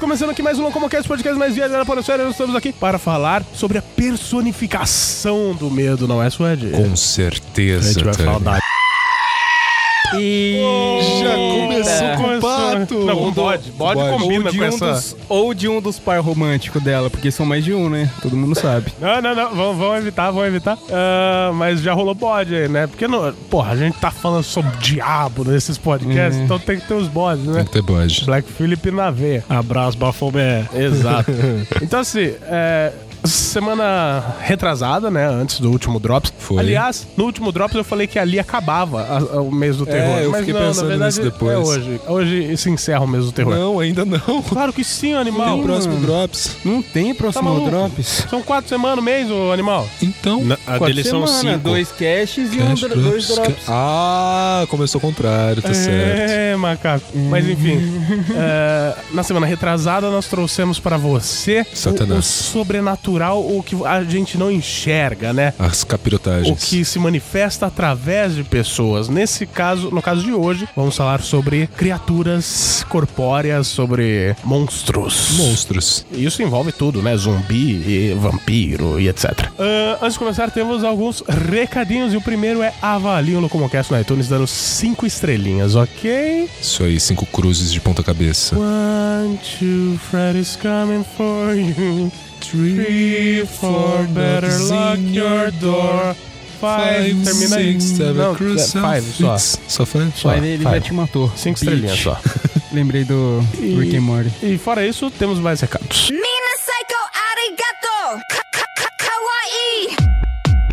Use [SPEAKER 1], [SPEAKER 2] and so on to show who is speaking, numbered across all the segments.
[SPEAKER 1] começando aqui mais um Locomocast, podcast mais viajado da Podosfera. Nós estamos aqui para falar sobre a personificação do medo, não é, Suede?
[SPEAKER 2] Com
[SPEAKER 1] a
[SPEAKER 2] certeza.
[SPEAKER 1] gente vai falar
[SPEAKER 2] Tânia.
[SPEAKER 1] da...
[SPEAKER 3] E
[SPEAKER 1] Já
[SPEAKER 3] Eita.
[SPEAKER 1] com o pato! Não, com o bode. Bode
[SPEAKER 2] Bode.
[SPEAKER 1] combina
[SPEAKER 3] ou de,
[SPEAKER 1] com
[SPEAKER 3] um
[SPEAKER 1] essa...
[SPEAKER 3] dos, ou de um dos par romântico dela, porque são mais de um, né? Todo mundo sabe.
[SPEAKER 1] Não, não, não, vamos, vamos evitar, vamos evitar. Ah, mas já rolou bode aí, né? Porque, não, porra, a gente tá falando sobre o diabo nesses podcasts, então tem que ter os bodes, né?
[SPEAKER 2] Tem que ter bode.
[SPEAKER 1] Black Philip na veia. Abraço, Bafomé. Exato. então, assim, é, semana retrasada, né? Antes do último Drops.
[SPEAKER 2] Foi.
[SPEAKER 1] Aliás, no último Drops eu falei que ali acabava a- a- o mês do terror.
[SPEAKER 2] É, eu
[SPEAKER 1] Mas
[SPEAKER 2] fiquei
[SPEAKER 1] não,
[SPEAKER 2] pensando
[SPEAKER 1] na verdade,
[SPEAKER 2] nisso depois.
[SPEAKER 1] É hoje. Hoje se encerra o mês do terror.
[SPEAKER 2] Não, ainda não.
[SPEAKER 1] Claro que sim, animal.
[SPEAKER 2] O próximo Drops.
[SPEAKER 3] Não tem
[SPEAKER 1] Tá
[SPEAKER 3] próximo
[SPEAKER 1] maluco?
[SPEAKER 3] Drops?
[SPEAKER 1] São quatro semanas, um mês, ô animal.
[SPEAKER 2] Então.
[SPEAKER 4] a dele são
[SPEAKER 3] semana,
[SPEAKER 4] cinco.
[SPEAKER 3] dois caches e um,
[SPEAKER 2] Cash
[SPEAKER 3] dro- dois
[SPEAKER 2] Drops.
[SPEAKER 3] drops.
[SPEAKER 2] Ah, começou o contrário, tá certo.
[SPEAKER 1] É, macaco. Mas enfim, é, na semana retrasada nós trouxemos pra você o- O,
[SPEAKER 2] Satanás.
[SPEAKER 1] sobrenatural, o que a gente não enxerga, né?
[SPEAKER 2] As
[SPEAKER 1] O
[SPEAKER 2] capirotagens.
[SPEAKER 1] que se manifesta através de pessoas. Nesse caso, no caso de hoje, vamos falar sobre criaturas corpóreas, sobre monstros.
[SPEAKER 2] Monstros.
[SPEAKER 1] Isso envolve tudo, né? Zumbi e vampiro e etc. Ah, antes de começar, temos alguns recadinhos. E o primeiro é avaliem o Locomocast no iTunes dando cinco estrelinhas, ok?
[SPEAKER 2] Isso aí, cinco cruzes de ponta cabeça.
[SPEAKER 1] One, two, Freddy's coming for you. Three, four, better lock your door. Five, termina aí. Não, é five só.
[SPEAKER 2] Só five?
[SPEAKER 1] Só.
[SPEAKER 3] Mas ele
[SPEAKER 1] Vai.
[SPEAKER 3] já te matou.
[SPEAKER 1] Cinco estrelinhas só.
[SPEAKER 3] Lembrei do
[SPEAKER 1] E-
[SPEAKER 3] Rick and Morty.
[SPEAKER 1] E fora isso, temos mais recados.
[SPEAKER 5] みんな最高ありがとうか、か、か、かわいい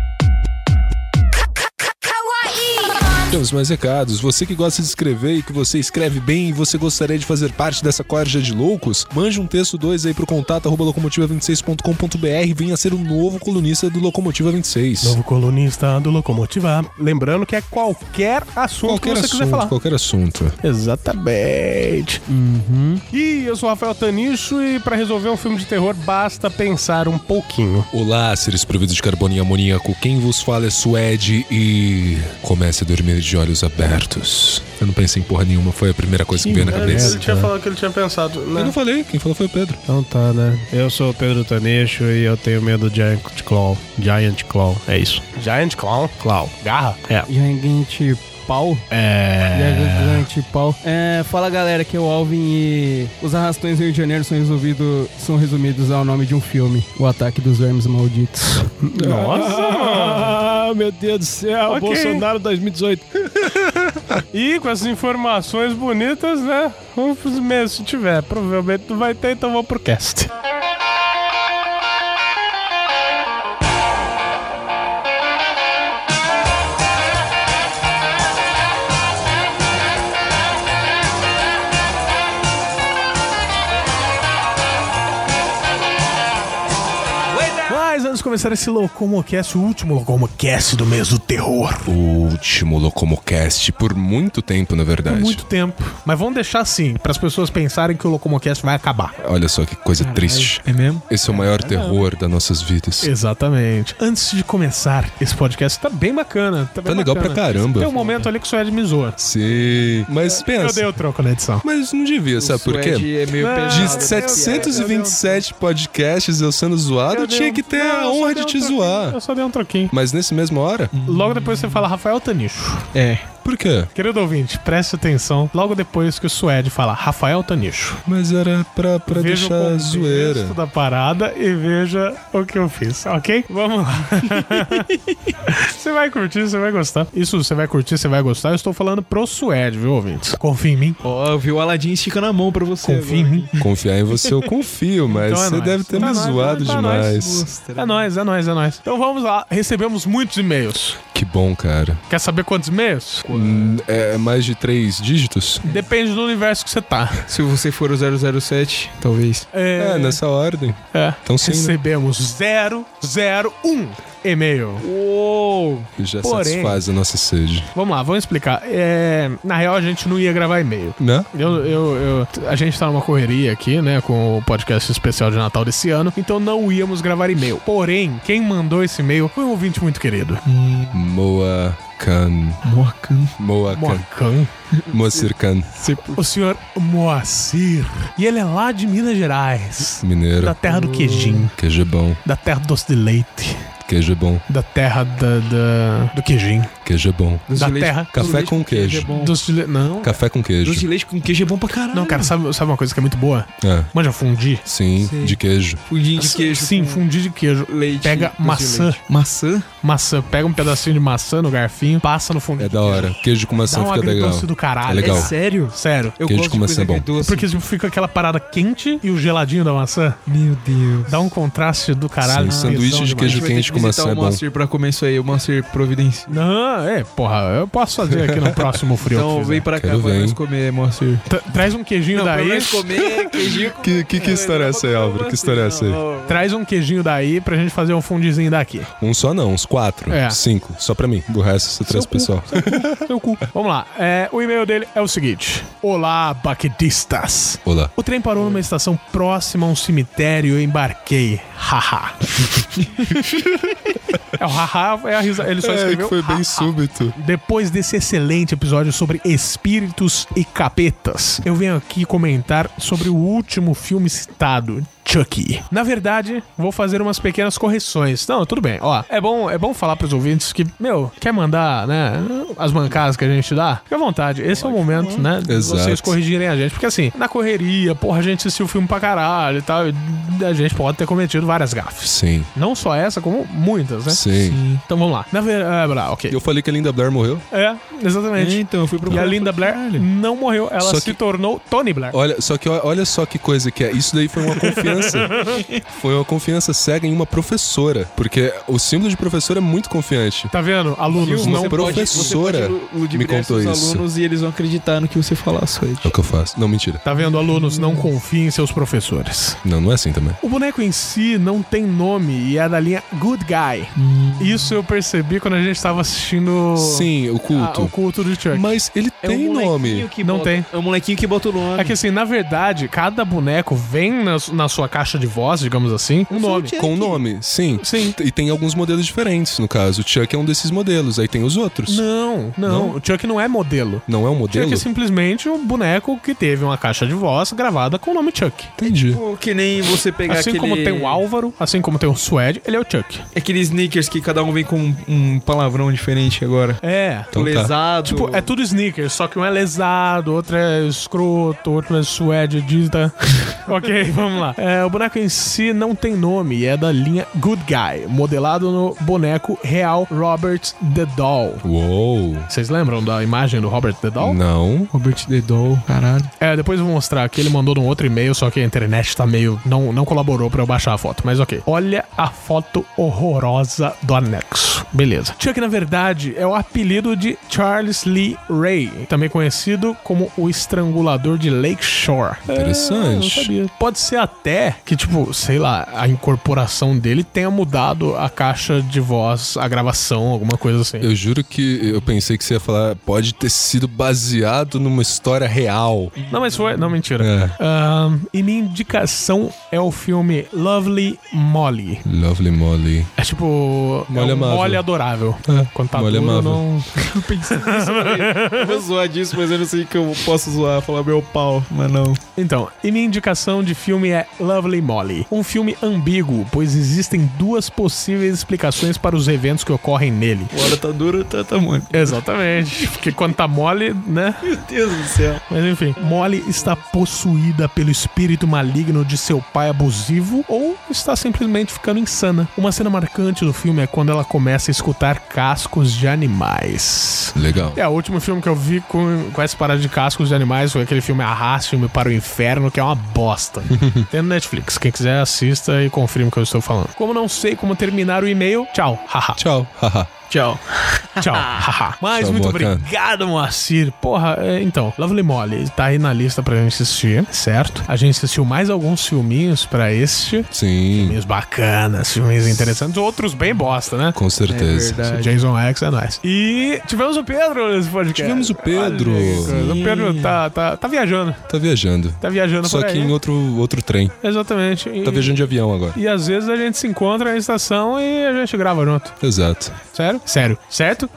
[SPEAKER 5] か、か、か、かわいい
[SPEAKER 2] Temos mais recados. Você que gosta de escrever e que você escreve bem e você gostaria de fazer parte dessa corja de loucos, mande um texto 2 aí pro contato arroba locomotiva26.com.br e venha ser o novo colunista do Locomotiva 26.
[SPEAKER 1] Novo colunista do Locomotiva. Lembrando que é qualquer assunto
[SPEAKER 2] Qualquer
[SPEAKER 1] que você quiser
[SPEAKER 2] assunto,
[SPEAKER 1] falar.
[SPEAKER 2] qualquer assunto.
[SPEAKER 1] Exatamente. E eu sou o Rafael Tanicho e pra resolver um filme de terror basta pensar um pouquinho.
[SPEAKER 2] Olá, seres providos de carbono e amoníaco. Quem vos fala é Suede e comece a dormir de olhos abertos. Eu não pensei em porra nenhuma, foi a primeira coisa que, veio na cabeça.
[SPEAKER 1] tinha falado que ele tinha pensado,
[SPEAKER 2] Eu não falei, quem falou foi o Pedro.
[SPEAKER 4] Então tá, né? Eu sou o Pedro Tanejo e eu tenho medo de Giant Claw. Giant Claw, é isso.
[SPEAKER 1] Giant Clown? Clown. Garra? É.
[SPEAKER 3] Gigante pau.
[SPEAKER 4] É.
[SPEAKER 3] Gigante pau. É, fala galera, que é o Alvin e os arrastões do Rio de Janeiro são, resolvido, são resumidos ao nome de um filme: O Ataque dos Vermes Malditos.
[SPEAKER 1] Nossa!
[SPEAKER 4] Ah, meu Deus do céu,
[SPEAKER 1] Ok.
[SPEAKER 4] Bolsonaro 2018.
[SPEAKER 1] e com essas informações bonitas, né? Vamos pros meses, se tiver. Provavelmente não vai ter, então vamos pro cast. Mas antes de começar esse Locomocast, o último Locomocast do mês do terror.
[SPEAKER 2] O último Locomocast por muito tempo, na verdade.
[SPEAKER 1] Por muito tempo. Mas vamos deixar assim, para as pessoas pensarem que o Locomocast vai acabar.
[SPEAKER 2] Olha só que coisa triste.
[SPEAKER 1] É mesmo?
[SPEAKER 2] Esse é o maior terror das nossas vidas.
[SPEAKER 1] Exatamente. Antes de começar, esse podcast tá bem bacana. Tá, bem
[SPEAKER 2] Tá legal
[SPEAKER 1] bacana.
[SPEAKER 2] pra caramba.
[SPEAKER 1] Tem um momento ali que o Suede me zoa.
[SPEAKER 2] Sim. Mas
[SPEAKER 1] Eu dei
[SPEAKER 2] pensa.
[SPEAKER 1] o troco na edição.
[SPEAKER 2] Mas não devia, sabe por quê?
[SPEAKER 3] É meio
[SPEAKER 1] Não,
[SPEAKER 2] De
[SPEAKER 1] pesado, né?
[SPEAKER 2] 727 podcasts eu sendo zoado, eu tinha que ter a
[SPEAKER 1] Não, eu só
[SPEAKER 2] honra
[SPEAKER 1] dei
[SPEAKER 2] de
[SPEAKER 1] um
[SPEAKER 2] te
[SPEAKER 1] troquinho.
[SPEAKER 2] zoar.
[SPEAKER 1] Eu só dei um troquinho.
[SPEAKER 2] Mas nesse mesmo hora?
[SPEAKER 1] Logo depois você fala Rafael Tanicho.
[SPEAKER 3] É.
[SPEAKER 2] Por quê?
[SPEAKER 1] Querido ouvinte, preste atenção. Logo depois que o Suede fala Rafael Tanicho.
[SPEAKER 2] Mas era pra, pra
[SPEAKER 1] veja o
[SPEAKER 2] deixar
[SPEAKER 1] contexto
[SPEAKER 2] zoeira.
[SPEAKER 1] da parada e veja o que eu fiz, ok? Vamos lá. você vai curtir, você vai gostar. Isso, você vai curtir, você vai gostar. Eu estou falando pro Suede, viu, ouvintes? Confia em mim.
[SPEAKER 3] Ó, eu vi o Aladim esticando a mão pra você.
[SPEAKER 1] Confia em mim.
[SPEAKER 2] Confiar em você eu confio, mas
[SPEAKER 1] Então é
[SPEAKER 2] você
[SPEAKER 1] nóis.
[SPEAKER 2] deve ter
[SPEAKER 1] Então
[SPEAKER 2] me
[SPEAKER 1] é nóis,
[SPEAKER 2] zoado
[SPEAKER 1] então é
[SPEAKER 2] demais.
[SPEAKER 1] É nóis, é nóis, é nóis. Então vamos lá. Recebemos muitos e-mails.
[SPEAKER 2] Que bom, cara.
[SPEAKER 1] Quer saber quantos e-mails?
[SPEAKER 2] Hum, É mais de três dígitos?
[SPEAKER 1] Depende do universo que você tá.
[SPEAKER 3] Se você for o 007, talvez.
[SPEAKER 2] É, nessa ordem.
[SPEAKER 1] é.
[SPEAKER 2] Então sim, né?
[SPEAKER 1] Recebemos 001 e-mail.
[SPEAKER 3] Uou!
[SPEAKER 2] já
[SPEAKER 1] Porém-
[SPEAKER 2] satisfaz a nossa sede.
[SPEAKER 1] Vamos lá, vamos explicar. É, na real, a gente não ia gravar e-mail.
[SPEAKER 2] Né?
[SPEAKER 1] Eu, eu, eu- a gente tá numa correria aqui, né, com o podcast especial de Natal desse ano, então não
[SPEAKER 2] Hum,
[SPEAKER 1] íamos gravar e-mail. Porém, quem mandou esse e-mail foi um ouvinte muito querido.
[SPEAKER 2] Moa Khan.
[SPEAKER 3] Moacan.
[SPEAKER 2] Moa Khan.
[SPEAKER 6] Mocan?
[SPEAKER 2] Moacir Khan.
[SPEAKER 1] O senhor Moacir. E ele é lá de Minas Gerais. Da
[SPEAKER 2] Mineiro.
[SPEAKER 1] terra do queijinho.
[SPEAKER 2] Queijo é bom.
[SPEAKER 1] Da terra do doce de leite.
[SPEAKER 2] Queijo é bom.
[SPEAKER 1] Da terra da, da- do queijinho.
[SPEAKER 2] Queijo é bom.
[SPEAKER 1] Da terra.
[SPEAKER 2] Café com
[SPEAKER 3] é
[SPEAKER 2] queijo.
[SPEAKER 1] Doce de leite. Não.
[SPEAKER 2] Café com queijo.
[SPEAKER 3] de leite com queijo é bom pra caralho.
[SPEAKER 1] Não, cara, sabe, sabe uma coisa que é muito boa?
[SPEAKER 2] É.
[SPEAKER 1] Manja fundir.
[SPEAKER 2] Sim,
[SPEAKER 3] Sim.
[SPEAKER 2] de queijo.
[SPEAKER 3] Pudim de queijo.
[SPEAKER 1] Sim,
[SPEAKER 3] com
[SPEAKER 1] fundir de queijo.
[SPEAKER 3] leite.
[SPEAKER 1] Pega
[SPEAKER 3] doce de
[SPEAKER 1] maçã.
[SPEAKER 3] leite. Maçã?
[SPEAKER 1] Maçã. Pega um pedacinho de maçã no garfinho, passa no fundir.
[SPEAKER 2] É
[SPEAKER 1] de
[SPEAKER 2] da hora. Queijo com
[SPEAKER 1] Dá
[SPEAKER 2] maçã
[SPEAKER 1] um
[SPEAKER 2] fica legal.
[SPEAKER 1] agridoce do caralho.
[SPEAKER 2] É legal.
[SPEAKER 1] cara.
[SPEAKER 3] sério?
[SPEAKER 1] Sério.
[SPEAKER 3] Eu
[SPEAKER 2] Queijo
[SPEAKER 3] gosto
[SPEAKER 2] com
[SPEAKER 3] de
[SPEAKER 2] maçã
[SPEAKER 3] coisa
[SPEAKER 2] é bom.
[SPEAKER 3] agridoce.
[SPEAKER 1] Porque tipo, fica aquela parada quente e o geladinho da maçã.
[SPEAKER 3] Meu Deus.
[SPEAKER 1] Dá um contraste do caralho.
[SPEAKER 2] Sim, sanduíche
[SPEAKER 1] tesão
[SPEAKER 2] de
[SPEAKER 1] demais.
[SPEAKER 2] queijo quente com maçã é
[SPEAKER 3] o
[SPEAKER 2] bom.
[SPEAKER 3] Moacir pra comer isso aí. O Moacir providencia.
[SPEAKER 1] Não, é, porra, eu posso fazer aqui no próximo frio.
[SPEAKER 3] Então
[SPEAKER 1] que
[SPEAKER 3] vem
[SPEAKER 1] fizer.
[SPEAKER 3] pra cá
[SPEAKER 2] Quero
[SPEAKER 3] pra
[SPEAKER 2] ver,
[SPEAKER 3] nós
[SPEAKER 2] hein?
[SPEAKER 3] comer, Moacir.
[SPEAKER 1] Tra- Traz um queijinho
[SPEAKER 3] pra
[SPEAKER 1] daí.
[SPEAKER 3] nós comer queijinho com...
[SPEAKER 2] Que, que, que história é essa aí, Álvaro? Que história é essa aí?
[SPEAKER 1] Traz um queijinho daí pra gente fazer um fundizinho daqui.
[SPEAKER 2] Um só não, uns quatro,
[SPEAKER 1] É.
[SPEAKER 2] cinco. Só pra mim. Do resto, você traz pro pessoal.
[SPEAKER 1] Seu cu. Vamos lá. é, o e-mail dele é o seguinte: Olá, baquetistas.
[SPEAKER 2] Olá.
[SPEAKER 1] O trem parou numa estação próxima a um cemitério e eu embarquei. Haha. é o haha, é a risa. Ele só escreveu. haha.
[SPEAKER 2] súbito.
[SPEAKER 1] Depois desse excelente episódio sobre espíritos e capetas, eu venho aqui comentar sobre o último filme citado. Chucky. Na verdade, vou fazer umas pequenas correções. Não, tudo bem. Ó, é bom, é bom falar pros ouvintes que, meu, quer mandar, né, as mancadas que a gente dá? Fica à vontade. Esse é o momento, né, de
[SPEAKER 2] Exato.
[SPEAKER 1] vocês corrigirem a gente, porque assim, na correria, porra, a gente assistiu o filme pra caralho e tal, e a gente pode ter cometido várias gafes.
[SPEAKER 2] Sim,
[SPEAKER 1] Não só essa, como muitas, né?
[SPEAKER 2] sim.
[SPEAKER 1] Então vamos lá. Na verdade, OK.
[SPEAKER 2] Eu falei que a Linda Blair morreu.
[SPEAKER 1] É, exatamente.
[SPEAKER 3] Então, eu fui
[SPEAKER 1] E
[SPEAKER 3] procurar.
[SPEAKER 1] a Linda Blair não morreu, ela
[SPEAKER 2] Só
[SPEAKER 1] se
[SPEAKER 2] que-
[SPEAKER 1] tornou Tony Blair.
[SPEAKER 2] Olha, só que ó, olha só que coisa que é. Isso daí foi uma confiança. foi uma confiança cega em uma professora. Porque o símbolo de professora é muito confiante.
[SPEAKER 1] Tá vendo? Alunos
[SPEAKER 2] Uma
[SPEAKER 1] não.
[SPEAKER 2] professora me contou isso.
[SPEAKER 3] alunos e eles vão acreditar no que você falar, só
[SPEAKER 2] É o que eu faço. Não, mentira.
[SPEAKER 1] Tá vendo? Alunos não confiem em seus professores.
[SPEAKER 2] Não, não é assim também.
[SPEAKER 1] O boneco em si não tem nome e é da linha Good Guy. Hum. Isso eu percebi quando a gente tava assistindo
[SPEAKER 2] Sim, o
[SPEAKER 1] a-
[SPEAKER 2] culto.
[SPEAKER 1] Ah, o culto do Chuck.
[SPEAKER 2] Mas ele
[SPEAKER 1] É um
[SPEAKER 2] tem
[SPEAKER 3] um
[SPEAKER 2] nome.
[SPEAKER 1] Não tem.
[SPEAKER 3] É um molequinho que bota o nome.
[SPEAKER 1] É que assim, na verdade, cada boneco vem na, su- na sua caixa de voz, digamos assim, um nome.
[SPEAKER 2] Com nome, sim.
[SPEAKER 1] Sim.
[SPEAKER 2] E tem alguns modelos diferentes, no caso. O Chuck é um desses modelos, aí tem os outros. Não,
[SPEAKER 1] Não, não, o Chuck não é modelo.
[SPEAKER 2] é um modelo?
[SPEAKER 1] Chuck é simplesmente um boneco que teve uma caixa de voz gravada com o nome Chuck.
[SPEAKER 2] Entendi.
[SPEAKER 3] Pô, Tipo, que nem você pegar
[SPEAKER 1] Assim
[SPEAKER 3] aquele...
[SPEAKER 1] como tem
[SPEAKER 2] um
[SPEAKER 1] o Álvaro, assim como tem o Suede, ele é o Chuck.
[SPEAKER 3] Aqueles sneakers que cada um vem com um, um palavrão diferente agora.
[SPEAKER 1] É.
[SPEAKER 2] Então tá.
[SPEAKER 3] lesado.
[SPEAKER 1] Tipo, é tudo sneakers, só que um é lesado, outro é escroto, outro é suede, dita. ok, vamos lá. É, o boneco em si não tem nome e é da linha Good Guy, modelado no boneco real Robert the Doll.
[SPEAKER 2] Uou.
[SPEAKER 1] Vocês lembram da imagem do Robert the Doll?
[SPEAKER 2] Não.
[SPEAKER 3] Robert The Doll, caralho.
[SPEAKER 1] É, depois eu vou mostrar aqui. Ele mandou num outro e-mail, só que a internet tá meio. Não, não colaborou pra eu baixar a foto, mas ok. Olha a foto horrorosa do anexo. Beleza. Chuck, na verdade, é o apelido de Charles Lee Ray, também conhecido como o estrangulador de Lakeshore.
[SPEAKER 2] Interessante.
[SPEAKER 1] Pode ser até que, tipo, sei lá, a incorporação dele tenha mudado a caixa de voz, a gravação, alguma coisa assim.
[SPEAKER 2] Eu juro que eu pensei que você ia falar, pode ter sido baseado numa história real.
[SPEAKER 1] Não, mas foi. Não, mentira.
[SPEAKER 2] É.
[SPEAKER 1] Ahn, e minha indicação é o filme Lovely Molly.
[SPEAKER 2] É. Lovely Molly.
[SPEAKER 1] É tipo.
[SPEAKER 2] Molly
[SPEAKER 1] é um
[SPEAKER 2] amável.
[SPEAKER 1] mole adorável. Quando tá
[SPEAKER 2] Molly
[SPEAKER 1] duro,
[SPEAKER 2] amável.
[SPEAKER 1] não.
[SPEAKER 3] Eu pensei nisso, eu vou zoar disso, mas eu não sei que eu posso zoar, falar meu pau, mas não.
[SPEAKER 1] Então, e minha indicação de filme é Lovely Molly. Um filme ambíguo, pois existem duas possíveis explicações para os eventos que ocorrem nele.
[SPEAKER 3] Bora tá duro, tá, tá mole.
[SPEAKER 1] Exatamente. Porque quando tá mole, né?
[SPEAKER 3] Meu Deus do céu.
[SPEAKER 1] Mas enfim, Molly está possuída pelo espírito maligno de seu pai abusivo ou está simplesmente ficando insana. Uma cena marcante do filme é quando ela começa a escutar cascos de animais.
[SPEAKER 2] Legal.
[SPEAKER 1] É, o último filme que eu vi com, com essa parada de cascos de animais foi aquele filme Arraste-me para o Inferno, que é uma bosta. Tem no Netflix. Quem quiser, assista e confirma o que eu estou falando. Como não sei como terminar o e-mail, tchau. Haha.
[SPEAKER 2] Tchau. Haha.
[SPEAKER 3] Tchau.
[SPEAKER 1] Tchau. Haha. Mas
[SPEAKER 2] Tchau,
[SPEAKER 1] muito
[SPEAKER 2] Moacano.
[SPEAKER 1] obrigado, Moacir. Porra, é, então, Lovely Molly tá aí na lista pra gente assistir, certo? A gente assistiu mais alguns filminhos pra este.
[SPEAKER 2] Sim,
[SPEAKER 1] Filminhos bacanas, filminhos interessantes, outros bem bosta, né?
[SPEAKER 2] com
[SPEAKER 3] É
[SPEAKER 2] certeza.
[SPEAKER 1] Jason X é nóis. E tivemos o Pedro nesse podcast.
[SPEAKER 2] Tivemos o Pedro.
[SPEAKER 1] Olha que coisa. O Pedro tá, tá, tá viajando.
[SPEAKER 2] tá viajando.
[SPEAKER 1] Tá viajando
[SPEAKER 2] Só
[SPEAKER 1] por aí.
[SPEAKER 2] que em outro, Tá outro trem.
[SPEAKER 1] Exatamente. E,
[SPEAKER 2] Tá viajando de avião agora.
[SPEAKER 1] e às vezes a gente se encontra na estação e a gente grava junto.
[SPEAKER 2] Exato.
[SPEAKER 1] Sério? certo? Sério, certo?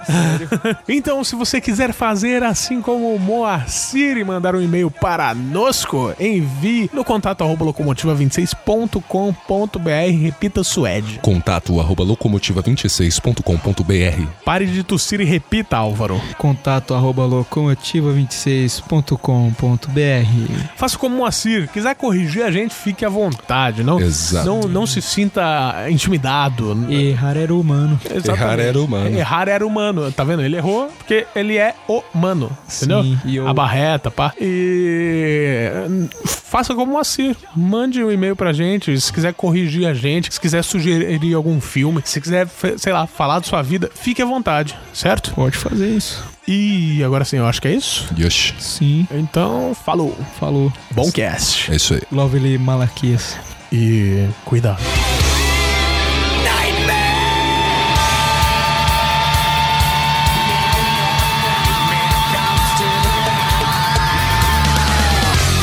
[SPEAKER 1] então, se você quiser fazer assim como o Moacir e mandar um e-mail para nosco, envie no contato arroba locomotiva26.com.br, repita suede.
[SPEAKER 2] Contato arroba locomotiva26.com.br.
[SPEAKER 1] Pare de tossir e repita, Álvaro.
[SPEAKER 3] Contato arroba locomotiva26.com.br.
[SPEAKER 1] Faça como o Moacir, quiser corrigir a gente, fique à vontade, não?
[SPEAKER 2] Exato.
[SPEAKER 1] Não, não se sinta intimidado.
[SPEAKER 3] Errar era humano.
[SPEAKER 1] Exatamente. É.
[SPEAKER 2] Errar é era humano.
[SPEAKER 1] Errar era humano, tá vendo? Ele errou porque ele é humano, entendeu?
[SPEAKER 3] e eu-
[SPEAKER 1] A barreta, pá. E faça como assim. Mande um e-mail pra gente, se quiser corrigir a gente, se quiser sugerir algum filme, se quiser, fe- sei lá, falar de sua vida, fique à vontade, certo?
[SPEAKER 3] Pode fazer isso.
[SPEAKER 1] E agora sim, eu acho que é isso.
[SPEAKER 2] Yosh.
[SPEAKER 3] Sim.
[SPEAKER 1] Então, falou.
[SPEAKER 3] Falou.
[SPEAKER 1] Bom cast.
[SPEAKER 2] É isso aí.
[SPEAKER 3] Lovely Malaquias.
[SPEAKER 1] E cuidado.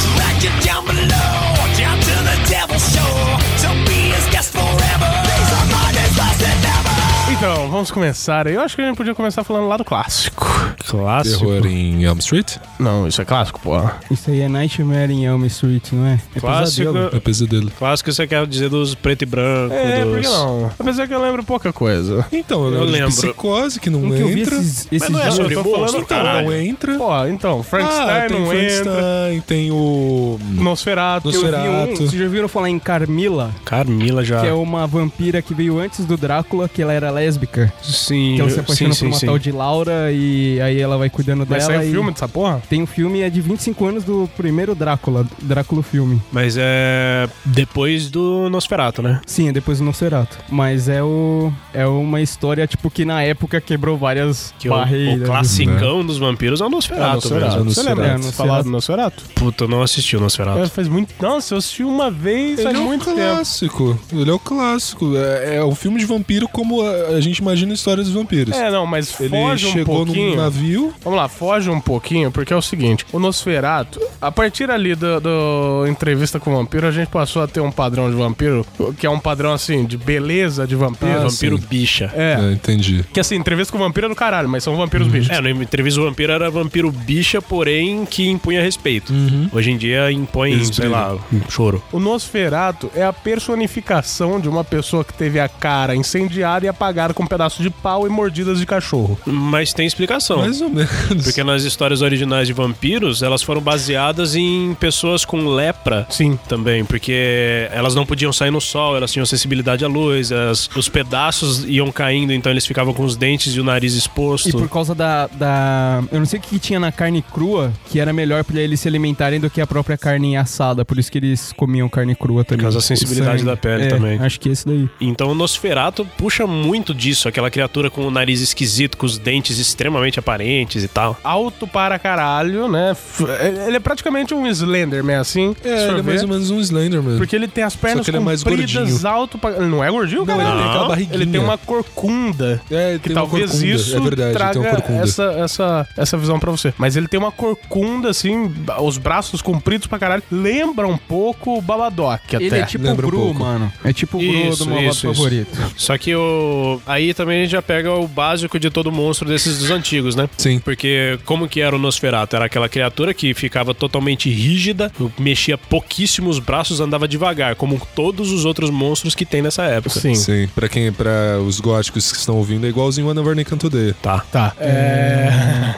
[SPEAKER 7] Drag you down below, down to the devil's shore. To be his guest forever. These are mine as last and ever.
[SPEAKER 1] Então, vamos começar. Eu acho que a gente podia começar falando lá do clássico.
[SPEAKER 8] Clássico.
[SPEAKER 2] Terror em Elm Street?
[SPEAKER 1] Não, isso é clássico, pô.
[SPEAKER 3] Isso aí é Nightmare in Elm Street, não é? É
[SPEAKER 8] Clássico.
[SPEAKER 3] pesadelo.
[SPEAKER 2] É pesadelo.
[SPEAKER 8] Clássico você quer dizer dos preto e branco,
[SPEAKER 1] É, por
[SPEAKER 8] dos...
[SPEAKER 1] que não? Apesar que eu lembro pouca coisa.
[SPEAKER 2] Então, eu,
[SPEAKER 8] Eu
[SPEAKER 2] lembro de
[SPEAKER 8] lembro.
[SPEAKER 2] psicose que não
[SPEAKER 3] Nunca eu vi
[SPEAKER 2] entra.
[SPEAKER 3] esses, esses
[SPEAKER 1] não é
[SPEAKER 3] dias.
[SPEAKER 1] sobre-
[SPEAKER 8] Sobre
[SPEAKER 1] eu tô falando-
[SPEAKER 8] monstro,
[SPEAKER 2] Então, não
[SPEAKER 8] caralho.
[SPEAKER 2] entra.
[SPEAKER 1] Pô, então, Frankenstein
[SPEAKER 2] ah, tem
[SPEAKER 1] não entra,
[SPEAKER 2] Frankenstein, tem o...
[SPEAKER 1] Nosferatu.
[SPEAKER 3] Eu vi um,
[SPEAKER 2] Nosferatu.
[SPEAKER 3] vocês já ouviram falar em Carmila?
[SPEAKER 8] Carmila já.
[SPEAKER 3] Que é uma vampira que veio antes do Drácula, que ela era lésbica.
[SPEAKER 8] Sim,
[SPEAKER 3] Que ela se apaixona
[SPEAKER 8] sim,
[SPEAKER 3] por uma
[SPEAKER 8] sim,
[SPEAKER 3] tal
[SPEAKER 8] sim.
[SPEAKER 3] de Laura e aí ela vai cuidando
[SPEAKER 1] Vai
[SPEAKER 3] dela.
[SPEAKER 1] sair
[SPEAKER 3] e-
[SPEAKER 1] um filme dessa porra?
[SPEAKER 3] Tem um filme, é de 25 anos do primeiro Drácula, Drácula filme.
[SPEAKER 8] Mas é depois do Nosferatu, né?
[SPEAKER 3] Sim, é depois do Nosferatu. Mas é o é uma história tipo que na época quebrou várias
[SPEAKER 8] Que é o,
[SPEAKER 3] barreiras.
[SPEAKER 8] o classicão dos vampiros é o Nosferatu, mesmo.
[SPEAKER 1] Você lembra de
[SPEAKER 3] É, Nosferatu.
[SPEAKER 1] falar do Nosferatu?
[SPEAKER 8] Puta, eu não assisti o Nosferatu.
[SPEAKER 1] É, faz muito... Nossa, eu assisti uma vez
[SPEAKER 2] Ele
[SPEAKER 1] faz
[SPEAKER 2] é um
[SPEAKER 1] muito tempo.
[SPEAKER 2] clássico. Ele é o clássico. É, é o filme de vampiro como a, a gente imagina a história dos vampiros.
[SPEAKER 1] É, não, mas
[SPEAKER 2] Ele
[SPEAKER 1] foge um
[SPEAKER 2] chegou num
[SPEAKER 1] pouquinho.
[SPEAKER 2] navio.
[SPEAKER 1] Vamos lá, foge um pouquinho, porque é o seguinte: o Nosferatu, a partir ali da do entrevista com o vampiro, a gente passou a ter um padrão de vampiro, que é um padrão assim, de beleza de vampiro.
[SPEAKER 2] Ah,
[SPEAKER 8] vampiro
[SPEAKER 2] sim.
[SPEAKER 8] bicha.
[SPEAKER 1] é.
[SPEAKER 2] É, entendi.
[SPEAKER 1] Que assim, entrevista com vampiro é do caralho, mas são vampiros bichos.
[SPEAKER 8] É, na entrevista do vampiro era vampiro bicha, porém que impunha respeito. Hoje em dia impõe,
[SPEAKER 2] Eles
[SPEAKER 8] sei lá, um choro.
[SPEAKER 1] O Nosferato é a personificação de uma pessoa que teve a cara incendiada e apagada com um pedaço de pau e mordidas de cachorro.
[SPEAKER 8] Mas tem explicação.
[SPEAKER 2] Mais ou menos.
[SPEAKER 8] Porque nas histórias originais de vampiros, elas foram baseadas em pessoas com lepra
[SPEAKER 1] Sim.
[SPEAKER 8] também, porque elas não podiam sair no sol, elas tinham sensibilidade à luz, elas- os pedaços iam caindo, então eles ficavam com os dentes e o nariz
[SPEAKER 3] E por
[SPEAKER 8] exposto.
[SPEAKER 3] causa da, da. Eu não sei o que, que tinha na carne crua, que era melhor pra eles se alimentarem do que a própria carne assada. Por isso que eles comiam carne crua também.
[SPEAKER 8] causa da sensibilidade
[SPEAKER 3] O sangue.
[SPEAKER 8] da pele
[SPEAKER 3] É,
[SPEAKER 8] também.
[SPEAKER 3] Acho que esse daí.
[SPEAKER 8] Então o Nosferato puxa muito disso, aquela criatura com o nariz esquisito, com os dentes extremamente aparentes e tal.
[SPEAKER 1] Alto para caralho, né? F- Ele é praticamente um Slenderman, assim. se
[SPEAKER 2] É, ele
[SPEAKER 1] for
[SPEAKER 2] é
[SPEAKER 1] ver.
[SPEAKER 2] mais ou menos um Slender mesmo.
[SPEAKER 1] Porque ele tem as pernas
[SPEAKER 2] que ele é mais
[SPEAKER 1] compridas,
[SPEAKER 2] gordinho.
[SPEAKER 1] alto pra... Ele não é gordinho,
[SPEAKER 2] Não,
[SPEAKER 1] cara?
[SPEAKER 2] ele tem aquela barriguinha.
[SPEAKER 1] Ele tem uma corcunda.
[SPEAKER 2] É, ele
[SPEAKER 1] Que
[SPEAKER 2] tem uma
[SPEAKER 1] talvez
[SPEAKER 2] corcunda.
[SPEAKER 1] isso
[SPEAKER 2] É verdade, ele
[SPEAKER 1] traga
[SPEAKER 2] tem uma corcunda.
[SPEAKER 1] essa, essa, essa visão pra você. Mas ele tem uma corcunda, assim, os braços compridos pra caralho. Lembra um pouco o Babadoc, até.
[SPEAKER 3] Ele é tipo o
[SPEAKER 2] Lembra um
[SPEAKER 3] Gru,
[SPEAKER 2] pouco.
[SPEAKER 3] mano. É tipo o Gru
[SPEAKER 8] Isso,
[SPEAKER 3] do meu
[SPEAKER 8] isso, isso.
[SPEAKER 3] favorito.
[SPEAKER 8] Só que o aí também a gente já pega o básico de todo monstro desses dos antigos, né?
[SPEAKER 2] Sim.
[SPEAKER 8] Porque como que era o Nosferatu? Era aquela criatura que ficava totalmente rígida, mexia pouquíssimos braços, andava devagar, como todos os outros monstros que tem nessa época.
[SPEAKER 1] Sim.
[SPEAKER 2] Sim, pra quem, pra os góticos que estão ouvindo, é igualzinho o Anavarney Cantodeia.
[SPEAKER 8] Tá.
[SPEAKER 1] Tá. É...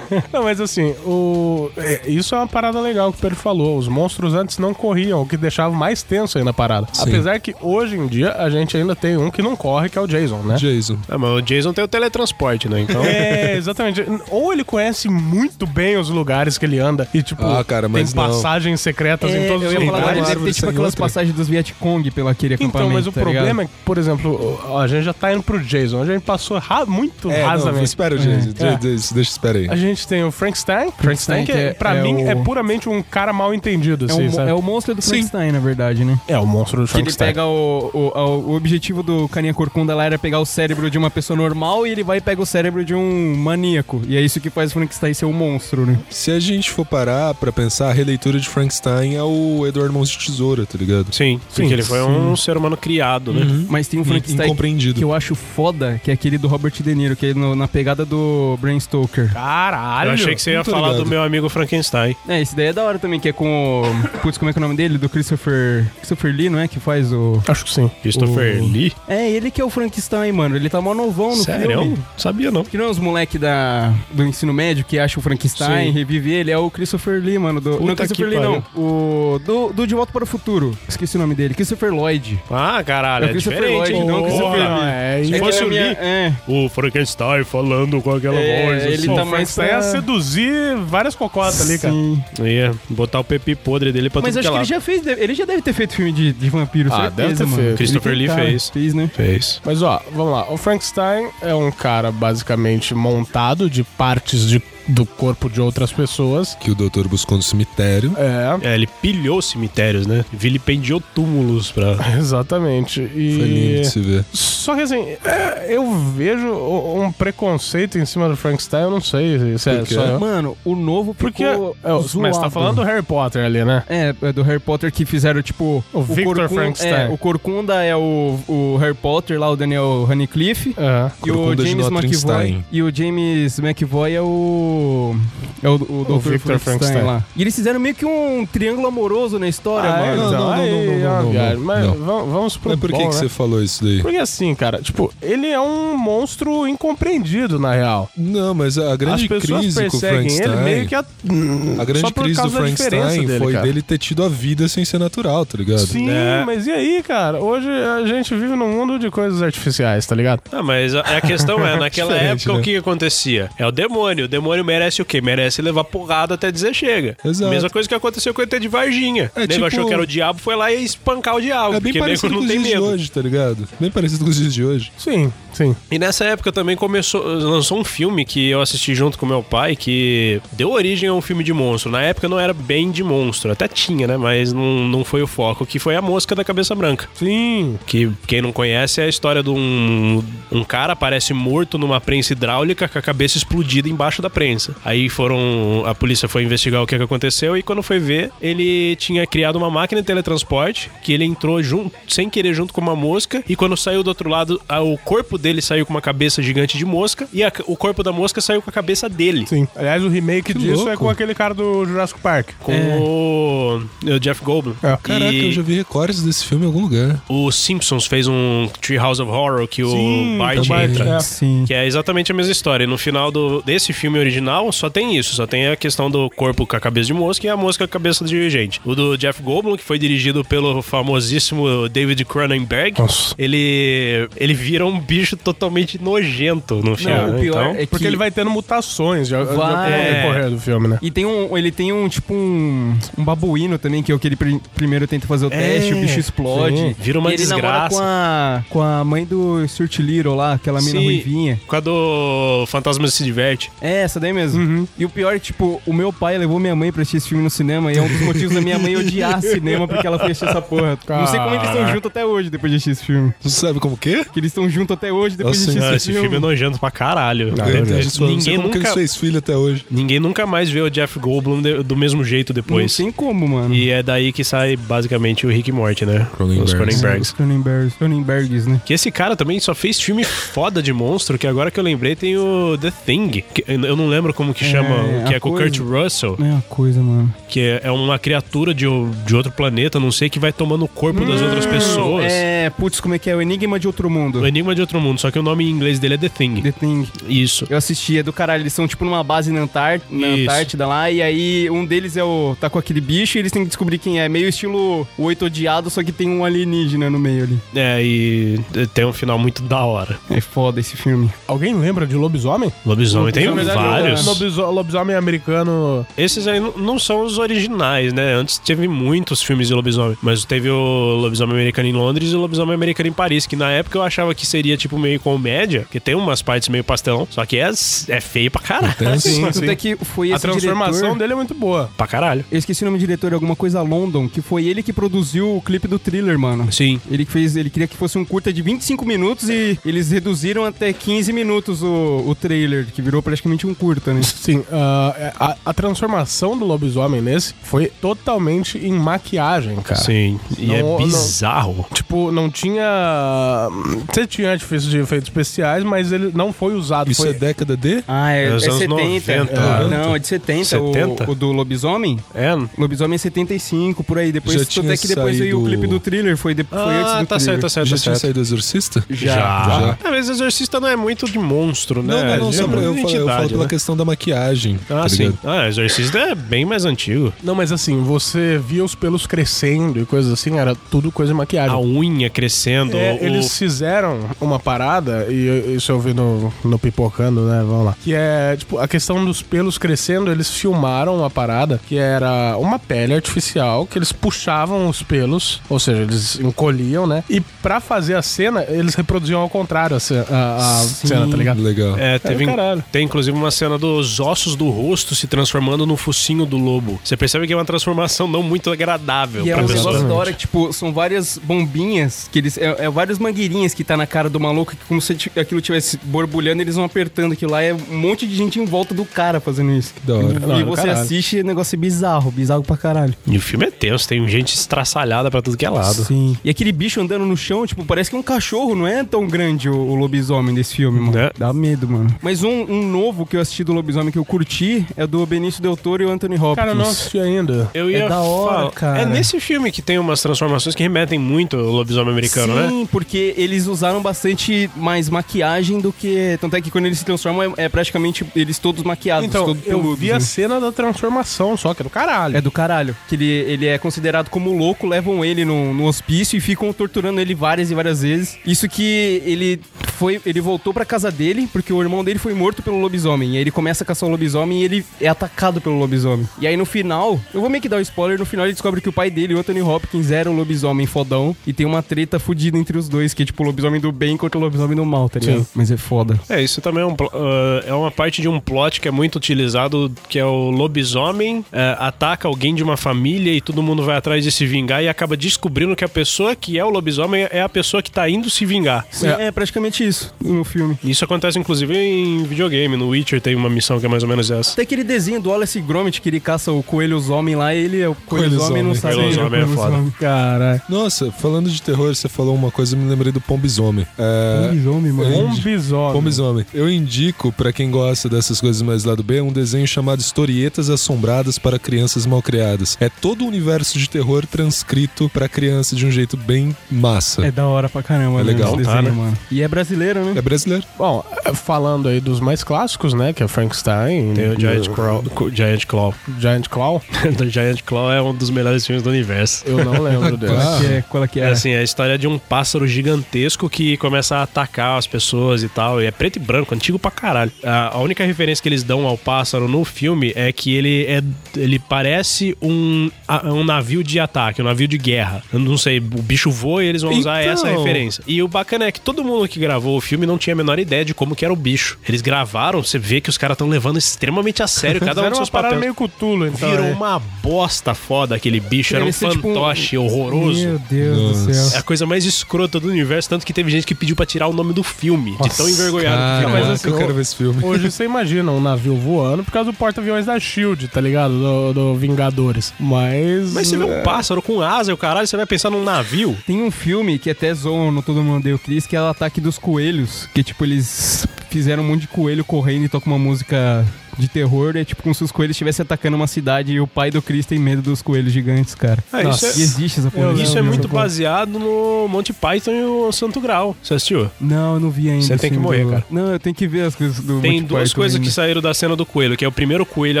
[SPEAKER 1] não, mas assim, o... é, isso é uma parada legal que o Pedro falou. Os monstros antes não corriam, o que deixava mais tenso ainda a parada.
[SPEAKER 2] Sim.
[SPEAKER 1] Apesar que hoje em dia a gente ainda tem um que não corre, que é o Jason, né?
[SPEAKER 2] Jason.
[SPEAKER 8] Ah, mas o Jason tem o teletransporte, né? Então.
[SPEAKER 1] É, exatamente. Ou ele conhece muito bem os lugares que ele anda e, tipo,
[SPEAKER 2] Ah, cara, mas
[SPEAKER 1] tem
[SPEAKER 2] não.
[SPEAKER 1] passagens secretas em todos
[SPEAKER 3] É, eu
[SPEAKER 1] os
[SPEAKER 3] ia falar
[SPEAKER 1] lugares.
[SPEAKER 3] agora, deve
[SPEAKER 2] árvore
[SPEAKER 3] ter
[SPEAKER 2] sem
[SPEAKER 3] tipo aquelas
[SPEAKER 2] outra.
[SPEAKER 3] passagens dos Vietcong pelaquele acampamento.
[SPEAKER 1] Então, mas o
[SPEAKER 3] tá ligado?
[SPEAKER 1] problema é que, por exemplo, ó, a gente já tá indo pro Jason. A gente passou ra- muito
[SPEAKER 2] É, não,
[SPEAKER 1] rasamente.
[SPEAKER 2] espera o Jason.
[SPEAKER 1] É.
[SPEAKER 2] Deixa, deixa, espera aí.
[SPEAKER 1] A gente tem o Frankenstein. Frankenstein, que é,
[SPEAKER 3] que
[SPEAKER 1] pra
[SPEAKER 3] é
[SPEAKER 1] mim
[SPEAKER 3] o-
[SPEAKER 1] é puramente um cara mal entendido,
[SPEAKER 3] É
[SPEAKER 1] assim,
[SPEAKER 3] o, mo-
[SPEAKER 1] sabe?
[SPEAKER 3] é o monstro do Frankenstein, na verdade, né?
[SPEAKER 1] É o monstro do
[SPEAKER 3] Que ele
[SPEAKER 1] Frankenstein.
[SPEAKER 3] pega o, o, a- o objetivo do Caninha Corcunda lá era pegar o cérebro de uma pessoa normal e ele vai e pega o cérebro de um maníaco. E é isso que faz o Frankenstein ser um monstro, né?
[SPEAKER 2] Se a gente for parar pra pensar, a releitura de Frankenstein é o Eduardo Mãos de Tesoura, tá ligado?
[SPEAKER 8] Sim,
[SPEAKER 3] Sim,
[SPEAKER 8] porque ele foi
[SPEAKER 3] sim.
[SPEAKER 8] um ser humano criado, né?
[SPEAKER 3] Mas tem um Frankenstein
[SPEAKER 2] Incompreendido.
[SPEAKER 3] que eu acho foda, que é aquele do Robert De Niro, que é no- na pegada do Bram Stoker.
[SPEAKER 8] Ah.
[SPEAKER 9] Caralho.
[SPEAKER 8] Eu achei que você ia
[SPEAKER 2] Muito
[SPEAKER 8] falar
[SPEAKER 2] ligado.
[SPEAKER 8] do meu amigo Frankenstein.
[SPEAKER 3] É, esse daí é da hora também, que é com o... Putz, como é que é o nome dele? Do Christopher... Christopher Lee, não é? Que faz o...
[SPEAKER 9] Acho que sim.
[SPEAKER 8] Christopher
[SPEAKER 3] O-
[SPEAKER 8] Lee?
[SPEAKER 3] É, ele que é o Frankenstein, mano. Ele tá mó novão no
[SPEAKER 8] Sério?
[SPEAKER 3] filme.
[SPEAKER 8] Não Sabia não.
[SPEAKER 3] Que não é os moleque da, do ensino médio que acha o Frankenstein,
[SPEAKER 8] Sim.
[SPEAKER 3] revive ele, é o Christopher Lee, mano. Do,
[SPEAKER 8] Puta
[SPEAKER 3] não, Christopher
[SPEAKER 8] que
[SPEAKER 3] Lee, não. O, do, do De Volta para o Futuro. Esqueci o nome dele. Christopher Lloyd.
[SPEAKER 8] Ah, caralho,
[SPEAKER 3] É o
[SPEAKER 8] é,
[SPEAKER 3] Christopher
[SPEAKER 8] diferente.
[SPEAKER 3] Lloyd,
[SPEAKER 8] hein?
[SPEAKER 3] não o
[SPEAKER 8] Porra.
[SPEAKER 3] Christopher Lee.
[SPEAKER 9] é,
[SPEAKER 8] Se
[SPEAKER 3] que
[SPEAKER 8] fosse
[SPEAKER 3] a
[SPEAKER 8] o
[SPEAKER 3] minha-
[SPEAKER 8] Lee.
[SPEAKER 3] É.
[SPEAKER 8] O Frankenstein falando com aquela
[SPEAKER 3] É,
[SPEAKER 8] voz.
[SPEAKER 3] ele tá
[SPEAKER 8] assim.
[SPEAKER 9] Pô,
[SPEAKER 3] mais
[SPEAKER 9] Frankenstein ia
[SPEAKER 3] pra-
[SPEAKER 9] seduzir várias cocotas ali, cara.
[SPEAKER 3] Sim.
[SPEAKER 8] Ia botar o pepi podre dele pra
[SPEAKER 3] Mas
[SPEAKER 8] tudo
[SPEAKER 3] acho que ele
[SPEAKER 8] é lado.
[SPEAKER 3] já fez. Ele já deve ter feito filme de, de vampiro,
[SPEAKER 1] Ah,
[SPEAKER 3] certeza,
[SPEAKER 1] deve ter
[SPEAKER 3] mano.
[SPEAKER 1] feito.
[SPEAKER 3] Ele
[SPEAKER 8] Christopher
[SPEAKER 3] tem
[SPEAKER 8] Lee
[SPEAKER 3] cara,
[SPEAKER 8] fez.
[SPEAKER 3] Fez, né?
[SPEAKER 8] Fez.
[SPEAKER 1] Mas ó, vamos lá. O Frankenstein é um cara basicamente montado de partes de- do corpo de outras pessoas.
[SPEAKER 2] Que o doutor buscou no cemitério.
[SPEAKER 1] É,
[SPEAKER 8] É, ele pilhou cemitérios, né? Vilipendiou túmulos pra.
[SPEAKER 1] exatamente. E.
[SPEAKER 2] Foi lindo de se ver.
[SPEAKER 1] Só que assim, é, eu vejo o- um preconceito em cima do Frankenstein, eu não sei se é
[SPEAKER 2] Por quê?
[SPEAKER 1] só eu.
[SPEAKER 3] Mano, o novo
[SPEAKER 1] Porque.
[SPEAKER 3] ficou
[SPEAKER 1] é, mas tá
[SPEAKER 3] zoado.
[SPEAKER 1] falando do Harry Potter ali, né?
[SPEAKER 3] É, é do Harry Potter que fizeram, tipo...
[SPEAKER 1] O Victor Frankenstein.
[SPEAKER 3] É, o Corcunda é o, o Harry Potter lá, o Daniel Radcliffe.
[SPEAKER 1] É.
[SPEAKER 3] E o
[SPEAKER 2] Corcunda de
[SPEAKER 3] James
[SPEAKER 2] Notre
[SPEAKER 3] McVoy.
[SPEAKER 2] Einstein.
[SPEAKER 3] E o James McVoy é o... É o, o, Dr.
[SPEAKER 1] Victor
[SPEAKER 3] Frankenstein,
[SPEAKER 1] Frankenstein.
[SPEAKER 3] lá. E eles fizeram meio que um triângulo amoroso na história,
[SPEAKER 1] Ah, é,
[SPEAKER 2] Não,
[SPEAKER 3] mano.
[SPEAKER 2] não,
[SPEAKER 1] então,
[SPEAKER 2] não,
[SPEAKER 1] aí
[SPEAKER 2] não, não,
[SPEAKER 1] é uma
[SPEAKER 2] não, não,
[SPEAKER 1] viagem. Mas
[SPEAKER 2] não.
[SPEAKER 1] vamos, vamos pro
[SPEAKER 2] Mas por que,
[SPEAKER 1] bom,
[SPEAKER 2] que
[SPEAKER 1] né?
[SPEAKER 2] você falou isso daí?
[SPEAKER 1] Porque assim, cara, tipo, ele é um monstro incompreendido, na real.
[SPEAKER 2] Não, mas a grande
[SPEAKER 1] As pessoas
[SPEAKER 2] crise com o
[SPEAKER 1] perseguem
[SPEAKER 2] Frankenstein.
[SPEAKER 1] ele meio que a,
[SPEAKER 2] A grande
[SPEAKER 1] só por
[SPEAKER 2] crise do
[SPEAKER 1] causa da diferença
[SPEAKER 2] Frankenstein
[SPEAKER 1] dele,
[SPEAKER 2] foi
[SPEAKER 1] cara.
[SPEAKER 2] dele ter tido a vida sem ser natural, tá ligado?
[SPEAKER 1] Sim,
[SPEAKER 8] É.
[SPEAKER 1] mas e aí, cara? Hoje a gente vive num mundo de coisas artificiais, tá ligado?
[SPEAKER 8] Ah, mas a, a questão é, naquela
[SPEAKER 2] Diferente,
[SPEAKER 8] época o
[SPEAKER 2] né?
[SPEAKER 8] que que acontecia? É o demônio. O demônio merece o quê? Merece levar porrada até dizer chega.
[SPEAKER 2] Exato.
[SPEAKER 8] Mesma coisa que aconteceu com o ET de Varginha.
[SPEAKER 2] É
[SPEAKER 8] o nego
[SPEAKER 2] tipo-
[SPEAKER 8] achou que era o diabo, foi lá e espancar o diabo.
[SPEAKER 2] É bem
[SPEAKER 8] porque o nego
[SPEAKER 2] parecido com
[SPEAKER 8] não
[SPEAKER 2] os
[SPEAKER 8] tem
[SPEAKER 2] dias de
[SPEAKER 8] medo.
[SPEAKER 2] hoje, tá ligado? Bem parecido com os dias de hoje.
[SPEAKER 1] Sim, sim.
[SPEAKER 8] E nessa época também começou, lançou um filme que eu assisti junto com meu pai que deu origem a um filme de monstro. Na época não era bem de monstro, até tinha, né? Mas não, não foi o foco, que foi a mosca da cabeça branca.
[SPEAKER 1] Sim.
[SPEAKER 8] Que quem não conhece é a história de um, um cara aparece morto numa prensa hidráulica com a cabeça explodida embaixo da prensa. Aí foram. A polícia foi investigar o que, que aconteceu e quando foi ver, ele tinha criado uma máquina de teletransporte que ele entrou junto, sem querer junto com uma mosca e quando saiu do outro lado, a- o corpo dele saiu com uma cabeça gigante de mosca e a- o corpo da mosca saiu com a cabeça dele.
[SPEAKER 1] Sim. Aliás, o remake
[SPEAKER 2] Que
[SPEAKER 1] disso é
[SPEAKER 2] louco.
[SPEAKER 1] com aquele cara do Jurassic Park.
[SPEAKER 8] Com o, o Jeff Goldblum.
[SPEAKER 1] É.
[SPEAKER 2] Caraca,
[SPEAKER 8] E-
[SPEAKER 2] eu já vi recordes desse filme em algum lugar.
[SPEAKER 8] O Simpsons fez um Treehouse of Horror que
[SPEAKER 1] Sim,
[SPEAKER 8] o
[SPEAKER 1] o
[SPEAKER 8] Bart
[SPEAKER 1] Bart,
[SPEAKER 8] entra.
[SPEAKER 1] é.
[SPEAKER 3] Sim.
[SPEAKER 8] Que é exatamente a mesma história. E no final do, desse filme original, só tem isso. Só tem a questão do corpo com a cabeça de mosca e a mosca com a cabeça de gente. O do Jeff Goldblum, que foi dirigido pelo famosíssimo David Cronenberg,
[SPEAKER 1] Nossa.
[SPEAKER 8] ele, ele vira um bicho totalmente nojento no filme.
[SPEAKER 3] Não, o pior
[SPEAKER 8] então,
[SPEAKER 3] é que...
[SPEAKER 1] Porque ele vai tendo mutações já, já
[SPEAKER 3] Vai.
[SPEAKER 1] no decorrer do filme, né?
[SPEAKER 3] E tem um, ele tem um, tipo, um, um babuíno também, que é o que ele pri- primeiro tenta fazer o teste, o bicho explode.
[SPEAKER 1] sim.
[SPEAKER 8] É, vira uma
[SPEAKER 3] e ele namora
[SPEAKER 8] desgraça.
[SPEAKER 3] com a, com a mãe do Stuart Little lá, aquela mina
[SPEAKER 8] Sim.
[SPEAKER 3] ruivinha.
[SPEAKER 8] Com a do Fantasma se diverte.
[SPEAKER 3] É, essa daí mesmo.
[SPEAKER 8] Uhum.
[SPEAKER 3] E o pior é que, tipo, o meu pai levou minha mãe pra assistir esse filme no cinema e é um dos motivos da minha mãe odiar cinema porque ela foi assistir essa porra. Não sei como eles estão juntos até hoje depois de assistir esse filme.
[SPEAKER 2] Você sabe como que?
[SPEAKER 3] Que eles estão juntos até hoje depois
[SPEAKER 2] Nossa,
[SPEAKER 3] de assistir
[SPEAKER 8] Ah,
[SPEAKER 3] esse, um
[SPEAKER 8] esse filme é nojento pra caralho.
[SPEAKER 2] Eu entendi Ah, é isso, eu não sei
[SPEAKER 8] ninguém,
[SPEAKER 2] como que ele
[SPEAKER 8] nunca,
[SPEAKER 2] fez filho até hoje.
[SPEAKER 8] ninguém nunca mais vê o Jeff Goldblum de- do mesmo jeito
[SPEAKER 3] Não
[SPEAKER 8] depois.
[SPEAKER 3] tem como, mano.
[SPEAKER 8] E é daí que sai basicamente o Rick e Morty, né?
[SPEAKER 2] Cronenbergs.
[SPEAKER 3] Os
[SPEAKER 8] Os Cronenbergs.
[SPEAKER 3] Cronenbergs, Cronenbergs, né?
[SPEAKER 8] Que esse cara também só fez filme foda de monstro, que agora que eu lembrei tem o The Thing. que eu não lembro como que chama,
[SPEAKER 3] É,
[SPEAKER 8] o que
[SPEAKER 3] a
[SPEAKER 8] é com o
[SPEAKER 3] coisa.
[SPEAKER 8] Kurt Russell,
[SPEAKER 3] Não é uma coisa, mano.
[SPEAKER 8] que é- é uma criatura de, o- de outro planeta, não sei, que vai tomando o corpo das outras pessoas.
[SPEAKER 3] Hum, É, putz, como é que é? O Enigma de Outro Mundo.
[SPEAKER 8] O Enigma de Outro Mundo, só que o nome em inglês dele é The Thing.
[SPEAKER 3] The Thing.
[SPEAKER 8] Isso.
[SPEAKER 3] Eu assisti, é do caralho. Eles são tipo numa base na, Antar- na
[SPEAKER 8] Isso.
[SPEAKER 3] Antártida lá, e aí um deles é o. tá com aquele bicho e eles têm que descobrir quem é. Meio estilo o oito odiado, só que tem um alienígena no meio ali.
[SPEAKER 8] É, e tem um final muito da hora.
[SPEAKER 3] É foda esse filme.
[SPEAKER 1] Alguém lembra de Lobisomem?
[SPEAKER 8] Lobisomem tem
[SPEAKER 1] Na verdade,
[SPEAKER 8] vários.
[SPEAKER 3] é,
[SPEAKER 1] o É, lobiso- lobisomem americano.
[SPEAKER 8] Esses aí não- não são os originais, né? Antes teve muitos filmes de lobisomem. Mas teve o Lobisomem Americano em Londres e o Lobisomem Americano em Paris, que na época eu achava que seria tipo meio comédia, que tem umas partes meio pastelão, só que é, é feio pra caralho.
[SPEAKER 2] Sim,
[SPEAKER 3] Tanto é que foi
[SPEAKER 1] A
[SPEAKER 3] esse
[SPEAKER 1] transformação
[SPEAKER 3] diretor...
[SPEAKER 1] dele é muito boa.
[SPEAKER 8] Pra caralho.
[SPEAKER 3] Eu esqueci o nome do diretor, alguma coisa London, que foi ele que produziu o clipe do thriller, mano.
[SPEAKER 8] Sim.
[SPEAKER 3] Ele que fez, ele queria que fosse um curta de 25 minutos e eles reduziram até 15 minutos o, o trailer, que virou praticamente um curta, né?
[SPEAKER 1] Sim, ah, a, a transformação do lobisomem nesse foi totalmente em maquiagem, cara.
[SPEAKER 8] Sim. E
[SPEAKER 1] Não-
[SPEAKER 8] é bizarro.
[SPEAKER 1] Tipo, não tinha. Você tinha artifício de efeitos especiais, mas ele não foi usado.
[SPEAKER 2] Isso
[SPEAKER 1] foi...
[SPEAKER 2] é década de?
[SPEAKER 3] Ah, é,
[SPEAKER 8] É
[SPEAKER 3] é
[SPEAKER 8] os anos
[SPEAKER 3] 70.
[SPEAKER 8] 90.
[SPEAKER 3] Ah, Não, é de 70.
[SPEAKER 8] 70?
[SPEAKER 3] O, o do Lobisomem.
[SPEAKER 8] É?
[SPEAKER 3] Lobisomem é 75, por aí. Depois,
[SPEAKER 2] Já
[SPEAKER 3] tanto é que
[SPEAKER 2] tinha
[SPEAKER 3] depois veio o
[SPEAKER 2] saído-
[SPEAKER 3] clipe do thriller, foi, de, foi antes
[SPEAKER 1] Ah,
[SPEAKER 3] do
[SPEAKER 8] tá
[SPEAKER 3] thriller.
[SPEAKER 8] certo, tá certo,
[SPEAKER 2] Já
[SPEAKER 8] tá
[SPEAKER 2] tinha
[SPEAKER 8] certo.
[SPEAKER 2] saído o Exorcista?
[SPEAKER 8] Já. É, mas Exorcista não é muito de monstro, né?
[SPEAKER 2] Não, não, não,
[SPEAKER 8] É
[SPEAKER 2] só pra,
[SPEAKER 8] muito
[SPEAKER 2] eu, falo,
[SPEAKER 8] de
[SPEAKER 2] eu
[SPEAKER 8] entidade,
[SPEAKER 2] falo pela
[SPEAKER 8] né?
[SPEAKER 2] questão da maquiagem.
[SPEAKER 8] Ah,
[SPEAKER 2] tá
[SPEAKER 8] sim.
[SPEAKER 2] ligado?
[SPEAKER 8] Ah, Exorcista é bem mais antigo.
[SPEAKER 1] Não, mas assim, você via os pelos crescendo e coisas assim, era tudo coisa de maquiagem.
[SPEAKER 8] A unha crescendo.
[SPEAKER 1] É,
[SPEAKER 8] o-
[SPEAKER 1] Eles fizeram uma parada, e eu- isso eu vi no, no Pipocando, né? Vamos lá. Que é, tipo, a questão dos pelos crescendo, eles filmaram uma parada que era uma pele artificial que eles puxavam os pelos, ou seja, eles encolhiam, né? E pra fazer a cena, eles reproduziam ao contrário a, ce-
[SPEAKER 8] Ah,
[SPEAKER 1] a- a cena, tá ligado?
[SPEAKER 2] Ah, hum, Legal.
[SPEAKER 8] É, teve,
[SPEAKER 1] do caralho.
[SPEAKER 8] tem inclusive uma cena dos ossos do rosto se transformando no focinho do lobo. Você percebe que é uma transformação não muito agradável
[SPEAKER 3] E é
[SPEAKER 8] pra
[SPEAKER 3] um
[SPEAKER 8] pessoa.
[SPEAKER 3] negócio da hora, que, tipo, são várias bombinhas que eles. É, é várias mangueirinhas que tá na cara do maluco, que como se ti- aquilo tivesse borbulhando, eles vão apertando aquilo lá. É um monte de gente em volta do cara fazendo isso.
[SPEAKER 2] Da hora.
[SPEAKER 3] E você assiste e o negócio é bizarro, bizarro pra caralho.
[SPEAKER 8] E o filme é tenso, tem gente estraçalhada pra tudo que é lado.
[SPEAKER 3] Sim. E aquele bicho andando no chão, tipo, parece que é um cachorro, não é tão grande o, o lobisomem desse filme, mano.
[SPEAKER 8] Né?
[SPEAKER 3] Dá medo, mano. Mas um, um novo que eu assisti do lobisomem que eu curti é do Benício Del Toro e o Anthony Hopkins.
[SPEAKER 1] Cara, eu não assisti ainda.
[SPEAKER 8] Eu ia
[SPEAKER 3] É da hora,
[SPEAKER 8] falar-
[SPEAKER 3] cara.
[SPEAKER 8] É nesse filme que tem umas transformações que remetem muito ao lobisomem americano, né?
[SPEAKER 3] Sim, porque eles usaram bastante mais maquiagem do que. Tanto é que quando eles se transformam, é, é praticamente eles todos maquiados,
[SPEAKER 1] Então,
[SPEAKER 3] todos
[SPEAKER 1] eu
[SPEAKER 3] peludos.
[SPEAKER 1] vi a
[SPEAKER 3] né?
[SPEAKER 1] cena da transformação, só que é do caralho.
[SPEAKER 3] É do caralho. Que ele, ele é considerado como louco, levam ele no, no hospício e ficam torturando ele várias e várias vezes. Isso que ele foi. Ele voltou pra casa dele, porque o irmão dele foi morto pelo lobisomem. E aí ele começa a caçar o lobisomem e ele é atacado pelo lobisomem. E aí no final, eu vou meio que dar o spoiler, no final ele descobre que o pai dele, o Anthony Hopkins, era um lobisomem fodão. E tem uma treta fodida entre os dois, que é tipo o lobisomem do bem contra o lobisomem do mal, tá ligado? Mas é foda.
[SPEAKER 8] É, isso também é, um pl- ah, é uma parte de um plot que é muito utilizado, que é o lobisomem ah, ataca alguém de uma família e todo mundo vai atrás de se vingar e acaba descobrindo que a pessoa que é o lobisomem é a pessoa que tá indo se vingar.
[SPEAKER 3] É, é praticamente isso no filme.
[SPEAKER 8] Isso acontece inclusive em videogame, no Witcher tem uma missão que é mais ou menos essa.
[SPEAKER 3] Tem aquele desenho do Wallace e Gromit que ele caça o coelho os homem lá, ele é o coelho os
[SPEAKER 2] Coelhosomem.
[SPEAKER 3] homem não sabe.
[SPEAKER 8] Coelhosomem é foda.
[SPEAKER 3] Caralho.
[SPEAKER 2] Nossa, falando de terror, você falou uma coisa, eu me lembrei do Pombisomem. É,
[SPEAKER 3] Homem,
[SPEAKER 1] Um
[SPEAKER 2] eu
[SPEAKER 3] mano.
[SPEAKER 2] indi-
[SPEAKER 1] Lobisomem.
[SPEAKER 2] Pombisomem. Eu indico, pra quem gosta dessas coisas mais lado B, um desenho chamado Historietas Assombradas para Crianças Malcriadas. É todo o universo de terror transcrito pra criança de um jeito bem massa.
[SPEAKER 3] É da hora pra caramba,
[SPEAKER 2] É
[SPEAKER 3] né,
[SPEAKER 2] legal,
[SPEAKER 3] esse
[SPEAKER 8] tá, né?
[SPEAKER 3] mano. E é brasileiro, né?
[SPEAKER 2] É brasileiro?
[SPEAKER 1] Bom, falando aí dos mais clássicos, né? Que é Frankenstein,
[SPEAKER 8] Tem o Giant Claw. Co- Giant Claw.
[SPEAKER 1] Giant Claw.
[SPEAKER 8] o Giant Claw é um dos melhores filmes do universo.
[SPEAKER 1] Eu não lembro dele.
[SPEAKER 2] Ah.
[SPEAKER 3] Que é, qual é que
[SPEAKER 8] É
[SPEAKER 3] é?
[SPEAKER 8] assim, é a história de um pássaro gigantesco que começa a atacar as pessoas e tal. E é preto e branco, antigo pra caralho. A, a única referência que eles dão ao pássaro no filme é que ele é. ele parece um, a- um navio de ataque, um navio de guerra. Eu não sei, o bicho voa e eles vão usar
[SPEAKER 2] Então.
[SPEAKER 8] essa referência. E o bacana é que todo mundo que gravou o filme não tinha a menor ideia de como que era o bicho. Eles gravaram, você vê que os caras estão levando extremamente a sério cada um
[SPEAKER 1] Fizeram
[SPEAKER 8] dos
[SPEAKER 1] uma
[SPEAKER 8] seus
[SPEAKER 1] parada
[SPEAKER 8] papéis.
[SPEAKER 1] meio cutulo, então.
[SPEAKER 8] Virou
[SPEAKER 1] é.
[SPEAKER 3] um
[SPEAKER 8] uma bosta foda aquele bicho, era
[SPEAKER 3] Deve
[SPEAKER 8] um
[SPEAKER 3] ser tipo um-
[SPEAKER 8] fantoche horroroso.
[SPEAKER 3] Meu Deus do
[SPEAKER 8] É
[SPEAKER 3] céu.
[SPEAKER 8] a coisa mais escrota do universo, tanto que teve gente que pediu pra tirar o nome do filme, de tão envergonhado que
[SPEAKER 2] Caraca,
[SPEAKER 8] ficou.
[SPEAKER 1] mas assim,
[SPEAKER 2] é eu quero
[SPEAKER 1] o-
[SPEAKER 2] ver esse filme.
[SPEAKER 1] Hoje você imagina um navio voando por causa do porta-aviões da Shield, tá ligado? Do, do Vingadores. Mas.
[SPEAKER 8] Mas você vê um pássaro com asa e o caralho, você vai pensar num navio?
[SPEAKER 3] Tem um filme que até zoam no Todo Mundo Deu Cris, que é o Ataque dos Coelhos. Que, tipo, eles fizeram um monte de coelho correndo e tocam uma música de terror. É tipo como se os coelhos estivessem atacando uma cidade e o pai do Chris tem medo dos coelhos gigantes, cara.
[SPEAKER 8] Ah, isso é-
[SPEAKER 3] e existe essa porra.
[SPEAKER 8] Isso
[SPEAKER 3] né?
[SPEAKER 8] é
[SPEAKER 3] Eu
[SPEAKER 8] muito
[SPEAKER 3] lembro, pô.
[SPEAKER 8] baseado no Monty Python e o Santo Grau. Você assistiu?
[SPEAKER 3] Não, eu não vi ainda.
[SPEAKER 8] Você
[SPEAKER 3] esse
[SPEAKER 8] tem que
[SPEAKER 3] filme
[SPEAKER 8] morrer,
[SPEAKER 3] do-
[SPEAKER 8] cara.
[SPEAKER 3] Não, eu tenho que ver as coisas do
[SPEAKER 8] Tem
[SPEAKER 3] Monty
[SPEAKER 8] duas
[SPEAKER 3] Python
[SPEAKER 8] coisas que
[SPEAKER 3] ainda.
[SPEAKER 8] saíram da cena do coelho, que é o primeiro coelho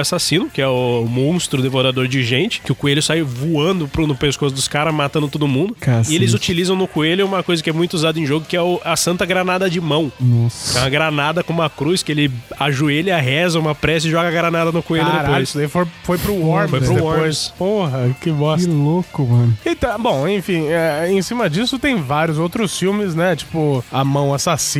[SPEAKER 8] assassino, que é o monstro devorador de gente, que o coelho sai voando pro, no pescoço dos caras, matando todo mundo.
[SPEAKER 3] Cacete.
[SPEAKER 8] E eles utilizam no coelho uma coisa que é muito usada em jogo, que é o- a santa granada de mão. É
[SPEAKER 3] Nossa.
[SPEAKER 8] uma granada com uma cruz que ele ajoelha, reza uma prece e joga a granada no coelho
[SPEAKER 1] Caralho,
[SPEAKER 8] depois.
[SPEAKER 1] isso daí foi, foi pro Worms.
[SPEAKER 8] Foi pro
[SPEAKER 1] depois.
[SPEAKER 8] Worms.
[SPEAKER 1] Porra, que
[SPEAKER 3] Que
[SPEAKER 1] bosta.
[SPEAKER 3] louco, mano.
[SPEAKER 1] Então, bom, enfim, é, em cima disso tem vários outros filmes, né? Tipo, A Mão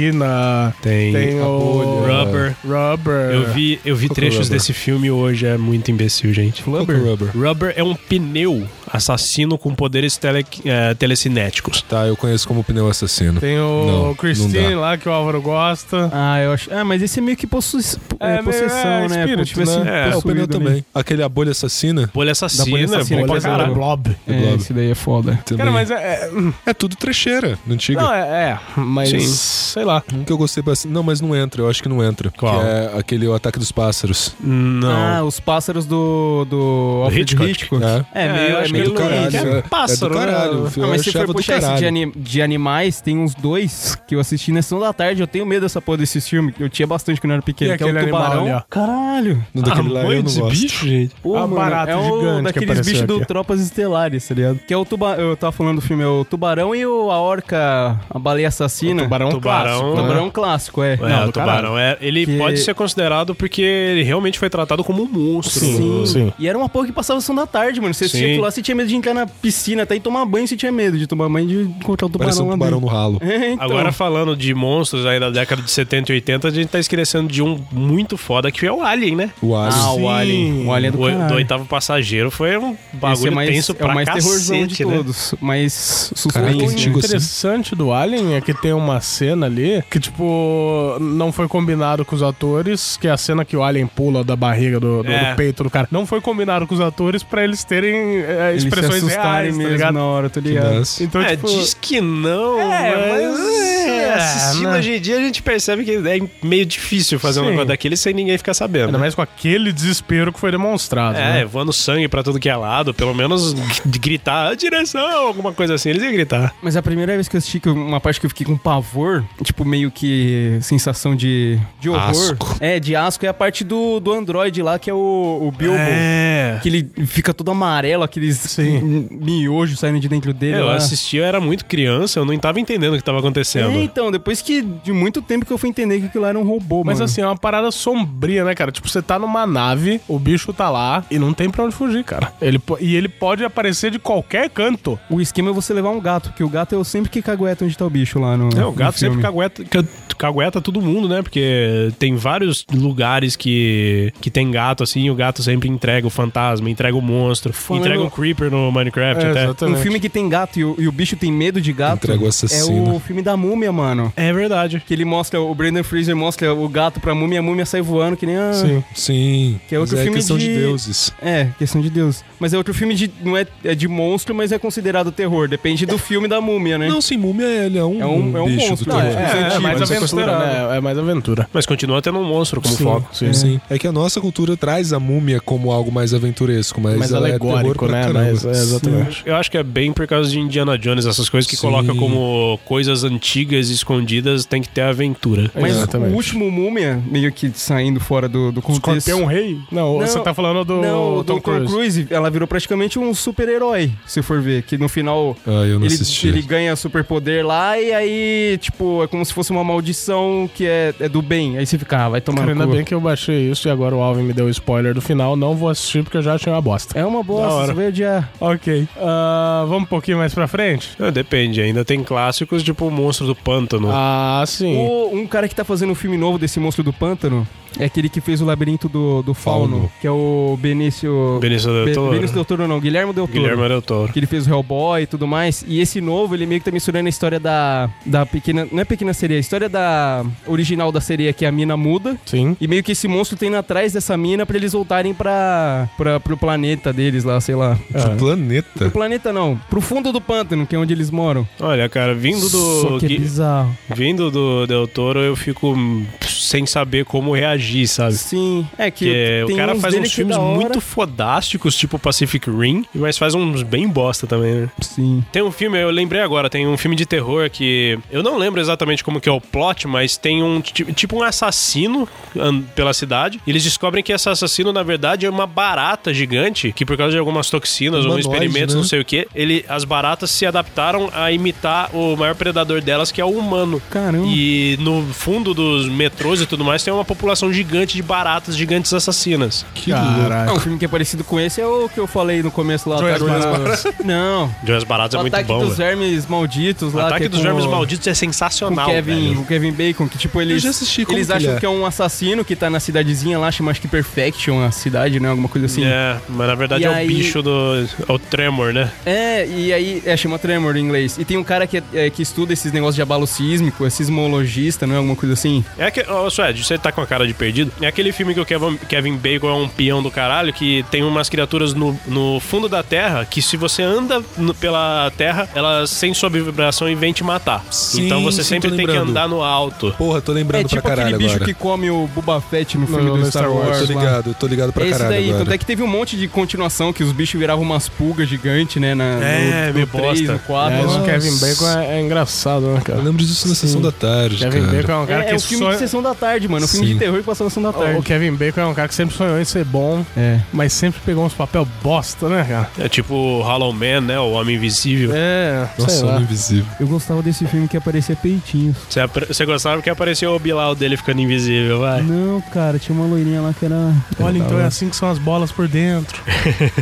[SPEAKER 1] Assassina,
[SPEAKER 8] Tem,
[SPEAKER 1] tem o.
[SPEAKER 8] Rubber.
[SPEAKER 1] Rubber.
[SPEAKER 8] Eu vi, eu
[SPEAKER 2] Qual
[SPEAKER 8] vi
[SPEAKER 2] que é o
[SPEAKER 8] trechos
[SPEAKER 2] Rubber?
[SPEAKER 8] desse filme hoje, é muito imbecil, gente.
[SPEAKER 2] Coco Rubber.
[SPEAKER 8] Rubber é um pneu assassino com poderes tele, eh, telecinéticos.
[SPEAKER 2] Tá, eu conheço como pneu assassino.
[SPEAKER 1] Tem o
[SPEAKER 2] Não, não
[SPEAKER 1] Christine
[SPEAKER 2] dá.
[SPEAKER 1] lá que o Álvaro gosta.
[SPEAKER 3] Ah, eu acho. Ah, mas esse é meio que possu... é,
[SPEAKER 1] meio-
[SPEAKER 3] possessão,
[SPEAKER 1] é,
[SPEAKER 3] né?
[SPEAKER 1] espírito,
[SPEAKER 3] Como tivesse
[SPEAKER 8] né? É,
[SPEAKER 2] É, o pneu
[SPEAKER 3] possuído,
[SPEAKER 2] também. Aquele a bolha assassina.
[SPEAKER 8] Bolha assassina,
[SPEAKER 3] assassina,
[SPEAKER 8] bom pra
[SPEAKER 3] que é
[SPEAKER 8] caralho.
[SPEAKER 1] Blob.
[SPEAKER 2] do
[SPEAKER 3] Né? É,
[SPEAKER 2] Blob.
[SPEAKER 3] esse daí é foda.
[SPEAKER 2] Também.
[SPEAKER 1] Cara, mas é. é-
[SPEAKER 2] É tudo trecheira, não diga?
[SPEAKER 1] não, é, é, mas.
[SPEAKER 8] Sim.
[SPEAKER 1] Sei lá.
[SPEAKER 2] Um que eu gostei bastante. Não, mas não entra, eu acho que não entra.
[SPEAKER 8] Qual?
[SPEAKER 2] Que é aquele O Ataque dos Pássaros.
[SPEAKER 8] Não.
[SPEAKER 3] Ah, os pássaros do. do Alfred
[SPEAKER 8] Hitchcock.
[SPEAKER 3] Hitchcock.
[SPEAKER 2] É.
[SPEAKER 3] É, meio, é,
[SPEAKER 8] acho que
[SPEAKER 2] É
[SPEAKER 3] meio
[SPEAKER 2] do caralho.
[SPEAKER 3] doente.
[SPEAKER 2] É,
[SPEAKER 8] pássaro,
[SPEAKER 2] é do caralho.
[SPEAKER 8] né?
[SPEAKER 2] filho,
[SPEAKER 3] Ah,
[SPEAKER 2] eu
[SPEAKER 3] mas se for
[SPEAKER 2] achava do
[SPEAKER 3] puxar esse
[SPEAKER 2] caralho.
[SPEAKER 3] de, ani- de animais, tem uns dois que eu assisti na sessão da tarde. Eu tenho medo dessa porra desse filme. que Eu tinha bastante quando eu era pequeno.
[SPEAKER 1] E
[SPEAKER 3] que é um
[SPEAKER 1] aquele animal
[SPEAKER 3] tubarão.
[SPEAKER 1] ali, ó.
[SPEAKER 3] Caralho.
[SPEAKER 2] No
[SPEAKER 1] Ah,
[SPEAKER 2] daquele lá eu não gosto.
[SPEAKER 8] Ah, bicho, gente.
[SPEAKER 3] Pô,
[SPEAKER 1] É uma
[SPEAKER 3] mano,
[SPEAKER 1] barata
[SPEAKER 3] é
[SPEAKER 1] gigante que
[SPEAKER 3] um daqueles
[SPEAKER 1] apareceu
[SPEAKER 3] bichos do
[SPEAKER 1] aqui.
[SPEAKER 3] Tropas Estelares, tá ligado? Que é o tubarão. Eu tava falando do filme, é o tubarão e o, a orca, a baleia assassina. O
[SPEAKER 1] Tubarão,
[SPEAKER 8] Tubarão.
[SPEAKER 1] clássico.
[SPEAKER 8] né?
[SPEAKER 3] tubarão clássico, é.
[SPEAKER 8] É, o tubarão. É, ele
[SPEAKER 3] Que-
[SPEAKER 8] pode ser considerado porque ele realmente foi tratado como um monstro.
[SPEAKER 1] Sim.
[SPEAKER 3] E era uma porra que passava a sessão da tarde, mano. Você
[SPEAKER 8] Sim.
[SPEAKER 3] assistia aquilo lá, você tinha medo de entrar na piscina até e tomar banho, você tinha medo de tomar banho e de encontrar o tubarão
[SPEAKER 2] Parece um
[SPEAKER 3] lá
[SPEAKER 2] tubarão no ralo.
[SPEAKER 3] dentro. É, então.
[SPEAKER 8] Agora, falando de monstros aí da década de 70 e 80, a gente tá esquecendo de um muito foda que é o Alien, né?
[SPEAKER 2] O Alien.
[SPEAKER 3] Ah, o Alien. O Alien é do
[SPEAKER 8] O,
[SPEAKER 3] caralho.
[SPEAKER 8] do oitavo passageiro foi um bagulho
[SPEAKER 3] Esse é mais,
[SPEAKER 8] tenso
[SPEAKER 3] é
[SPEAKER 8] pra
[SPEAKER 3] o mais terrorzão de
[SPEAKER 8] cacete, né?
[SPEAKER 3] todos. Mas
[SPEAKER 2] Caraca,
[SPEAKER 3] suspeito.
[SPEAKER 2] que
[SPEAKER 1] O
[SPEAKER 2] antigo assim.
[SPEAKER 1] interessante do Alien é que tem uma cena ali que, tipo, não foi combinado com os atores, que é a cena que o Alien pula da barriga do, do-
[SPEAKER 8] É.
[SPEAKER 1] do peito do cara. Não foi combinado com os atores pra eles terem é,
[SPEAKER 3] Eles se
[SPEAKER 1] expressões
[SPEAKER 3] assustarem
[SPEAKER 1] reais, tá
[SPEAKER 3] mesmo
[SPEAKER 1] ligado?
[SPEAKER 3] na hora, tá
[SPEAKER 2] Que
[SPEAKER 3] ligado?
[SPEAKER 2] dança.
[SPEAKER 1] Então,
[SPEAKER 8] é,
[SPEAKER 1] tipo,
[SPEAKER 8] diz que não,
[SPEAKER 1] É,
[SPEAKER 8] mas,
[SPEAKER 1] mas-
[SPEAKER 8] é,
[SPEAKER 3] ah,
[SPEAKER 8] assistindo
[SPEAKER 1] é, né?
[SPEAKER 8] hoje em dia a gente percebe que é meio difícil fazer um
[SPEAKER 1] Sim.
[SPEAKER 8] negócio daquele sem ninguém ficar sabendo.
[SPEAKER 1] ainda mais com aquele desespero que foi demonstrado. né?
[SPEAKER 8] É, voando sangue pra tudo que é lado, pelo menos g- gritar "Ah, direção, alguma coisa assim, eles iam gritar.
[SPEAKER 3] Mas a primeira vez que eu assisti, que eu- uma parte que eu fiquei com pavor, tipo, meio que sensação de, de horror.
[SPEAKER 2] Asco.
[SPEAKER 3] É, de asco, é a parte do, do Android lá, que é o, o Bilbo.
[SPEAKER 8] É.
[SPEAKER 3] Que ele fica todo amarelo, aqueles
[SPEAKER 1] Sim.
[SPEAKER 3] miojos saindo de dentro dele.
[SPEAKER 8] Eu
[SPEAKER 3] lá.
[SPEAKER 8] assisti, eu era muito criança, eu não tava entendendo o que tava
[SPEAKER 3] É,
[SPEAKER 8] acontecendo.
[SPEAKER 3] então, depois que de muito tempo que eu fui entender que aquilo era um robô,
[SPEAKER 1] Mas
[SPEAKER 3] mano.
[SPEAKER 1] assim, é uma parada sombria, né, cara? Tipo, você tá numa nave, o bicho tá lá e não tem pra onde fugir, cara. Ele, po- e ele pode aparecer de qualquer canto.
[SPEAKER 3] O esquema é você levar um gato, porque o gato é o sempre que cagueta onde tá o bicho lá no.
[SPEAKER 8] É, o gato
[SPEAKER 3] no
[SPEAKER 8] sempre
[SPEAKER 3] filme.
[SPEAKER 8] cagueta, ca- cagueta todo mundo, né? Porque tem vários lugares que, que tem gato, assim, e o gato sempre entrega o fantasma, entrega o monstro, entrega o creeper no Minecraft até.
[SPEAKER 3] Um filme que tem gato e o, e o bicho tem medo de gato.
[SPEAKER 2] Entrega o assassino.
[SPEAKER 3] É o filme da múmia, mano.
[SPEAKER 8] É verdade.
[SPEAKER 3] Que ele mostra, o Brandon Fraser mostra o gato pra múmia, a múmia sai voando que nem a...
[SPEAKER 1] Sim.
[SPEAKER 2] Sim.
[SPEAKER 3] Que é outro
[SPEAKER 2] mas
[SPEAKER 3] filme
[SPEAKER 2] questão de...
[SPEAKER 3] de-
[SPEAKER 2] deuses.
[SPEAKER 3] É, questão de Deus. Mas é outro filme de... Não é, é de monstro, mas é considerado terror. Depende
[SPEAKER 8] É.
[SPEAKER 3] do filme da múmia, né?
[SPEAKER 2] Não, sim, múmia ele é um,
[SPEAKER 3] É um- é um
[SPEAKER 2] bicho
[SPEAKER 3] monstro.
[SPEAKER 2] do
[SPEAKER 3] Não,
[SPEAKER 2] terror.
[SPEAKER 3] é-
[SPEAKER 1] É, é mais
[SPEAKER 3] Mas é
[SPEAKER 1] aventura,
[SPEAKER 3] considerado.
[SPEAKER 1] né? É mais aventura.
[SPEAKER 8] Mas continua tendo um monstro como foco.
[SPEAKER 1] sim.
[SPEAKER 2] Sim. É que a nossa cultura traz a múmia como algo mais aventuresco, mas
[SPEAKER 1] Mais
[SPEAKER 2] ela é terror
[SPEAKER 1] alegórico,
[SPEAKER 2] pra
[SPEAKER 1] né?
[SPEAKER 2] caramba.
[SPEAKER 1] Mas, é, exatamente.
[SPEAKER 8] Eu acho que é bem por causa de Indiana Jones, essas coisas que
[SPEAKER 2] Sim.
[SPEAKER 8] colocam como coisas antigas escondidas, tem que ter aventura.
[SPEAKER 3] Mas
[SPEAKER 1] Exatamente.
[SPEAKER 3] o último múmia, meio que saindo fora do, do contexto...
[SPEAKER 1] Escorpião Rei? Não,
[SPEAKER 3] Não,
[SPEAKER 1] você tá falando do
[SPEAKER 3] Não, o
[SPEAKER 1] um Tom
[SPEAKER 3] Tom
[SPEAKER 1] Cruise.
[SPEAKER 3] Cruise, ela virou praticamente um super-herói, se for ver. Que no final
[SPEAKER 2] Ah, eu não
[SPEAKER 3] ele,
[SPEAKER 2] assisti.
[SPEAKER 3] ele ganha superpoder lá e aí, tipo, é como se fosse uma maldição que é, é do bem. Aí você fica, ah, vai tomar
[SPEAKER 1] Cara,
[SPEAKER 3] no
[SPEAKER 1] ainda
[SPEAKER 3] cu.
[SPEAKER 1] bem que eu baixei isso e agora o Alvin me deu o spoiler do final. Não vou assistir porque eu já achei uma bosta.
[SPEAKER 3] É uma
[SPEAKER 1] Da
[SPEAKER 3] bosta,
[SPEAKER 1] hora.
[SPEAKER 3] você vai odiar.
[SPEAKER 1] Ok. Ah, vamos um pouquinho mais pra frente?
[SPEAKER 8] Ah, Depende, ainda tem clássicos tipo o Monstro do Pântano.
[SPEAKER 1] Ah, sim.
[SPEAKER 3] O- um cara que tá fazendo um filme novo desse monstro do pântano é aquele que fez o labirinto do, do fauno,
[SPEAKER 2] Fauno.
[SPEAKER 3] que é o Benício...
[SPEAKER 8] Benício del
[SPEAKER 3] Be-
[SPEAKER 8] Toro.
[SPEAKER 3] Benício Del Toro, não, Guilherme Del Toro.
[SPEAKER 8] Guilherme Del Toro.
[SPEAKER 3] Que ele fez o Hellboy e tudo mais. E esse novo, ele meio que tá misturando a história da, da pequena. Não é pequena sereia, a história da original da sereia, que é a mina muda.
[SPEAKER 1] Sim.
[SPEAKER 3] E meio que esse monstro tem atrás dessa mina pra eles voltarem pra, pra, pro planeta deles lá, sei lá.
[SPEAKER 2] Pro planeta.
[SPEAKER 3] Pro planeta não, pro fundo do pântano, que é onde eles moram.
[SPEAKER 8] Olha, cara, vindo
[SPEAKER 3] Só
[SPEAKER 8] do.
[SPEAKER 3] que é
[SPEAKER 8] Gui-
[SPEAKER 3] bizarro.
[SPEAKER 8] Vindo do Del Toro, eu fico hum, sem saber como reagir, sabe?
[SPEAKER 3] Sim, é que,
[SPEAKER 8] Porque o
[SPEAKER 3] tem
[SPEAKER 8] cara
[SPEAKER 3] uns
[SPEAKER 8] faz
[SPEAKER 3] dele
[SPEAKER 8] uns
[SPEAKER 3] que é da
[SPEAKER 8] filmes
[SPEAKER 3] hora.
[SPEAKER 8] muito fodásticos, tipo Pacific Rim, mas faz uns bem bosta também, né?
[SPEAKER 3] Sim.
[SPEAKER 8] Tem um filme, eu lembrei agora, tem um filme de terror que. Eu não lembro exatamente como que é o plot, mas tem um ti- tipo um assassino an- pela cidade. E eles descobrem que esse assassino, na verdade, é uma barata gigante, que por causa de algumas toxinas, ou
[SPEAKER 2] Humanoide,
[SPEAKER 8] experimentos,
[SPEAKER 2] né?
[SPEAKER 8] não sei o que, ele, as baratas se adaptaram a imitar o maior predador delas, que é o humano.
[SPEAKER 2] Caramba.
[SPEAKER 8] E no fundo dos metrôs e tudo mais tem uma população gigante de baratas, gigantes assassinas.
[SPEAKER 2] Que louco.
[SPEAKER 3] Ah, um filme que é parecido com esse é o que eu falei no começo lá. o
[SPEAKER 9] Joias
[SPEAKER 3] Ataque dos-
[SPEAKER 9] Baratas.
[SPEAKER 3] Não.
[SPEAKER 8] Joias Baratas é
[SPEAKER 3] O
[SPEAKER 8] muito
[SPEAKER 3] Ataque
[SPEAKER 8] bom,
[SPEAKER 3] dos
[SPEAKER 8] velho.
[SPEAKER 3] Vermes Malditos
[SPEAKER 8] O
[SPEAKER 3] lá. que
[SPEAKER 8] Ataque
[SPEAKER 3] é
[SPEAKER 8] dos
[SPEAKER 3] com
[SPEAKER 8] Vermes
[SPEAKER 3] o-
[SPEAKER 8] Malditos é
[SPEAKER 3] com
[SPEAKER 8] sensacional,
[SPEAKER 3] o Kevin,
[SPEAKER 8] velho.
[SPEAKER 3] o Kevin Bacon, que tipo, eles,
[SPEAKER 2] já assisti, como
[SPEAKER 3] eles
[SPEAKER 2] que
[SPEAKER 3] acham
[SPEAKER 2] ele é?
[SPEAKER 3] que é um assassino que tá na cidadezinha lá, chama acho que Perfection, a cidade, né? Alguma coisa assim.
[SPEAKER 8] É, mas na verdade
[SPEAKER 3] E
[SPEAKER 8] é o
[SPEAKER 3] aí-
[SPEAKER 8] bicho do. É o Tremor, né?
[SPEAKER 3] É, e aí é, chama Tremor em inglês. E tem um cara que, é- é, que estuda esses negócios de abalo sísmico, é sismologista, não é? Alguma coisa assim.
[SPEAKER 8] É que, ô Suede, você tá com a cara de perdido. É aquele filme que o Kevin, Kevin Bacon é um peão do caralho, que tem umas criaturas no, no fundo da terra que se você anda no- pela terra, elas sentem sua vibração e vêm te matar.
[SPEAKER 2] Sim,
[SPEAKER 8] então você
[SPEAKER 2] sim,
[SPEAKER 8] sempre
[SPEAKER 2] tô
[SPEAKER 8] tem que
[SPEAKER 2] lembrando.
[SPEAKER 8] andar no alto.
[SPEAKER 2] Porra, tô lembrando
[SPEAKER 3] é tipo
[SPEAKER 2] Tá pra
[SPEAKER 3] aquele
[SPEAKER 2] caralho
[SPEAKER 3] bicho
[SPEAKER 2] agora.
[SPEAKER 3] que come o Boba Fett no filme
[SPEAKER 1] No-
[SPEAKER 3] do
[SPEAKER 1] no
[SPEAKER 3] Star,
[SPEAKER 1] Star
[SPEAKER 3] Wars.
[SPEAKER 1] Wars,
[SPEAKER 2] Tô
[SPEAKER 3] lá.
[SPEAKER 2] ligado, tô ligado pra
[SPEAKER 3] É isso
[SPEAKER 2] caralho
[SPEAKER 3] daí,
[SPEAKER 2] agora.
[SPEAKER 3] tanto é que teve um monte de continuação que os bichos viravam umas pulgas gigantes, né? Na,
[SPEAKER 8] É,
[SPEAKER 3] no,
[SPEAKER 8] meio
[SPEAKER 3] no 3,
[SPEAKER 8] bosta. É,
[SPEAKER 3] no 4.
[SPEAKER 1] Aliás, o
[SPEAKER 2] Nossa.
[SPEAKER 1] Kevin Bacon é, é engraçado, né,
[SPEAKER 2] Eu
[SPEAKER 1] cara?
[SPEAKER 2] lembro disso na sessão da tarde,
[SPEAKER 1] Kevin
[SPEAKER 2] cara.
[SPEAKER 1] Bacon é um cara
[SPEAKER 3] é,
[SPEAKER 1] que
[SPEAKER 3] é um filme
[SPEAKER 1] sonha-
[SPEAKER 3] de sessão da tarde, mano. Um filme
[SPEAKER 2] Sim.
[SPEAKER 3] de terror que passou na sessão da tarde.
[SPEAKER 1] O Kevin Bacon é um cara que sempre sonhou em ser bom,
[SPEAKER 3] É.
[SPEAKER 1] mas sempre pegou uns papel bosta, né, cara?
[SPEAKER 8] É tipo Hollow Man, né? O Homem Invisível.
[SPEAKER 1] É,
[SPEAKER 3] um,
[SPEAKER 1] sei
[SPEAKER 2] Nossa,
[SPEAKER 1] lá.
[SPEAKER 2] Homem Invisível.
[SPEAKER 3] Eu gostava desse filme que aparecia peitinhos.
[SPEAKER 8] Você, apre- você gostava porque apareceu o Bilal dele ficando invisível, vai.
[SPEAKER 3] Não, cara, tinha uma loirinha lá que era.
[SPEAKER 1] Olha, então é assim que são as bolas por dentro.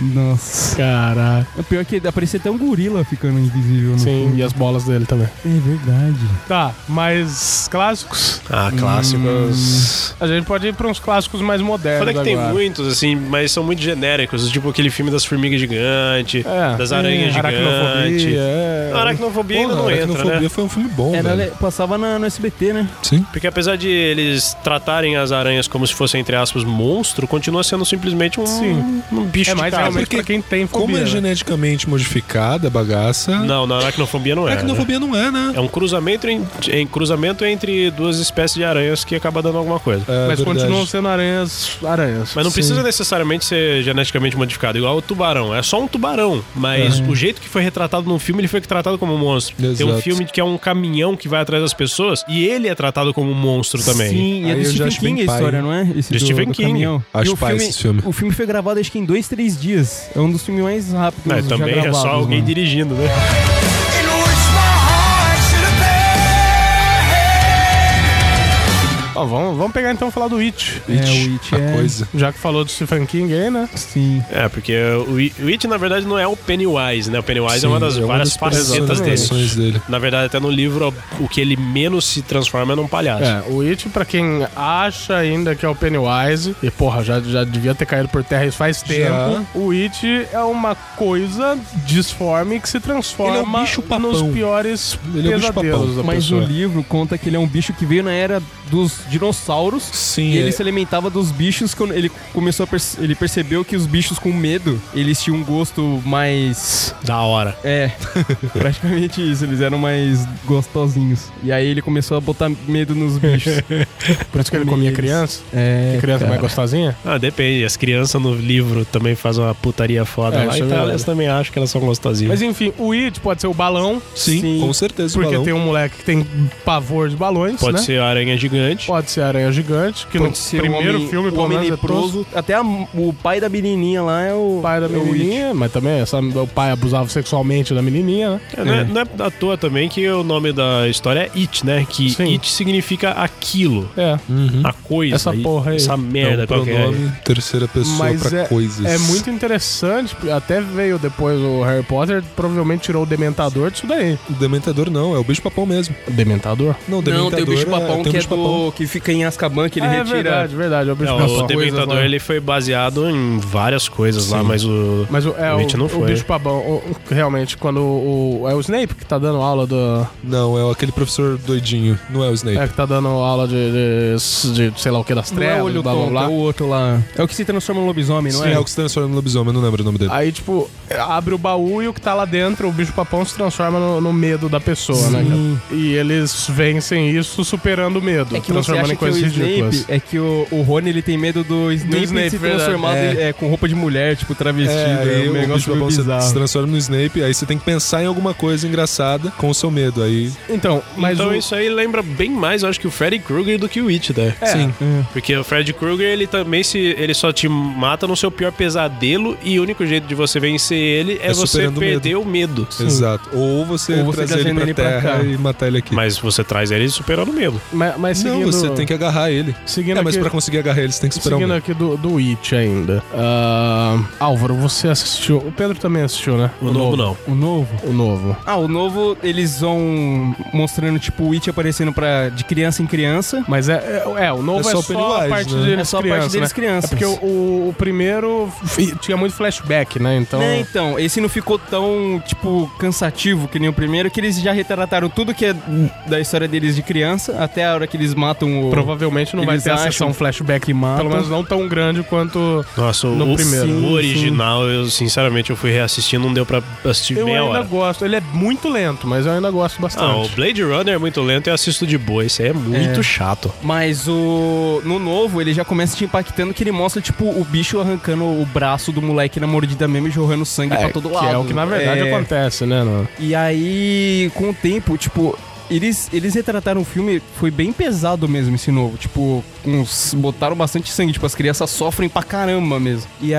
[SPEAKER 3] Nossa.
[SPEAKER 1] Caraca.
[SPEAKER 3] O pior é que aparecia até um gorila ficando invisível no
[SPEAKER 1] Sim,
[SPEAKER 3] filme.
[SPEAKER 1] e as bolas dele também.
[SPEAKER 3] É verdade.
[SPEAKER 1] Tá, mas clássicos?
[SPEAKER 8] Ah, clássicos.
[SPEAKER 1] A gente pode ir pra uns clássicos mais modernos
[SPEAKER 8] Foda que tem
[SPEAKER 1] Hum, é agora.
[SPEAKER 8] muitos, assim, mas são muito genéricos. Tipo aquele filme das formigas gigantes,
[SPEAKER 1] É.
[SPEAKER 8] das aranhas
[SPEAKER 1] Sim,
[SPEAKER 8] gigantes.
[SPEAKER 1] Aracnofobia, é.
[SPEAKER 8] A Aracnofobia ainda não
[SPEAKER 2] Porra,
[SPEAKER 8] entra,
[SPEAKER 2] Aracnofobia
[SPEAKER 8] né?
[SPEAKER 2] foi um filme bom,
[SPEAKER 3] Era,
[SPEAKER 2] velho.
[SPEAKER 3] passava na- no SBT, né?
[SPEAKER 2] Sim.
[SPEAKER 8] Porque apesar de eles tratarem as aranhas como se fossem, entre aspas, monstro, continua sendo simplesmente um,
[SPEAKER 1] Sim.
[SPEAKER 8] um bicho
[SPEAKER 1] É
[SPEAKER 8] de
[SPEAKER 1] mais
[SPEAKER 8] casa.
[SPEAKER 1] realmente
[SPEAKER 2] porque
[SPEAKER 1] pra quem tem fobia.
[SPEAKER 2] Como é
[SPEAKER 1] né?
[SPEAKER 2] geneticamente modificada a bagaça...
[SPEAKER 8] Não, na aracnofobia não é.
[SPEAKER 2] Aracnofobia não é, né?
[SPEAKER 8] É um cruzamento, em, em cruzamento entre duas espécies de aranhas que acaba dando alguma coisa.
[SPEAKER 2] É
[SPEAKER 1] Mas
[SPEAKER 2] verdade.
[SPEAKER 1] continuam sendo aranhas. aranhas.
[SPEAKER 8] Mas não
[SPEAKER 1] Sim.
[SPEAKER 8] precisa necessariamente ser geneticamente modificado, igual o tubarão. É só um tubarão, mas o jeito que foi retratado no filme, ele foi tratado como um monstro. Tem um
[SPEAKER 2] Exato.
[SPEAKER 8] filme que é um caminhão que vai atrás das pessoas e ele é tratado como um monstro também.
[SPEAKER 3] Sim, e é
[SPEAKER 2] Aí
[SPEAKER 3] do
[SPEAKER 2] eu já
[SPEAKER 3] Stephen
[SPEAKER 2] acho bem
[SPEAKER 3] King a
[SPEAKER 2] pai.
[SPEAKER 3] história, não é? Esse
[SPEAKER 8] Do Stephen King.
[SPEAKER 3] caminhão.
[SPEAKER 2] Acho
[SPEAKER 3] E o
[SPEAKER 2] pai
[SPEAKER 3] filme,
[SPEAKER 2] esse filme.
[SPEAKER 3] O filme foi gravado acho que em dois, três dias. É um dos filmes mais rápidos
[SPEAKER 8] Mas
[SPEAKER 3] já
[SPEAKER 8] também é
[SPEAKER 3] gravados,
[SPEAKER 8] só alguém
[SPEAKER 3] mano.
[SPEAKER 8] dirigindo, né?
[SPEAKER 7] In which my heart should have been.
[SPEAKER 1] Ó, vamos, vamos pegar então e falar do It.
[SPEAKER 3] É, o It
[SPEAKER 2] a
[SPEAKER 3] é-
[SPEAKER 2] coisa.
[SPEAKER 1] Já que falou do Stephen King aí, né?
[SPEAKER 3] Sim.
[SPEAKER 8] É, porque o I- o It, na verdade, não é o Pennywise, né? O Pennywise é uma das várias facetas dele.
[SPEAKER 2] personalizações dele.
[SPEAKER 8] Na verdade, até no livro, o que ele menos se transforma é num palhaço.
[SPEAKER 1] É, o It, pra quem acha ainda que é o Pennywise, e porra, já, já devia ter caído por terra isso faz tempo. O It é uma coisa disforme que se transforma
[SPEAKER 2] Ele é um bicho papão.
[SPEAKER 1] nos piores
[SPEAKER 2] Ele é um bicho
[SPEAKER 1] pesadelos da
[SPEAKER 3] Mas
[SPEAKER 1] pessoa.
[SPEAKER 3] no livro conta que ele é um bicho que veio na era dos dinossauros.
[SPEAKER 2] Sim,
[SPEAKER 3] E
[SPEAKER 2] é-
[SPEAKER 3] ele se alimentava dos bichos quando ele começou a perce- ele percebeu que os bichos com medo, eles tinham um gosto mais
[SPEAKER 8] Da hora.
[SPEAKER 3] é, praticamente isso, eles eram mais gostosinhos. E aí ele começou a botar medo nos bichos.
[SPEAKER 1] Por isso que ele comia criança.
[SPEAKER 3] É,
[SPEAKER 1] Que criança mais gostosinha?
[SPEAKER 8] Ah, depende. As crianças no livro também fazem uma putaria foda
[SPEAKER 1] É,
[SPEAKER 8] lá,
[SPEAKER 1] isso é
[SPEAKER 8] então
[SPEAKER 1] verdade.
[SPEAKER 8] elas também acham que elas são gostosinhas.
[SPEAKER 1] Mas enfim, o It pode ser o balão,
[SPEAKER 2] Sim,
[SPEAKER 3] Sim.
[SPEAKER 2] com certeza. o
[SPEAKER 1] porque
[SPEAKER 2] balão.
[SPEAKER 1] tem um moleque que tem pavor de balões,
[SPEAKER 8] Pode
[SPEAKER 1] né?
[SPEAKER 8] ser a aranha gigante.
[SPEAKER 1] Pode ser Aranha Gigante, que no primeiro filme,
[SPEAKER 3] o
[SPEAKER 1] pelo
[SPEAKER 3] um homem
[SPEAKER 1] menos, é todo
[SPEAKER 3] leproso. Até a- o pai da menininha lá é o...
[SPEAKER 1] o pai da
[SPEAKER 3] é o It.
[SPEAKER 1] menininha, mas também essa- o pai abusava sexualmente da menininha, né?
[SPEAKER 8] É, Não, é, não é à toa também que o nome da história é It, né? Que
[SPEAKER 1] Sim.
[SPEAKER 8] It significa aquilo,
[SPEAKER 1] É.
[SPEAKER 2] Hum.
[SPEAKER 8] a coisa.
[SPEAKER 1] Essa
[SPEAKER 8] e-
[SPEAKER 1] porra aí.
[SPEAKER 8] Essa
[SPEAKER 2] É
[SPEAKER 8] merda
[SPEAKER 2] um
[SPEAKER 8] qualquer.
[SPEAKER 2] Uhum. pronome, terceira pessoa
[SPEAKER 1] Mas
[SPEAKER 2] pra
[SPEAKER 1] é,
[SPEAKER 2] coisas.
[SPEAKER 1] é muito interessante, até veio depois o Harry Potter, provavelmente tirou o Dementador disso daí.
[SPEAKER 2] O Dementador não, é o bicho-papão mesmo.
[SPEAKER 1] Dementador?
[SPEAKER 2] Não, o
[SPEAKER 3] Não,
[SPEAKER 2] Dementador
[SPEAKER 3] tem o bicho papão
[SPEAKER 2] é, tem o
[SPEAKER 3] que é
[SPEAKER 2] bicho-papão.
[SPEAKER 3] do... que fica em Azkaban, que ele
[SPEAKER 1] Ah, é
[SPEAKER 3] retira...
[SPEAKER 1] verdade, verdade, é o bicho
[SPEAKER 8] É,
[SPEAKER 1] papão.
[SPEAKER 8] o Dementador
[SPEAKER 3] lá.
[SPEAKER 8] ele foi baseado em várias coisas lá, mas o.
[SPEAKER 1] Mas o, é, o,
[SPEAKER 8] O It não
[SPEAKER 1] o
[SPEAKER 8] foi.
[SPEAKER 1] bicho papão, o- o- realmente, quando o, o- É o Snape que tá dando aula do.
[SPEAKER 2] Não, é aquele professor doidinho. Não é o Snape.
[SPEAKER 1] É que tá dando aula de. de, de sei lá o que das
[SPEAKER 3] Não
[SPEAKER 1] trevas,
[SPEAKER 3] é o olho
[SPEAKER 1] blá blá
[SPEAKER 3] tonto,
[SPEAKER 1] blá.
[SPEAKER 3] é o outro lá. É o que se transforma no lobisomem, não
[SPEAKER 2] Sim,
[SPEAKER 3] é? Ah,
[SPEAKER 2] é o que se transforma no lobisomem, eu não lembro o nome dele.
[SPEAKER 1] Aí, tipo, abre o baú e o que tá lá dentro, o bicho papão se transforma no, no medo da pessoa, né, cara? E eles vencem isso superando o medo,
[SPEAKER 3] É que você
[SPEAKER 1] transformando
[SPEAKER 3] acha
[SPEAKER 1] em
[SPEAKER 3] que o
[SPEAKER 1] coisas ridículas.
[SPEAKER 3] Snape, é que o, o Rony ele tem medo do Snape,
[SPEAKER 1] Snape,
[SPEAKER 3] se
[SPEAKER 1] verdade.
[SPEAKER 3] transformar
[SPEAKER 2] É.
[SPEAKER 3] de- é, com roupa de mulher, tipo travestido, é,
[SPEAKER 2] aí
[SPEAKER 3] um
[SPEAKER 2] o
[SPEAKER 3] negócio meio
[SPEAKER 2] bicho-papão se,
[SPEAKER 3] bizarro.
[SPEAKER 2] se transforma no Snape, aí você tem que pensar em alguma coisa engraçada com o seu medo. Aí
[SPEAKER 1] Então, mas
[SPEAKER 8] então
[SPEAKER 1] o...
[SPEAKER 8] isso aí lembra bem mais, eu acho que o Freddy Krueger do que o It, né?
[SPEAKER 2] Sim.
[SPEAKER 8] Porque o Freddy Krueger, ele também se ele só te mata no seu pior pesadelo e o único jeito de você vencer ele é,
[SPEAKER 2] É
[SPEAKER 8] você
[SPEAKER 2] superando o
[SPEAKER 8] perder o medo.
[SPEAKER 2] Exato. Ou você,
[SPEAKER 3] Ou você
[SPEAKER 2] trazer ele
[SPEAKER 3] trazendo
[SPEAKER 2] pra
[SPEAKER 3] ele pra
[SPEAKER 2] terra
[SPEAKER 3] cá.
[SPEAKER 2] e matar ele aqui.
[SPEAKER 8] Mas você traz ele superando o medo.
[SPEAKER 1] Mas, mas seguindo,
[SPEAKER 2] Não, você tem que agarrar ele.
[SPEAKER 1] seguindo
[SPEAKER 2] é, mas
[SPEAKER 1] aqui-
[SPEAKER 2] pra conseguir agarrar ele, você tem que esperar um
[SPEAKER 1] Seguindo
[SPEAKER 2] pouco.
[SPEAKER 1] aqui do, do It ainda. Ah, Álvaro, você assistiu. O Pedro também assistiu, né?
[SPEAKER 8] O novo não.
[SPEAKER 1] O novo? O novo.
[SPEAKER 3] Ah, o novo, eles vão mostrando, tipo, o It aparecendo pra, de criança em criança.
[SPEAKER 1] Mas é, é, é, o novo
[SPEAKER 2] É
[SPEAKER 1] é
[SPEAKER 2] só
[SPEAKER 1] só,
[SPEAKER 2] o Pennywise,
[SPEAKER 1] a parte
[SPEAKER 2] né?
[SPEAKER 1] deles
[SPEAKER 3] É só a parte
[SPEAKER 1] criança,
[SPEAKER 3] deles
[SPEAKER 1] né?
[SPEAKER 3] crianças.
[SPEAKER 1] É porque o, o primeiro f- tinha muito flashback, né? Então.
[SPEAKER 3] Né, então, esse não ficou tão, tipo, cansativo que nem o primeiro, que eles já retrataram tudo que é da história deles de criança, até a hora que eles matam o...
[SPEAKER 1] Provavelmente não vai
[SPEAKER 3] Tipo, Eles
[SPEAKER 1] ter a
[SPEAKER 3] acham-
[SPEAKER 1] sessão flashback
[SPEAKER 3] que matam.
[SPEAKER 1] Pelo menos não tão grande quanto.
[SPEAKER 8] Nossa, o,
[SPEAKER 1] No primeiro.
[SPEAKER 8] o
[SPEAKER 1] Sim, sim.
[SPEAKER 8] original, eu sinceramente eu fui reassistindo, não deu pra assistir
[SPEAKER 1] Eu
[SPEAKER 8] meia
[SPEAKER 1] ainda
[SPEAKER 8] hora.
[SPEAKER 1] gosto. Ele é muito lento, mas eu ainda gosto
[SPEAKER 8] Ah, o
[SPEAKER 1] bastante.
[SPEAKER 8] Blade Runner é muito lento e eu assisto de boa. Isso aí é muito chato.
[SPEAKER 3] Mas o. No novo, ele já começa te impactando que ele mostra, tipo, o bicho arrancando o braço do moleque na mordida mesmo e jorrando sangue pra Tá todo lado.
[SPEAKER 1] Que é o que na verdade
[SPEAKER 3] É.
[SPEAKER 1] acontece, né? No...
[SPEAKER 3] E aí, com o tempo, tipo. Eles, eles retrataram o filme, foi bem pesado mesmo esse novo. Tipo, uns, botaram bastante sangue, tipo, as crianças sofrem pra caramba mesmo. E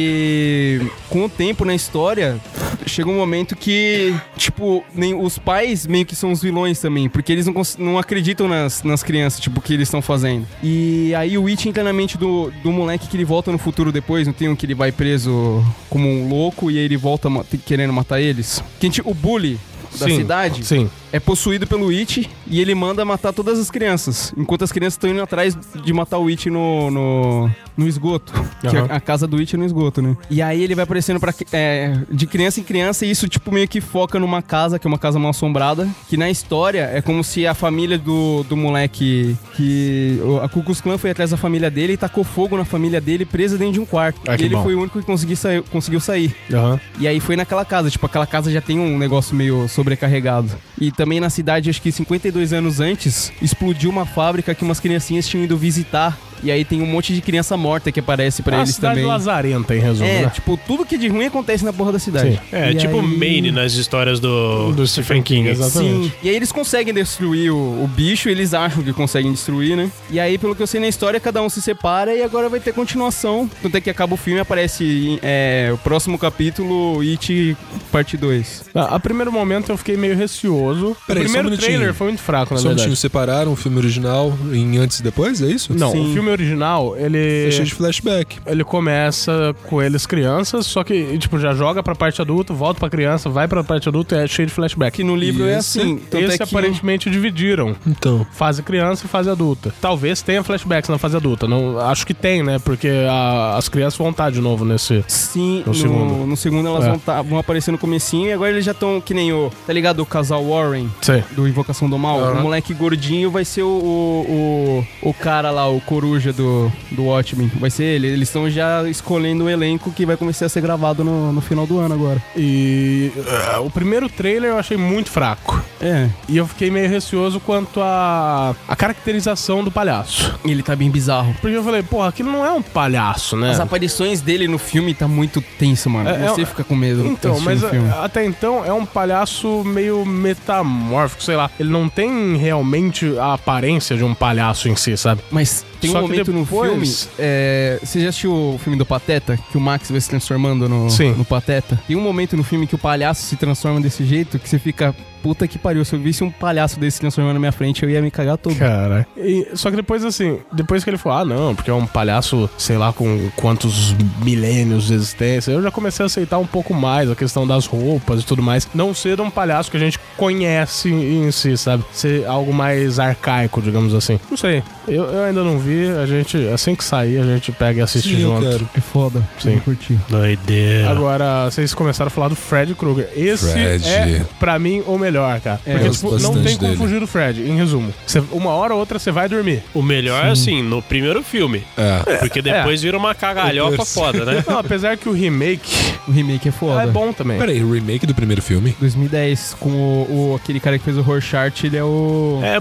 [SPEAKER 3] aí, com o tempo na história, chega um momento que, tipo, nem os pais meio que são os vilões também, porque eles não, cons- não acreditam nas, nas crianças, tipo, o que eles estão fazendo. E aí o Witch entra na mente do, do moleque que ele volta no futuro depois, não tem um que ele vai preso como um louco e aí ele volta ma- querendo matar eles? Que a gente- o bully da
[SPEAKER 1] Sim,
[SPEAKER 3] cidade
[SPEAKER 1] Sim.
[SPEAKER 3] é possuído pelo It e ele manda matar todas as crianças, enquanto as crianças estão indo atrás de matar o It no, no, no esgoto. Que
[SPEAKER 1] Aham.
[SPEAKER 3] a, a casa do It é no esgoto, né? E aí ele vai aparecendo pra, cri- é, de criança em criança e isso, tipo, meio que foca numa casa, que é uma casa mal assombrada, que na história é como se a família do, do moleque que. o- A Ku Klux Klan foi atrás da família dele e tacou fogo na família dele, presa dentro de um quarto.
[SPEAKER 1] Ah, que
[SPEAKER 3] e ele
[SPEAKER 1] bom.
[SPEAKER 3] foi o único que conseguiu sair- conseguiu sair.
[SPEAKER 1] Aham.
[SPEAKER 2] um
[SPEAKER 3] E aí foi naquela casa, tipo, aquela casa já tem um negócio meio sobrecarregado. E também na cidade, acho que 52 anos antes, explodiu uma fábrica que umas criancinhas tinham ido visitar. E aí tem um monte de criança morta que aparece pra
[SPEAKER 1] a
[SPEAKER 3] eles
[SPEAKER 1] cidade
[SPEAKER 3] também.
[SPEAKER 1] lazarenta, em resumo,
[SPEAKER 3] É,
[SPEAKER 1] né?
[SPEAKER 3] tipo, tudo que de ruim acontece na porra da cidade.
[SPEAKER 1] Sim.
[SPEAKER 8] É,
[SPEAKER 3] E
[SPEAKER 8] tipo
[SPEAKER 3] aí-
[SPEAKER 8] Maine nas histórias do,
[SPEAKER 1] Do
[SPEAKER 8] Stephen King.
[SPEAKER 1] Exatamente.
[SPEAKER 3] Sim. E aí eles conseguem destruir o, o bicho, eles acham que conseguem destruir, né? E aí, pelo que eu sei na história, cada um se separa e agora vai ter continuação. Tanto é que acaba o filme aparece é, o próximo capítulo, It Parte 2.
[SPEAKER 1] Ah, a primeiro momento eu fiquei meio receoso.
[SPEAKER 2] Peraí,
[SPEAKER 1] o
[SPEAKER 2] só um
[SPEAKER 1] primeiro
[SPEAKER 2] minutinho.
[SPEAKER 1] trailer foi muito fraco, na
[SPEAKER 2] Só um
[SPEAKER 1] verdade.
[SPEAKER 2] minutinho, separaram o filme original em antes e depois, é isso?
[SPEAKER 1] Não,
[SPEAKER 3] Sim.
[SPEAKER 1] o filme original,
[SPEAKER 2] É
[SPEAKER 1] ele
[SPEAKER 2] cheio de flashback.
[SPEAKER 1] ele começa com eles crianças, só que tipo já joga pra parte adulta, volta pra criança, vai pra parte adulta e é cheio de flashback.
[SPEAKER 3] Que no livro é
[SPEAKER 2] Esse-
[SPEAKER 3] assim. Tanto
[SPEAKER 1] Esse
[SPEAKER 3] é que
[SPEAKER 1] aparentemente dividiram.
[SPEAKER 2] Então.
[SPEAKER 1] Fase criança e fase adulta. Talvez tenha flashbacks na fase adulta. Não, acho que tem, né? Porque a- as crianças vão estar de novo nesse.
[SPEAKER 3] Sim,
[SPEAKER 1] No
[SPEAKER 3] no,
[SPEAKER 1] É segundo.
[SPEAKER 3] no segundo elas
[SPEAKER 1] É.
[SPEAKER 3] vão, tá- vão aparecer no comecinho e agora eles já estão que nem o, tá ligado? O casal Warren
[SPEAKER 1] Sim.
[SPEAKER 3] do Invocação do Mal.
[SPEAKER 1] Aham.
[SPEAKER 3] O moleque gordinho vai ser o, o, o, o cara lá, o coruja do, do Watchmen. Vai ser ele. Eles estão já escolhendo o elenco que vai começar a ser gravado no, no final do ano agora.
[SPEAKER 1] E ah, o primeiro trailer eu achei muito fraco.
[SPEAKER 3] É.
[SPEAKER 1] E eu fiquei meio receoso quanto à a caracterização do palhaço.
[SPEAKER 3] Ele tá bem bizarro.
[SPEAKER 1] Porque eu falei, porra, aquilo não é um palhaço, né?
[SPEAKER 3] As aparições dele no filme tá muito tenso, mano.
[SPEAKER 1] É, é
[SPEAKER 3] Você
[SPEAKER 1] um-
[SPEAKER 3] fica com medo.
[SPEAKER 1] Então,
[SPEAKER 3] assistindo
[SPEAKER 1] mas
[SPEAKER 3] o filme.
[SPEAKER 1] a- até então é um palhaço meio metamórfico, sei lá. Ele não tem realmente a aparência de um palhaço em si, sabe?
[SPEAKER 3] Mas tem
[SPEAKER 1] Só
[SPEAKER 3] um
[SPEAKER 1] que
[SPEAKER 3] momento no filme.
[SPEAKER 1] depois-
[SPEAKER 3] é, você já assistiu o filme do Pateta? Que o Max vai se transformando no,
[SPEAKER 1] Sim.
[SPEAKER 3] no Pateta? Tem um momento no filme que o palhaço se transforma desse jeito que você fica. Puta que pariu, se eu visse um palhaço desse se transformando na minha frente, eu ia me cagar todo.
[SPEAKER 1] Cara. só que depois, assim, depois que ele falou, ah, não, porque é um palhaço, sei lá, com quantos milênios de existência, eu já comecei a aceitar um pouco mais a questão das roupas e tudo mais. Não ser um palhaço que a gente conhece em si, sabe? Ser algo mais arcaico, digamos assim. Não sei. Eu, eu ainda não vi. A gente, assim que sair, a gente pega e assiste
[SPEAKER 2] Sim, eu
[SPEAKER 1] junto.
[SPEAKER 2] quero.
[SPEAKER 3] É foda.
[SPEAKER 1] Sim.
[SPEAKER 3] eu curti.
[SPEAKER 2] É.
[SPEAKER 8] Doideira.
[SPEAKER 1] Agora, vocês começaram a falar do Fred Krueger. Esse
[SPEAKER 2] Fred.
[SPEAKER 1] é, pra mim, o melhor, cara.
[SPEAKER 3] É,
[SPEAKER 1] Porque,
[SPEAKER 2] eu
[SPEAKER 1] tipo,
[SPEAKER 2] gosto
[SPEAKER 1] não
[SPEAKER 2] bastante
[SPEAKER 1] tem como
[SPEAKER 2] dele.
[SPEAKER 1] fugir do Fred, em resumo. Cê- uma hora ou outra você vai dormir.
[SPEAKER 8] O melhor é assim, no primeiro filme.
[SPEAKER 2] É.
[SPEAKER 8] Porque depois vira uma cagalhofa foda, né?
[SPEAKER 1] Não, apesar que o remake
[SPEAKER 3] O remake é foda.
[SPEAKER 1] é bom também.
[SPEAKER 2] Peraí, o remake do primeiro filme?
[SPEAKER 3] 2010, com o, o- aquele cara que fez o Rorschach, ele é o.
[SPEAKER 8] É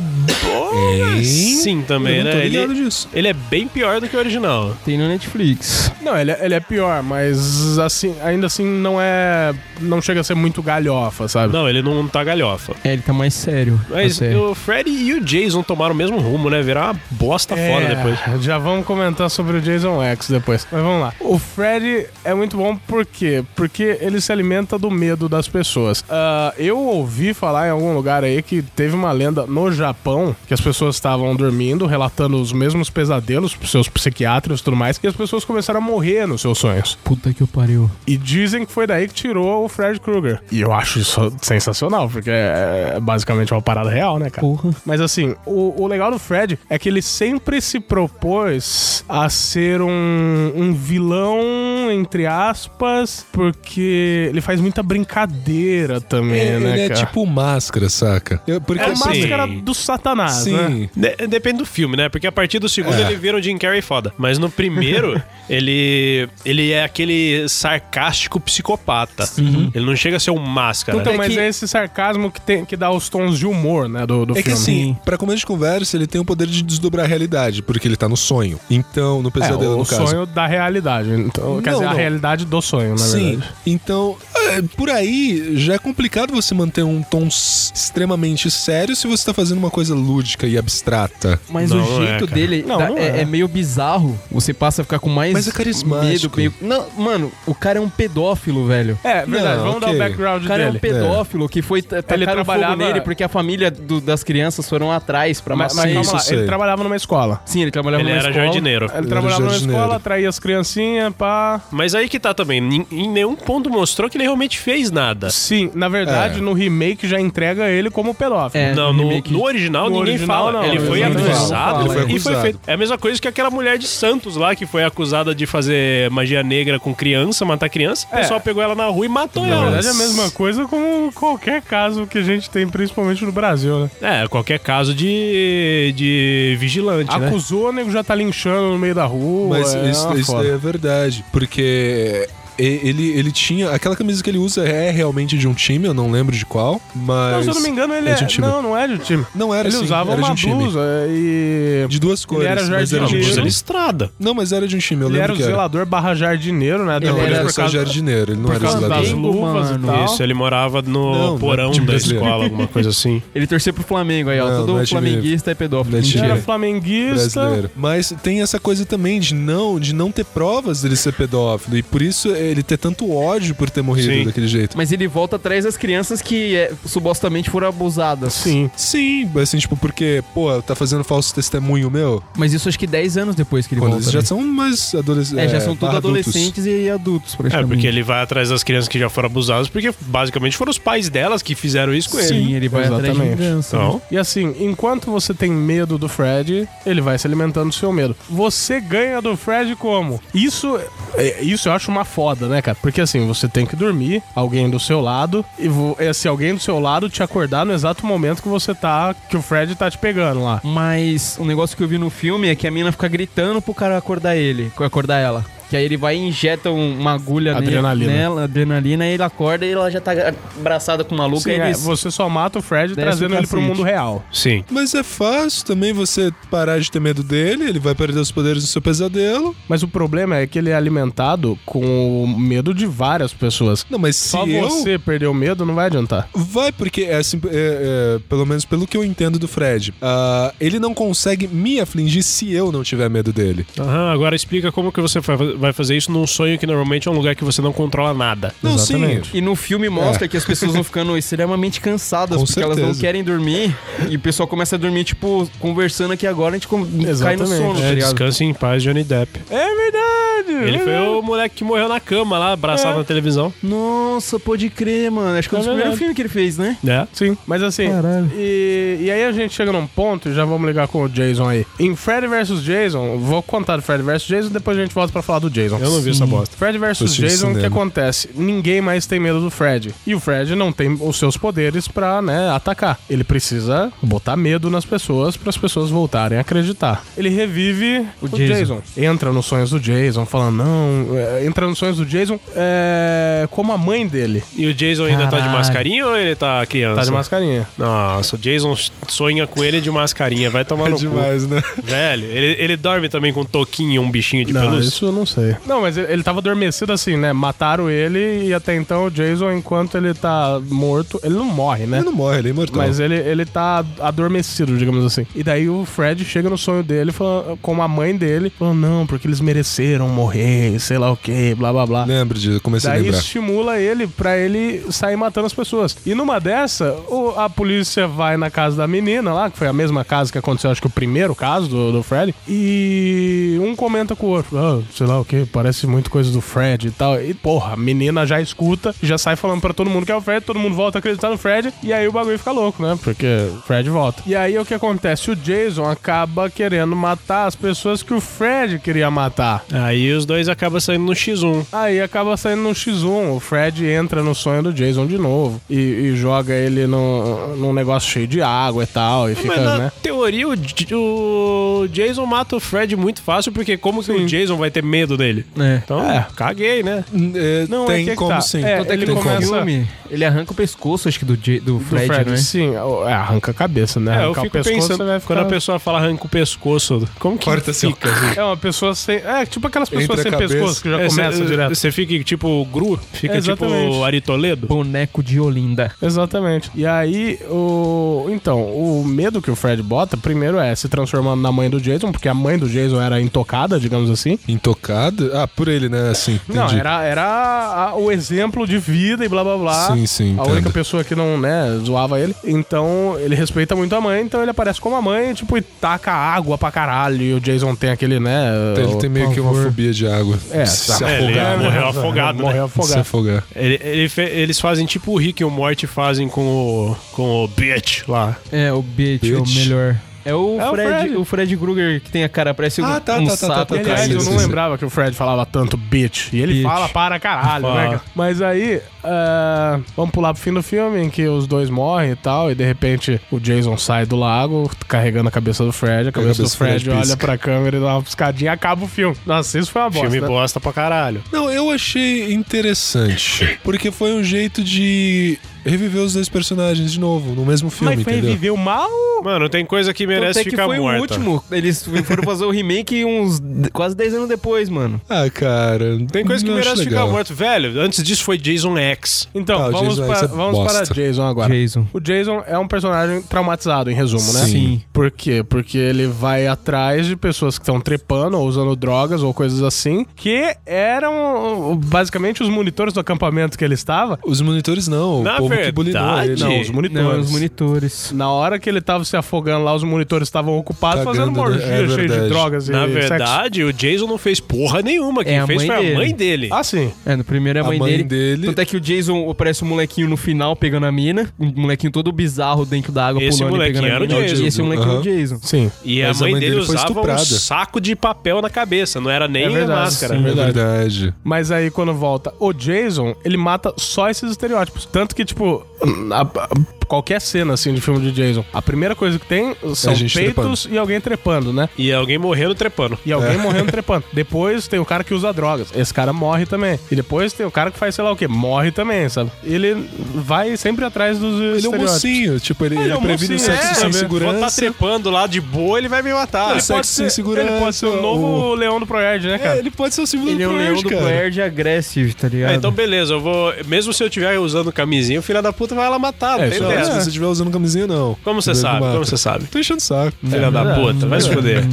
[SPEAKER 8] Sim, também,
[SPEAKER 2] Eu não tô
[SPEAKER 8] né?
[SPEAKER 2] ligado
[SPEAKER 8] Ele,
[SPEAKER 2] disso.
[SPEAKER 8] ele é bem pior do que
[SPEAKER 1] É.
[SPEAKER 8] o original.
[SPEAKER 3] Tem no Netflix.
[SPEAKER 1] Não, ele, é- ele é pior, mas assim, ainda assim não é. Não chega a ser muito galhofa, sabe?
[SPEAKER 8] Não, ele não tá galhofa.
[SPEAKER 3] É, ele tá mais sério.
[SPEAKER 8] Mas
[SPEAKER 3] Tá sério.
[SPEAKER 8] o Freddy e o Jason tomaram o mesmo rumo, né? Virar uma bosta
[SPEAKER 1] É,
[SPEAKER 8] fora depois.
[SPEAKER 1] Já vamos comentar sobre o Jason X depois. Mas vamos lá. O Freddy é muito bom por quê? Porque ele se alimenta do medo das pessoas. Ah, eu ouvi falar em algum lugar aí que teve uma lenda no Japão que as pessoas estavam dormindo, relatando os mesmos pesadelos pros seus psiquiatras e tudo mais, que as pessoas começaram a morrer nos seus sonhos.
[SPEAKER 3] Puta que eu pariu.
[SPEAKER 1] E dizem que foi daí que tirou o Fred Krueger. E eu acho isso sensacional, porque é basicamente uma parada real, né, cara?
[SPEAKER 3] Porra.
[SPEAKER 1] Mas assim, o, o legal do Fred é que ele sempre se propôs a ser um, um vilão, entre aspas, porque ele faz muita brincadeira também,
[SPEAKER 2] ele
[SPEAKER 1] né,
[SPEAKER 2] é
[SPEAKER 1] cara?
[SPEAKER 2] tipo máscara, saca? Eu- porque,
[SPEAKER 1] É a
[SPEAKER 8] assim,
[SPEAKER 1] máscara do satanás, né?
[SPEAKER 2] Sim.
[SPEAKER 8] De- depende do filme, né? Porque a partir do segundo
[SPEAKER 2] É.
[SPEAKER 8] ele vira um Jim Carrey foda. Mas no primeiro, ele ele é aquele sarcástico psicopata. Ele não chega a ser um máscara.
[SPEAKER 1] Uhum. Então,
[SPEAKER 2] É
[SPEAKER 1] mas
[SPEAKER 2] que-
[SPEAKER 1] é esse sarcasmo que, tem, que dá os tons de humor, né, do, do
[SPEAKER 2] É
[SPEAKER 1] filme.
[SPEAKER 2] que assim, pra começo de conversa, ele tem o poder de desdobrar a realidade, porque ele tá no sonho. Então, no
[SPEAKER 1] É,
[SPEAKER 2] pesadelo,
[SPEAKER 1] o
[SPEAKER 2] no caso.
[SPEAKER 1] sonho da realidade. Então, quer
[SPEAKER 2] Não,
[SPEAKER 1] dizer, a
[SPEAKER 2] não.
[SPEAKER 1] realidade do sonho, na
[SPEAKER 2] Sim,
[SPEAKER 1] verdade.
[SPEAKER 2] então é, por aí já é complicado você manter um tom s- extremamente sério se você tá fazendo uma coisa lúdica e abstrata.
[SPEAKER 3] Mas
[SPEAKER 8] Não, não
[SPEAKER 3] o
[SPEAKER 8] é,
[SPEAKER 3] jeito
[SPEAKER 8] cara.
[SPEAKER 3] dele
[SPEAKER 1] Não,
[SPEAKER 3] dá-
[SPEAKER 1] não
[SPEAKER 3] é,
[SPEAKER 1] é.
[SPEAKER 3] é meio bizarro. Você passa a ficar com mais
[SPEAKER 2] Mas é carismático.
[SPEAKER 3] meio... Não, mano, o cara é um pedófilo, velho.
[SPEAKER 1] É, verdade.
[SPEAKER 2] Não,
[SPEAKER 1] Vamos
[SPEAKER 2] ok.
[SPEAKER 1] dar o background
[SPEAKER 3] O cara é um
[SPEAKER 1] dele.
[SPEAKER 3] pedófilo que foi t- tacaram
[SPEAKER 1] trabalhava-
[SPEAKER 3] fogo nele porque a família do- das crianças foram atrás pra
[SPEAKER 1] mas, mas
[SPEAKER 3] matar ele.
[SPEAKER 1] calma lá,
[SPEAKER 2] Isso,
[SPEAKER 1] ele
[SPEAKER 2] sei.
[SPEAKER 1] trabalhava numa escola.
[SPEAKER 3] Sim, ele
[SPEAKER 1] é
[SPEAKER 3] trabalhava
[SPEAKER 8] ele
[SPEAKER 1] um
[SPEAKER 3] numa
[SPEAKER 8] era
[SPEAKER 3] escola.
[SPEAKER 8] jardineiro.
[SPEAKER 1] Ele
[SPEAKER 2] Ele
[SPEAKER 1] trabalhava
[SPEAKER 2] era
[SPEAKER 1] numa
[SPEAKER 2] jardineiro.
[SPEAKER 1] escola, atraía as criancinhas, pá.
[SPEAKER 8] Mas aí que tá também. Em, em nenhum ponto mostrou que ele realmente fez nada.
[SPEAKER 1] Sim, na verdade,
[SPEAKER 2] É.
[SPEAKER 1] no remake já entrega ele como pedófilo.
[SPEAKER 3] É,
[SPEAKER 8] Não,
[SPEAKER 3] no
[SPEAKER 8] no,
[SPEAKER 3] remake.
[SPEAKER 8] no original
[SPEAKER 1] No
[SPEAKER 8] ninguém
[SPEAKER 1] original,
[SPEAKER 8] fala.
[SPEAKER 1] não,
[SPEAKER 8] ele
[SPEAKER 1] no
[SPEAKER 8] foi
[SPEAKER 1] original
[SPEAKER 2] não
[SPEAKER 8] acusado
[SPEAKER 2] fala. Ele foi
[SPEAKER 8] e foi
[SPEAKER 2] acusado.
[SPEAKER 8] feito. É a mesma coisa que aquela mulher de Santos lá que foi acusada de fazer magia negra com criança, matar criança. O
[SPEAKER 1] É.
[SPEAKER 8] pessoal pegou ela na rua e matou
[SPEAKER 1] Na
[SPEAKER 8] ela.
[SPEAKER 1] verdade, é a mesma coisa como qualquer caso que a gente tem, principalmente no Brasil, né?
[SPEAKER 8] É, qualquer caso de, de vigilante, né?
[SPEAKER 1] Acusou, o nego já tá linchando no meio da rua.
[SPEAKER 2] Mas
[SPEAKER 1] é
[SPEAKER 2] isso,
[SPEAKER 1] uma
[SPEAKER 2] isso
[SPEAKER 1] foda.
[SPEAKER 2] daí é verdade, porque e- ele, ele tinha. Aquela camisa que ele usa é realmente de um time, eu não lembro de qual, mas.
[SPEAKER 1] Não, se eu não me engano, ele
[SPEAKER 2] é
[SPEAKER 1] é.
[SPEAKER 2] de um time.
[SPEAKER 1] Não, não é de um time.
[SPEAKER 2] Não era
[SPEAKER 1] ele
[SPEAKER 2] assim,
[SPEAKER 1] usava
[SPEAKER 2] era
[SPEAKER 1] uma
[SPEAKER 2] de um time.
[SPEAKER 1] blusa é, e.
[SPEAKER 2] De duas cores.
[SPEAKER 1] era
[SPEAKER 2] mas
[SPEAKER 8] Não,
[SPEAKER 2] era de um
[SPEAKER 1] jardineiro.
[SPEAKER 8] blusa
[SPEAKER 2] time.
[SPEAKER 8] listrada.
[SPEAKER 2] Não, mas era de um time, eu
[SPEAKER 1] Ele
[SPEAKER 2] lembro
[SPEAKER 1] era o
[SPEAKER 2] que era.
[SPEAKER 1] zelador barra jardineiro, né?
[SPEAKER 2] Não,
[SPEAKER 1] é Também
[SPEAKER 2] ele
[SPEAKER 3] era
[SPEAKER 2] era
[SPEAKER 1] por
[SPEAKER 2] só
[SPEAKER 1] causa,
[SPEAKER 2] jardineiro, ele não
[SPEAKER 1] por
[SPEAKER 2] era
[SPEAKER 1] causa
[SPEAKER 2] zelador.
[SPEAKER 1] das luvas
[SPEAKER 3] Mano,
[SPEAKER 1] e tal.
[SPEAKER 8] Isso, ele morava no
[SPEAKER 2] Não, não é
[SPEAKER 8] porão
[SPEAKER 2] time
[SPEAKER 8] da
[SPEAKER 2] brasileiro.
[SPEAKER 8] escola, alguma coisa assim.
[SPEAKER 3] Ele torcia pro Flamengo aí, ó.
[SPEAKER 2] Não, não
[SPEAKER 3] Todo
[SPEAKER 2] é time-
[SPEAKER 3] flamenguista é pedófilo.
[SPEAKER 2] não é time-
[SPEAKER 1] Ele
[SPEAKER 3] Mentira.
[SPEAKER 2] Brasileiro.
[SPEAKER 1] era flamenguista.
[SPEAKER 2] brasileiro. Mas tem essa coisa também de não, de não ter provas dele ser pedófilo. E por isso ele ter tanto ódio por ter morrido
[SPEAKER 8] Sim.
[SPEAKER 2] daquele jeito.
[SPEAKER 3] Mas ele volta atrás das crianças que é, supostamente foram abusadas.
[SPEAKER 1] Sim.
[SPEAKER 2] Sim, assim, tipo, porque, pô, tá fazendo falso testemunho meu?
[SPEAKER 3] Mas isso acho que 10 anos depois que ele
[SPEAKER 2] Quando
[SPEAKER 3] volta.
[SPEAKER 2] eles já
[SPEAKER 3] né?
[SPEAKER 2] são mais adolescentes.
[SPEAKER 3] É, já são todos adolescentes e adultos,
[SPEAKER 8] É,
[SPEAKER 3] praticamente.
[SPEAKER 8] porque ele vai atrás das crianças que já foram abusadas, porque basicamente foram os pais delas que fizeram isso com ele.
[SPEAKER 3] Sim, Uhum. ele vai atrás de
[SPEAKER 1] Exatamente.
[SPEAKER 3] vingança. né?
[SPEAKER 8] Então,
[SPEAKER 1] E assim, enquanto você tem medo do Fred, ele vai se alimentando do seu medo. Você ganha do Fred como? Isso, é, isso eu acho uma foda, né, cara? Porque assim, você tem que dormir, alguém do seu lado, e vo- esse alguém do seu lado te acordar no exato momento que você tá, que o Fred tá te pegando lá.
[SPEAKER 3] Mas um negócio que eu vi no filme é que a mina fica gritando pro cara acordar ele, acordar ela. Que aí ele vai e injeta um- uma agulha ne-
[SPEAKER 1] Adrenalina.
[SPEAKER 3] nela, adrenalina, e ele acorda e ela já tá abraçada com o maluco.
[SPEAKER 1] Sim,
[SPEAKER 3] aí
[SPEAKER 1] é,
[SPEAKER 3] eles-
[SPEAKER 1] você só mata o Fred
[SPEAKER 3] Desce
[SPEAKER 1] trazendo
[SPEAKER 3] o
[SPEAKER 1] ele pro
[SPEAKER 3] cacete.
[SPEAKER 1] mundo real.
[SPEAKER 8] sim.
[SPEAKER 2] Mas é fácil também você parar de ter medo dele, ele vai perder os poderes do seu pesadelo.
[SPEAKER 1] Mas o problema é que ele é alimentado com o medo de várias pessoas.
[SPEAKER 2] Não, mas
[SPEAKER 1] Só
[SPEAKER 2] se eu...
[SPEAKER 1] você perder o medo não vai adiantar.
[SPEAKER 2] Vai, porque é assim, é, é, pelo menos pelo que eu entendo do Fred, ah, ele não consegue me afligir se eu não tiver medo dele.
[SPEAKER 8] Aham, agora explica como que você fa- vai fazer isso num sonho que normalmente é um lugar que você não controla nada.
[SPEAKER 2] Não,
[SPEAKER 1] Exatamente.
[SPEAKER 2] sim.
[SPEAKER 3] E no filme mostra que as pessoas vão ficando extremamente cansadas,
[SPEAKER 2] Com
[SPEAKER 3] porque elas não
[SPEAKER 2] certeza.
[SPEAKER 3] querem dormir, e o pessoal começa a dormir, tipo, conversando aqui agora, a gente com- cai no
[SPEAKER 1] Exatamente.
[SPEAKER 3] sono, tá
[SPEAKER 8] É,
[SPEAKER 3] ligado?
[SPEAKER 8] descanse em paz, Johnny Depp.
[SPEAKER 1] É verdade! é.
[SPEAKER 8] Ele foi o moleque que morreu na cama lá, abraçado na televisão.
[SPEAKER 3] Nossa, pode crer, mano. Acho que é um dos
[SPEAKER 1] É verdade.
[SPEAKER 3] primeiros filmes que ele fez, né?
[SPEAKER 8] né?
[SPEAKER 1] Sim, mas assim,
[SPEAKER 3] Caralho.
[SPEAKER 1] e, e aí a gente chega num ponto, e já vamos ligar com o Jason aí. Em Freddy vs Jason, vou contar do Freddy vs Jason, depois a gente volta pra falar do do Jason.
[SPEAKER 8] Eu não vi essa bosta.
[SPEAKER 1] Fred versus
[SPEAKER 2] Assisti no
[SPEAKER 1] Jason, o que
[SPEAKER 2] cinema.
[SPEAKER 1] acontece? Ninguém mais tem medo do Fred. E o Fred não tem os seus poderes pra, né, atacar. Ele precisa botar medo nas pessoas para as pessoas voltarem a acreditar. Ele revive o, Jason. Entra nos sonhos do Jason, falando, não, é, entra nos sonhos do Jason é, como a mãe dele.
[SPEAKER 8] E o Jason ainda tá de mascarinha ou ele tá criança?
[SPEAKER 1] Tá de mascarinha.
[SPEAKER 8] Nossa, o Jason sonha com ele de mascarinha. Vai tomar
[SPEAKER 1] É
[SPEAKER 8] no cu.
[SPEAKER 2] demais, né?
[SPEAKER 8] Velho, ele, ele dorme também com um toquinho, um bichinho de
[SPEAKER 1] Não,
[SPEAKER 8] pelúcia.
[SPEAKER 1] Tá, isso eu não sei. Não, mas ele, ele tava adormecido assim, né? Mataram ele e até então o Jason, enquanto ele tá morto, ele não morre, né?
[SPEAKER 2] Ele não morre, ele é imortal.
[SPEAKER 1] Mas ele, ele tá adormecido, digamos assim. E daí o Fred chega no sonho dele falando, com a mãe dele, falando, não, porque eles mereceram morrer, sei lá o que, blá blá blá.
[SPEAKER 2] Lembro disso, eu comecei a
[SPEAKER 1] Daí
[SPEAKER 2] lembrar.
[SPEAKER 1] estimula ele pra ele sair matando as pessoas. E numa dessa, o- a polícia vai na casa da menina lá, que foi a mesma casa que aconteceu, acho que o primeiro caso do, do Fred. E um comenta com o outro, "Ah, sei lá o que, parece muito coisa do Fred e tal. E porra, a menina já escuta, já sai falando pra todo mundo que é o Fred, todo mundo volta a acreditar no Fred. E aí o bagulho fica louco, né? Porque o Fred volta. E aí o que acontece? O Jason acaba querendo matar as pessoas que o Fred queria matar.
[SPEAKER 8] Aí os dois acabam saindo no X1.
[SPEAKER 1] Aí acaba saindo no X1. O Fred entra no sonho do Jason de novo e, e joga ele no, num negócio cheio de água e tal. E
[SPEAKER 8] Mas
[SPEAKER 1] fica,
[SPEAKER 8] na
[SPEAKER 1] né?
[SPEAKER 8] teoria, o, J- o Jason mata o Fred muito fácil, porque como que o Jason vai ter medo dele?
[SPEAKER 3] É.
[SPEAKER 8] Então, caguei, né?
[SPEAKER 2] É,
[SPEAKER 1] Não, é
[SPEAKER 2] tem
[SPEAKER 1] que é que
[SPEAKER 2] como
[SPEAKER 1] tá.
[SPEAKER 2] sim.
[SPEAKER 1] É,
[SPEAKER 2] Tem
[SPEAKER 1] ele
[SPEAKER 2] como.
[SPEAKER 1] começa-
[SPEAKER 3] filme, ele arranca o pescoço, acho que, do, J- do,
[SPEAKER 1] Do
[SPEAKER 3] Fred, né?
[SPEAKER 1] sim. É, arranca a cabeça, né?
[SPEAKER 8] É, eu
[SPEAKER 1] Arrancar
[SPEAKER 8] fico pensando,
[SPEAKER 1] você vai ficar-
[SPEAKER 8] quando a pessoa fala arranca o pescoço, como que
[SPEAKER 2] Corta seu
[SPEAKER 8] fica? assim?
[SPEAKER 1] É uma pessoa sem. É tipo aquelas
[SPEAKER 2] Entre
[SPEAKER 1] pessoas
[SPEAKER 2] a
[SPEAKER 1] sem
[SPEAKER 2] cabeça.
[SPEAKER 1] pescoço que já
[SPEAKER 8] É,
[SPEAKER 1] começam
[SPEAKER 8] cê-
[SPEAKER 1] direto.
[SPEAKER 8] Você fica tipo Gru, fica
[SPEAKER 1] É, exatamente.
[SPEAKER 8] tipo Ari Toledo.
[SPEAKER 3] Boneco de Olinda.
[SPEAKER 1] Exatamente. E aí, o. Então, o medo que o Fred bota, primeiro é se transformando na mãe do Jason, porque a mãe do Jason era intocada, digamos assim.
[SPEAKER 2] Intocado? Ah, por ele, né? Assim, entendi.
[SPEAKER 1] Não, era, era a- o exemplo de vida e blá blá blá.
[SPEAKER 2] Sim, sim,
[SPEAKER 1] A
[SPEAKER 2] entendo.
[SPEAKER 1] única pessoa que não, né, zoava ele. Então, ele respeita muito a mãe, então ele aparece como a mãe, tipo, e taca água pra caralho. E o Jason tem aquele, né.
[SPEAKER 2] Ele
[SPEAKER 1] o-
[SPEAKER 2] tem meio que uma fobia de água.
[SPEAKER 1] É,
[SPEAKER 2] se
[SPEAKER 1] tá.
[SPEAKER 8] É, ele
[SPEAKER 2] afogar.
[SPEAKER 8] morreu afogado, né?
[SPEAKER 1] Morreu
[SPEAKER 2] Se
[SPEAKER 1] afogado.
[SPEAKER 2] afogar.
[SPEAKER 8] Ele- ele fe- eles fazem tipo o Rick e o Morty fazem com o, com o Bitch lá.
[SPEAKER 3] É, o Bitch,
[SPEAKER 2] Bitch.
[SPEAKER 3] o melhor. É o
[SPEAKER 1] É o
[SPEAKER 3] Fred, o
[SPEAKER 1] Fred.
[SPEAKER 3] Fred, Krueger que tem a cara, parece um,
[SPEAKER 2] Ah, tá,
[SPEAKER 3] um
[SPEAKER 2] tá, tá, tá,
[SPEAKER 3] sapo
[SPEAKER 2] tá, tá.
[SPEAKER 1] Aliás, eu
[SPEAKER 2] Sim,
[SPEAKER 1] não
[SPEAKER 2] sim.
[SPEAKER 1] lembrava que o Fred falava tanto bitch. E ele
[SPEAKER 3] Bitch.
[SPEAKER 1] fala para caralho, né?
[SPEAKER 8] Fala.
[SPEAKER 1] cara? Mas aí, ah, vamos pular pro fim do filme, em que os dois morrem e tal, e de repente o Jason sai do lago, carregando a cabeça do Fred, a cabeça,
[SPEAKER 2] cabeça
[SPEAKER 1] do
[SPEAKER 2] do Fred
[SPEAKER 1] Fred, olha
[SPEAKER 2] pisca.
[SPEAKER 1] pra câmera e dá uma piscadinha e acaba o filme. Nossa, isso foi uma bosta.
[SPEAKER 8] Filme
[SPEAKER 1] né?
[SPEAKER 8] bosta pra caralho.
[SPEAKER 2] Não, eu achei interessante. Porque foi um jeito de reviver os dois personagens de novo, no mesmo filme,
[SPEAKER 1] Mas foi
[SPEAKER 2] entendeu?
[SPEAKER 1] reviver o mal?
[SPEAKER 8] Mano, tem coisa que merece
[SPEAKER 3] Até é que
[SPEAKER 8] ficar
[SPEAKER 3] foi
[SPEAKER 8] morta.
[SPEAKER 3] o último. Eles foram fazer o remake uns d- quase 10 anos depois, mano.
[SPEAKER 2] Ah, cara.
[SPEAKER 8] Tem coisa que
[SPEAKER 2] não acho
[SPEAKER 8] merece ficar
[SPEAKER 2] legal.
[SPEAKER 8] morto. Velho, antes disso foi Jason X.
[SPEAKER 1] Então,
[SPEAKER 2] Ah, o
[SPEAKER 1] vamos,
[SPEAKER 2] Jason,
[SPEAKER 1] para,
[SPEAKER 2] isso é
[SPEAKER 1] vamos para
[SPEAKER 2] bosta.
[SPEAKER 1] Jason agora.
[SPEAKER 3] Jason.
[SPEAKER 1] O Jason é um personagem traumatizado, em resumo, né?
[SPEAKER 2] Sim.
[SPEAKER 1] Por quê? Porque ele vai atrás de pessoas que estão trepando ou usando drogas ou coisas assim, que eram basicamente os monitores do acampamento que ele estava.
[SPEAKER 2] Os monitores não, o
[SPEAKER 8] Na
[SPEAKER 2] povo que bulinou
[SPEAKER 8] verdade-
[SPEAKER 2] ele.
[SPEAKER 1] Não, os monitores.
[SPEAKER 3] Não, os monitores.
[SPEAKER 1] Na hora que ele estava se afogando lá, os monitores estavam ocupados
[SPEAKER 2] Cagando,
[SPEAKER 1] fazendo uma
[SPEAKER 2] né?
[SPEAKER 1] orgia
[SPEAKER 2] É
[SPEAKER 1] cheia de
[SPEAKER 2] verdade.
[SPEAKER 1] drogas
[SPEAKER 8] Na
[SPEAKER 1] e sexo.
[SPEAKER 8] verdade, o Jason não fez porra nenhuma. Quem
[SPEAKER 3] É a
[SPEAKER 8] fez
[SPEAKER 3] mãe
[SPEAKER 8] foi
[SPEAKER 3] dele.
[SPEAKER 8] a mãe dele.
[SPEAKER 1] Ah, sim.
[SPEAKER 3] É, no primeiro é a
[SPEAKER 2] A
[SPEAKER 3] mãe,
[SPEAKER 2] mãe
[SPEAKER 3] dele.
[SPEAKER 2] dele-
[SPEAKER 3] Tanto é que o Jason aparece um molequinho no final pegando a mina. Um molequinho todo bizarro dentro da água
[SPEAKER 8] Esse
[SPEAKER 3] pulando e
[SPEAKER 8] molequinho
[SPEAKER 3] pegando a
[SPEAKER 8] era o
[SPEAKER 3] mina.
[SPEAKER 8] Jason.
[SPEAKER 3] E esse molequinho é
[SPEAKER 2] Aham.
[SPEAKER 3] o Jason.
[SPEAKER 1] Sim.
[SPEAKER 8] E a
[SPEAKER 2] Mas
[SPEAKER 8] mãe, dele,
[SPEAKER 2] foi
[SPEAKER 8] usava um
[SPEAKER 2] estuprada.
[SPEAKER 8] saco de papel na cabeça, não era nem
[SPEAKER 1] É verdade,
[SPEAKER 8] a máscara.
[SPEAKER 1] sim.
[SPEAKER 2] É verdade.
[SPEAKER 1] Mas aí, quando volta o Jason, ele mata só esses estereótipos. Tanto que, tipo, a- a- qualquer cena, assim, de filme de Jason, a primeira coisa que tem são
[SPEAKER 2] É gente
[SPEAKER 1] peitos e alguém trepando, né?
[SPEAKER 8] E alguém morrendo trepando.
[SPEAKER 1] E
[SPEAKER 2] É.
[SPEAKER 1] alguém morrendo trepando. Depois tem o cara que usa drogas. Esse cara morre também. E depois tem o cara que faz sei lá o quê. Morre também, sabe? Ele vai sempre atrás dos
[SPEAKER 2] Ele é um
[SPEAKER 1] estereótipos.
[SPEAKER 2] mocinho, tipo, ele, ele
[SPEAKER 1] é um
[SPEAKER 2] previne o
[SPEAKER 1] mocinho,
[SPEAKER 2] sexo
[SPEAKER 1] é,
[SPEAKER 2] sem
[SPEAKER 1] sabe?
[SPEAKER 8] Vou tá
[SPEAKER 2] segurança.
[SPEAKER 8] trepando lá de boa, ele vai me matar.
[SPEAKER 2] Ele
[SPEAKER 1] Pode
[SPEAKER 2] sexo sem
[SPEAKER 1] ser-
[SPEAKER 2] segurança.
[SPEAKER 1] Ele pode ser o novo leão do Proerd, né,
[SPEAKER 2] É,
[SPEAKER 1] cara?
[SPEAKER 2] ele pode ser o símbolo
[SPEAKER 3] Ele é
[SPEAKER 2] do
[SPEAKER 3] o leão
[SPEAKER 2] Proerd,
[SPEAKER 3] do
[SPEAKER 2] cara.
[SPEAKER 3] Proerd agressivo, tá ligado?
[SPEAKER 8] Ah, então beleza, eu vou. Mesmo se eu estiver usando camisinha, o filho da puta vai lá matar, não
[SPEAKER 1] É,
[SPEAKER 8] tem
[SPEAKER 1] isso
[SPEAKER 2] Não,
[SPEAKER 1] é.
[SPEAKER 8] dessa.
[SPEAKER 2] se você estiver usando camisinha, não.
[SPEAKER 8] Como você
[SPEAKER 2] Ele
[SPEAKER 8] sabe?
[SPEAKER 2] mata. É
[SPEAKER 8] Como você sabe?
[SPEAKER 2] Tô enchendo o saco.
[SPEAKER 3] É.
[SPEAKER 8] Filha da puta, vai se fuder.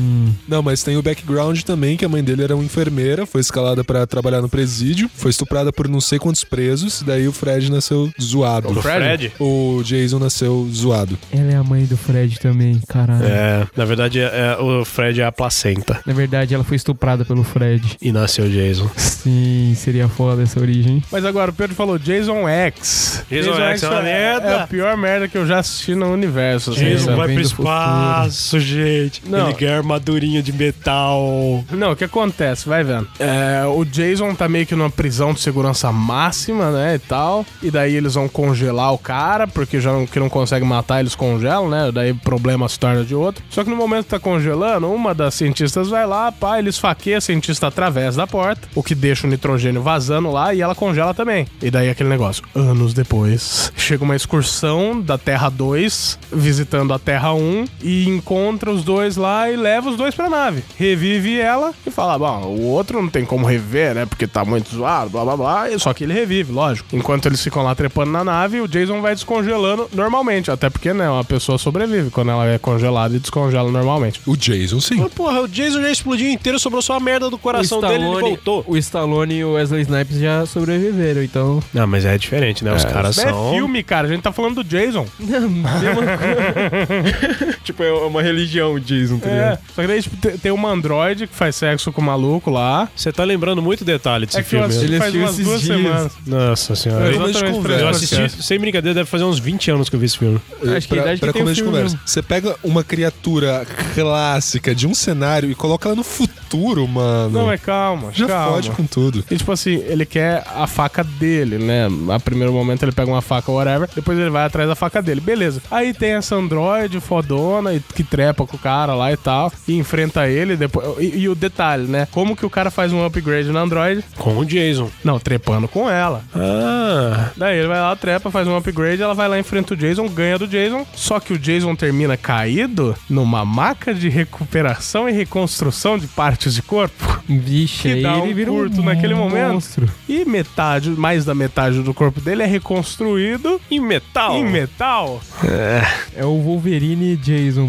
[SPEAKER 2] Não, mas tem o background também, que a mãe dele era uma enfermeira, foi escalada pra trabalhar no presídio, foi estuprada por não sei quantos presos, daí o Fred nasceu zoado.
[SPEAKER 8] O Fred?
[SPEAKER 2] O Jason nasceu zoado.
[SPEAKER 3] Ela é a mãe do Fred também, caralho.
[SPEAKER 8] É, na verdade, é- é, o Fred é a placenta.
[SPEAKER 3] Na verdade, ela foi estuprada pelo Fred.
[SPEAKER 8] E nasceu Jason.
[SPEAKER 3] Sim, seria foda essa origem.
[SPEAKER 1] Mas agora o Pedro falou Jason X.
[SPEAKER 8] Jason X é uma
[SPEAKER 1] é a
[SPEAKER 8] merda.
[SPEAKER 1] pior merda que eu já assisti no universo. assim,
[SPEAKER 8] Jason
[SPEAKER 1] sabe?
[SPEAKER 8] vai
[SPEAKER 2] vem
[SPEAKER 8] pro
[SPEAKER 2] do futuro.
[SPEAKER 8] espaço, gente.
[SPEAKER 1] Não.
[SPEAKER 8] Ele ganha armadurinha de metal.
[SPEAKER 1] Não, o que acontece? Vai vendo. É, o Jason tá meio que numa prisão de segurança máxima, né? E tal. E daí eles vão congelar o cara, porque já não, que não consegue matar, eles congelam, né? Daí o problema se torna de outro. Só que no momento que tá congelando, uma das cientistas vai lá, pá, ele esfaqueia a cientista através da porta, o que deixa o nitrogênio vazando lá e ela congela também. E daí aquele negócio. Anos depois, chega uma excursão da Terra 2, visitando a Terra 1, e encontra os dois lá e leva os dois pra nave. Revive ela e fala: Bom, o outro não tem como rever, né? Porque tá muito zoado, blá blá blá. E Só que ele revive, lógico. Enquanto eles ficam lá trepando na nave, o Jason vai descongelando normalmente. Até porque, né? Uma pessoa sobrevive quando ela é congelada e descongela normalmente.
[SPEAKER 2] O Jason, sim.
[SPEAKER 8] Porra, o Jason já explodiu inteiro, sobrou só a merda do
[SPEAKER 3] O
[SPEAKER 8] coração dele e ele
[SPEAKER 3] Stallone,
[SPEAKER 8] voltou.
[SPEAKER 3] o Stallone e o Wesley Snipes já sobreviveram, então...
[SPEAKER 8] Não, mas é diferente, né? Os caras
[SPEAKER 1] Isso
[SPEAKER 8] são.
[SPEAKER 1] é filme, cara. A gente tá falando do Jason.
[SPEAKER 3] Tipo, é uma religião, Jason, tá
[SPEAKER 1] É. Só que daí, tipo, te- tem um androide que faz sexo com o maluco lá.
[SPEAKER 8] Você tá lembrando muito detalhe desse
[SPEAKER 1] É que eu
[SPEAKER 8] filme. né?
[SPEAKER 1] assisti
[SPEAKER 3] Ele
[SPEAKER 1] faz
[SPEAKER 3] assistiu
[SPEAKER 1] umas
[SPEAKER 3] esses
[SPEAKER 1] duas
[SPEAKER 3] dias.
[SPEAKER 1] semanas.
[SPEAKER 8] Nossa senhora.
[SPEAKER 1] Exatamente,
[SPEAKER 2] Mas
[SPEAKER 1] pra
[SPEAKER 2] conversa.
[SPEAKER 8] Eu
[SPEAKER 1] esse
[SPEAKER 8] assisti,
[SPEAKER 1] podcast.
[SPEAKER 8] sem brincadeira, deve fazer uns 20 anos que eu vi esse filme.
[SPEAKER 3] Acho que a idade que
[SPEAKER 2] pra
[SPEAKER 3] tem o
[SPEAKER 2] começo de
[SPEAKER 3] filme
[SPEAKER 2] conversa.
[SPEAKER 3] mesmo.
[SPEAKER 2] Você pega uma criatura clássica de um cenário e coloca ela no futuro, mano.
[SPEAKER 1] Não, mas calma,
[SPEAKER 2] Já
[SPEAKER 1] calma.
[SPEAKER 2] fode com tudo.
[SPEAKER 1] E tipo assim, ele quer a faca dele, né? A primeiro momento ele pega uma faca, whatever, depois ele vai atrás da faca dele, beleza. Aí tem essa androide fodona e- que trepa com o cara lá e tal, e enfrenta ele depois. E, e o detalhe, né? Como que o cara faz um upgrade no androide?
[SPEAKER 8] Com o Jason.
[SPEAKER 1] Não, trepando com ela.
[SPEAKER 8] Ah.
[SPEAKER 1] Daí ele vai lá, trepa, faz um upgrade, ela vai lá, enfrenta o Jason, ganha do Jason. Só que o Jason termina caído numa maca de recuperação e reconstrução de partes de corpo.
[SPEAKER 3] Vixe,
[SPEAKER 1] Que
[SPEAKER 3] aí
[SPEAKER 1] dá
[SPEAKER 3] ele
[SPEAKER 1] um
[SPEAKER 3] vira
[SPEAKER 1] curto
[SPEAKER 3] um
[SPEAKER 1] naquele momento.
[SPEAKER 3] monstro.
[SPEAKER 1] E metade, mais da metade do corpo dele é reconstruído
[SPEAKER 8] Em metal.
[SPEAKER 1] em metal.
[SPEAKER 3] É o Wolverine e Jason,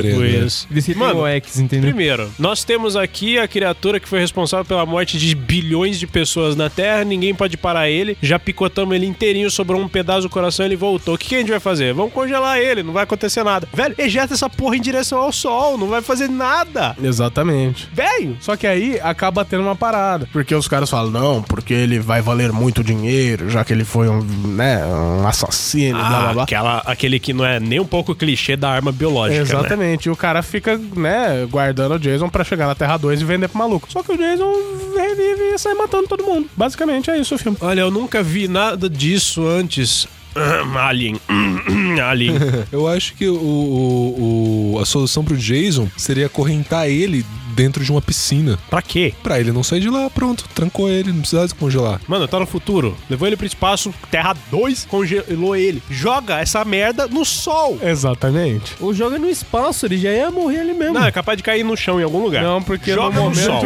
[SPEAKER 2] Lembrei.
[SPEAKER 8] Tipo
[SPEAKER 2] Beleza.
[SPEAKER 8] isso.
[SPEAKER 3] Eles citam
[SPEAKER 8] Mano,
[SPEAKER 3] o X, entendeu?
[SPEAKER 8] Primeiro, nós temos aqui a criatura que foi responsável pela morte de bilhões de pessoas na Terra, ninguém pode parar ele, já picotamos ele inteirinho, sobrou um pedaço do coração ele voltou. O que, que a gente vai fazer? Vamos congelar ele, não vai acontecer nada. Velho, ejeta essa porra em direção ao sol, não vai fazer nada.
[SPEAKER 1] Exatamente.
[SPEAKER 8] Velho!
[SPEAKER 1] Só que aí acaba tendo uma parada. Porque os caras falam, não, porque ele vai valer muito dinheiro, já que ele foi um, né, um assassino, blá blá blá.
[SPEAKER 8] aquela, aquele Ah, que não é nem um pouco clichê da arma biológica. né?
[SPEAKER 1] Exatamente. E o cara fica, né, guardando o Jason pra chegar na Terra 2 e vender pro maluco. Só que o Jason revive e sai matando todo mundo. Basicamente é isso o filme.
[SPEAKER 8] Olha, eu nunca vi nada disso antes. Alien. Alien.
[SPEAKER 2] Eu acho que o, o- o- a solução pro Jason seria acorrentar ele dentro de uma piscina.
[SPEAKER 8] pra quê?
[SPEAKER 2] Pra ele não sair de lá, pronto. Trancou ele, não precisava descongelar.
[SPEAKER 8] Mano, tá no futuro. Levou ele pro espaço, Terra 2, congelou ele. Joga essa merda no sol.
[SPEAKER 1] Exatamente.
[SPEAKER 3] Ou joga é no espaço, ele já ia morrer ali mesmo.
[SPEAKER 8] Não, é capaz de cair no chão em algum lugar.
[SPEAKER 1] Não, porque
[SPEAKER 8] Joga
[SPEAKER 1] no
[SPEAKER 8] no
[SPEAKER 1] momento.
[SPEAKER 8] sol.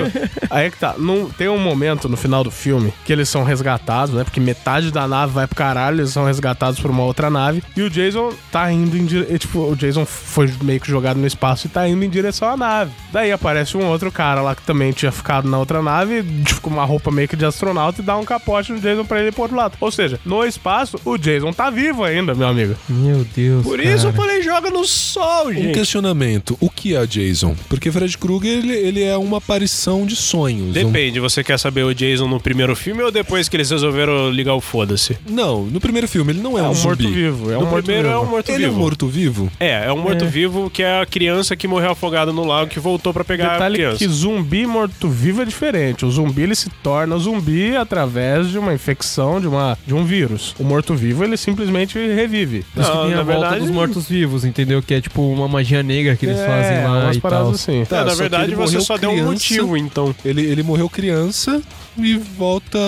[SPEAKER 1] Aí é que tá. Num- tem um momento no final do filme que eles são resgatados, né? Porque metade da nave vai pro caralho, eles são resgatados por uma outra nave. E o Jason tá indo em direção. Tipo, o Jason foi meio que jogado no espaço e tá indo em direção à nave. Daí aparece um outro cara lá que também tinha ficado na outra nave, tipo, com uma roupa meio que de astronauta, e dá um capote no Jason pra ele ir pro outro lado. Ou seja, no espaço, o Jason tá vivo ainda, meu amigo.
[SPEAKER 3] Meu Deus.
[SPEAKER 8] Por isso eu falei, joga no sol,
[SPEAKER 2] Um
[SPEAKER 8] gente.
[SPEAKER 2] questionamento: o que é Jason? Porque Fred Krueger ele, ele é uma aparição de sonhos. Um
[SPEAKER 8] Depende, você quer saber o Jason no primeiro filme ou depois que eles resolveram ligar o foda-se?
[SPEAKER 2] Um- não, no primeiro filme ele não é,
[SPEAKER 1] É
[SPEAKER 2] um,
[SPEAKER 1] um
[SPEAKER 2] zumbi.
[SPEAKER 1] morto-vivo. É um
[SPEAKER 8] No primeiro é um
[SPEAKER 1] morto-vivo.
[SPEAKER 8] morto-vivo.
[SPEAKER 2] Ele é um morto-vivo?
[SPEAKER 8] É, é um morto-vivo que é a criança que morreu afogada no lago que voltou pra pegar a
[SPEAKER 1] Detalhe tá
[SPEAKER 8] criança.
[SPEAKER 1] que zumbi e morto-vivo é diferente. O zumbi ele se torna zumbi através de uma infecção, de, uma, de um vírus. O morto-vivo ele simplesmente revive.
[SPEAKER 3] Por isso que
[SPEAKER 8] Não,
[SPEAKER 3] tem a
[SPEAKER 8] na
[SPEAKER 3] volta
[SPEAKER 8] verdade-
[SPEAKER 3] dos mortos-vivos, entendeu? Que é tipo uma magia negra que eles fazem lá
[SPEAKER 1] É, umas
[SPEAKER 3] e
[SPEAKER 1] paradas
[SPEAKER 3] É, tal.
[SPEAKER 1] assim.
[SPEAKER 2] Tá,
[SPEAKER 8] É,
[SPEAKER 2] só
[SPEAKER 8] na
[SPEAKER 2] que
[SPEAKER 8] verdade,
[SPEAKER 2] ele
[SPEAKER 8] você
[SPEAKER 2] morreu
[SPEAKER 8] só deu um
[SPEAKER 2] criança. É,
[SPEAKER 8] motivo, então.
[SPEAKER 2] Ele, ele morreu criança e volta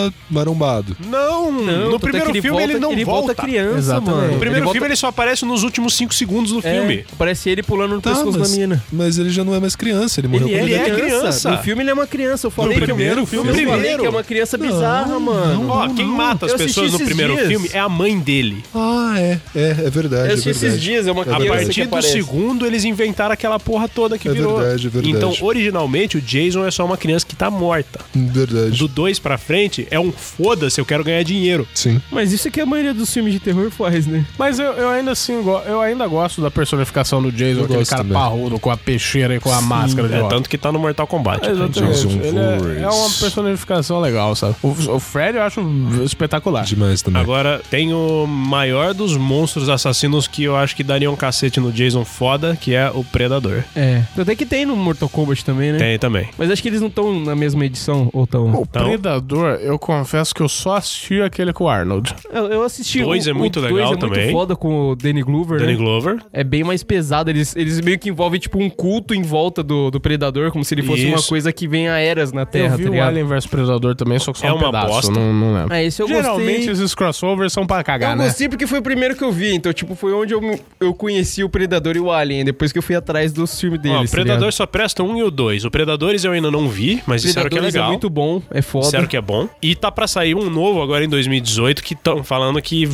[SPEAKER 2] marombado.
[SPEAKER 8] Não, no
[SPEAKER 3] tanto
[SPEAKER 8] primeiro
[SPEAKER 3] é que
[SPEAKER 8] filme ele não
[SPEAKER 3] ele
[SPEAKER 8] volta.
[SPEAKER 3] criança,
[SPEAKER 1] Exatamente.
[SPEAKER 3] mano.
[SPEAKER 8] No primeiro
[SPEAKER 3] ele
[SPEAKER 8] filme ele só aparece nos últimos 5 segundos do
[SPEAKER 3] é,
[SPEAKER 8] filme.
[SPEAKER 3] Parece ele pulando no
[SPEAKER 2] Tá,
[SPEAKER 3] pescoço
[SPEAKER 2] mas,
[SPEAKER 3] da mina.
[SPEAKER 2] mas ele já não é mais criança, ele morreu
[SPEAKER 3] Ele, é,
[SPEAKER 2] quando
[SPEAKER 3] ele
[SPEAKER 2] ele
[SPEAKER 3] é
[SPEAKER 8] criança.
[SPEAKER 3] criança. No filme ele é uma criança. Eu falei
[SPEAKER 8] primeiro
[SPEAKER 3] que é um...
[SPEAKER 8] filme,
[SPEAKER 3] eu falei
[SPEAKER 8] primeiro.
[SPEAKER 3] que é uma criança bizarra, mano.
[SPEAKER 8] Ó, quem mata as
[SPEAKER 3] Eu assisti
[SPEAKER 8] pessoas no
[SPEAKER 3] esses
[SPEAKER 8] primeiro
[SPEAKER 3] dias.
[SPEAKER 8] filme é a mãe dele.
[SPEAKER 2] Ah, é. É, é verdade.
[SPEAKER 3] Eu
[SPEAKER 2] é
[SPEAKER 3] assisti esses
[SPEAKER 2] verdade.
[SPEAKER 3] dias, é uma
[SPEAKER 8] A
[SPEAKER 3] criança que
[SPEAKER 8] partir do
[SPEAKER 3] aparece.
[SPEAKER 8] segundo, eles inventaram aquela porra toda que
[SPEAKER 2] É
[SPEAKER 8] virou.
[SPEAKER 2] verdade, é verdade.
[SPEAKER 8] Então, originalmente, o Jason é só uma criança que tá morta.
[SPEAKER 2] Verdade.
[SPEAKER 8] Do 2 pra frente, é um foda-se, eu quero ganhar dinheiro.
[SPEAKER 2] Sim.
[SPEAKER 3] Mas isso é que a maioria dos filmes de terror faz, né?
[SPEAKER 1] Mas eu, eu ainda assim go- eu ainda gosto da personificação do Jason, aquele
[SPEAKER 2] gosto
[SPEAKER 1] cara
[SPEAKER 2] também.
[SPEAKER 1] parrudo com a peixeira e com a máscara de
[SPEAKER 8] É,
[SPEAKER 1] volta.
[SPEAKER 8] tanto que que tá no Mortal Kombat.
[SPEAKER 1] Exatamente.
[SPEAKER 2] Jason
[SPEAKER 1] Ele é,
[SPEAKER 2] Voorhees.
[SPEAKER 1] é uma personificação legal, sabe? O, o Fred eu acho espetacular.
[SPEAKER 2] Demais também.
[SPEAKER 8] Agora, tem o maior dos monstros assassinos que eu acho que daria um cacete no Jason foda, que é o Predador.
[SPEAKER 3] É. Até que tem no Mortal Kombat também, né?
[SPEAKER 8] Tem também.
[SPEAKER 3] Mas acho que eles não estão na mesma edição, ou
[SPEAKER 1] O
[SPEAKER 3] estão.
[SPEAKER 8] Então-
[SPEAKER 1] Predador, eu confesso que eu só assisti aquele com o Arnold.
[SPEAKER 3] Eu, eu assisti
[SPEAKER 8] Dois é muito
[SPEAKER 3] dois
[SPEAKER 8] legal
[SPEAKER 3] é
[SPEAKER 8] também.
[SPEAKER 3] muito foda com o Danny Glover,
[SPEAKER 8] Danny
[SPEAKER 3] né?
[SPEAKER 8] Glover.
[SPEAKER 3] É bem mais pesado. Eles, eles meio que envolvem, tipo, um culto em volta do, do predador, como se ele fosse uma
[SPEAKER 8] Isso.
[SPEAKER 3] coisa que vem a eras na Terra,
[SPEAKER 1] eu vi
[SPEAKER 3] tá
[SPEAKER 1] o
[SPEAKER 3] ligado?
[SPEAKER 1] Alien vs Predador também, só que só
[SPEAKER 8] É
[SPEAKER 1] um
[SPEAKER 8] uma
[SPEAKER 1] pedaço,
[SPEAKER 8] bosta.
[SPEAKER 1] Não, não lembro.
[SPEAKER 3] Ah, esse eu
[SPEAKER 1] Geralmente
[SPEAKER 3] gostei.
[SPEAKER 1] esses crossovers são pra cagar,
[SPEAKER 3] Eu
[SPEAKER 1] né?
[SPEAKER 3] gostei porque foi o primeiro que eu vi, então, tipo, foi onde eu, eu conheci o Predador e o Alien, depois que eu fui atrás dos filmes
[SPEAKER 8] Ó,
[SPEAKER 3] deles.
[SPEAKER 8] o Predador
[SPEAKER 3] tá
[SPEAKER 8] só presta um e o dois. O Predadores eu ainda não vi, mas disseram
[SPEAKER 3] ligado?
[SPEAKER 8] que é
[SPEAKER 3] Predadores
[SPEAKER 8] legal.
[SPEAKER 3] é muito bom, é foda.
[SPEAKER 8] Disseram que é bom. E tá pra sair um novo agora em 2018 que estão falando que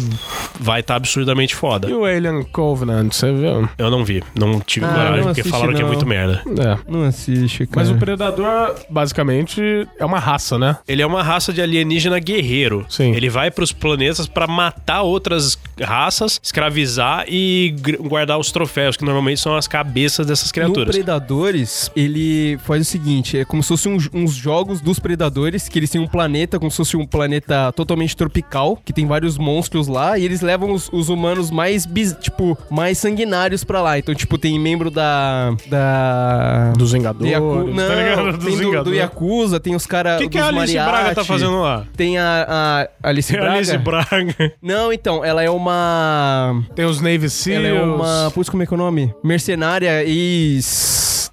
[SPEAKER 8] vai estar absurdamente foda.
[SPEAKER 1] E o Alien Covenant, você viu?
[SPEAKER 8] Eu não vi, não tive
[SPEAKER 3] Ah,
[SPEAKER 8] coragem,
[SPEAKER 3] não
[SPEAKER 8] porque
[SPEAKER 3] assisti,
[SPEAKER 8] falaram que é
[SPEAKER 3] não.
[SPEAKER 8] muito merda.
[SPEAKER 1] É.
[SPEAKER 3] Não assiste, cara.
[SPEAKER 1] Mas o Predador, basicamente, é uma raça, né?
[SPEAKER 8] Ele é uma raça de alienígena guerreiro.
[SPEAKER 1] Sim.
[SPEAKER 8] Ele vai pros planetas pra matar outras raças, escravizar e gr- guardar os troféus, que normalmente são as cabeças dessas
[SPEAKER 3] No
[SPEAKER 8] criaturas.
[SPEAKER 3] Predadores, ele faz o seguinte: é como se fosse um- uns jogos dos Predadores, que eles têm um planeta, como se fosse um planeta totalmente tropical, que tem vários monstros lá, e eles levam os, os humanos mais, bis- tipo, mais sanguinários pra lá. Então, tipo, tem membro da. Da.
[SPEAKER 1] Dos
[SPEAKER 3] do
[SPEAKER 1] Vingadores.
[SPEAKER 3] Yaku-
[SPEAKER 1] tá
[SPEAKER 3] Não,
[SPEAKER 1] ligado? Dos
[SPEAKER 3] tem do, do
[SPEAKER 1] Vingadores.
[SPEAKER 3] Yakuza, tem os caras.
[SPEAKER 8] O que, que a Alice Braga tá fazendo lá?
[SPEAKER 3] Tem a, a Alice
[SPEAKER 8] É a
[SPEAKER 3] Braga.
[SPEAKER 8] Alice Braga.
[SPEAKER 3] Não, então, ela é uma.
[SPEAKER 1] Tem os Navy Seals.
[SPEAKER 3] Ela é uma. Putz, como é que é o nome? Mercenária e.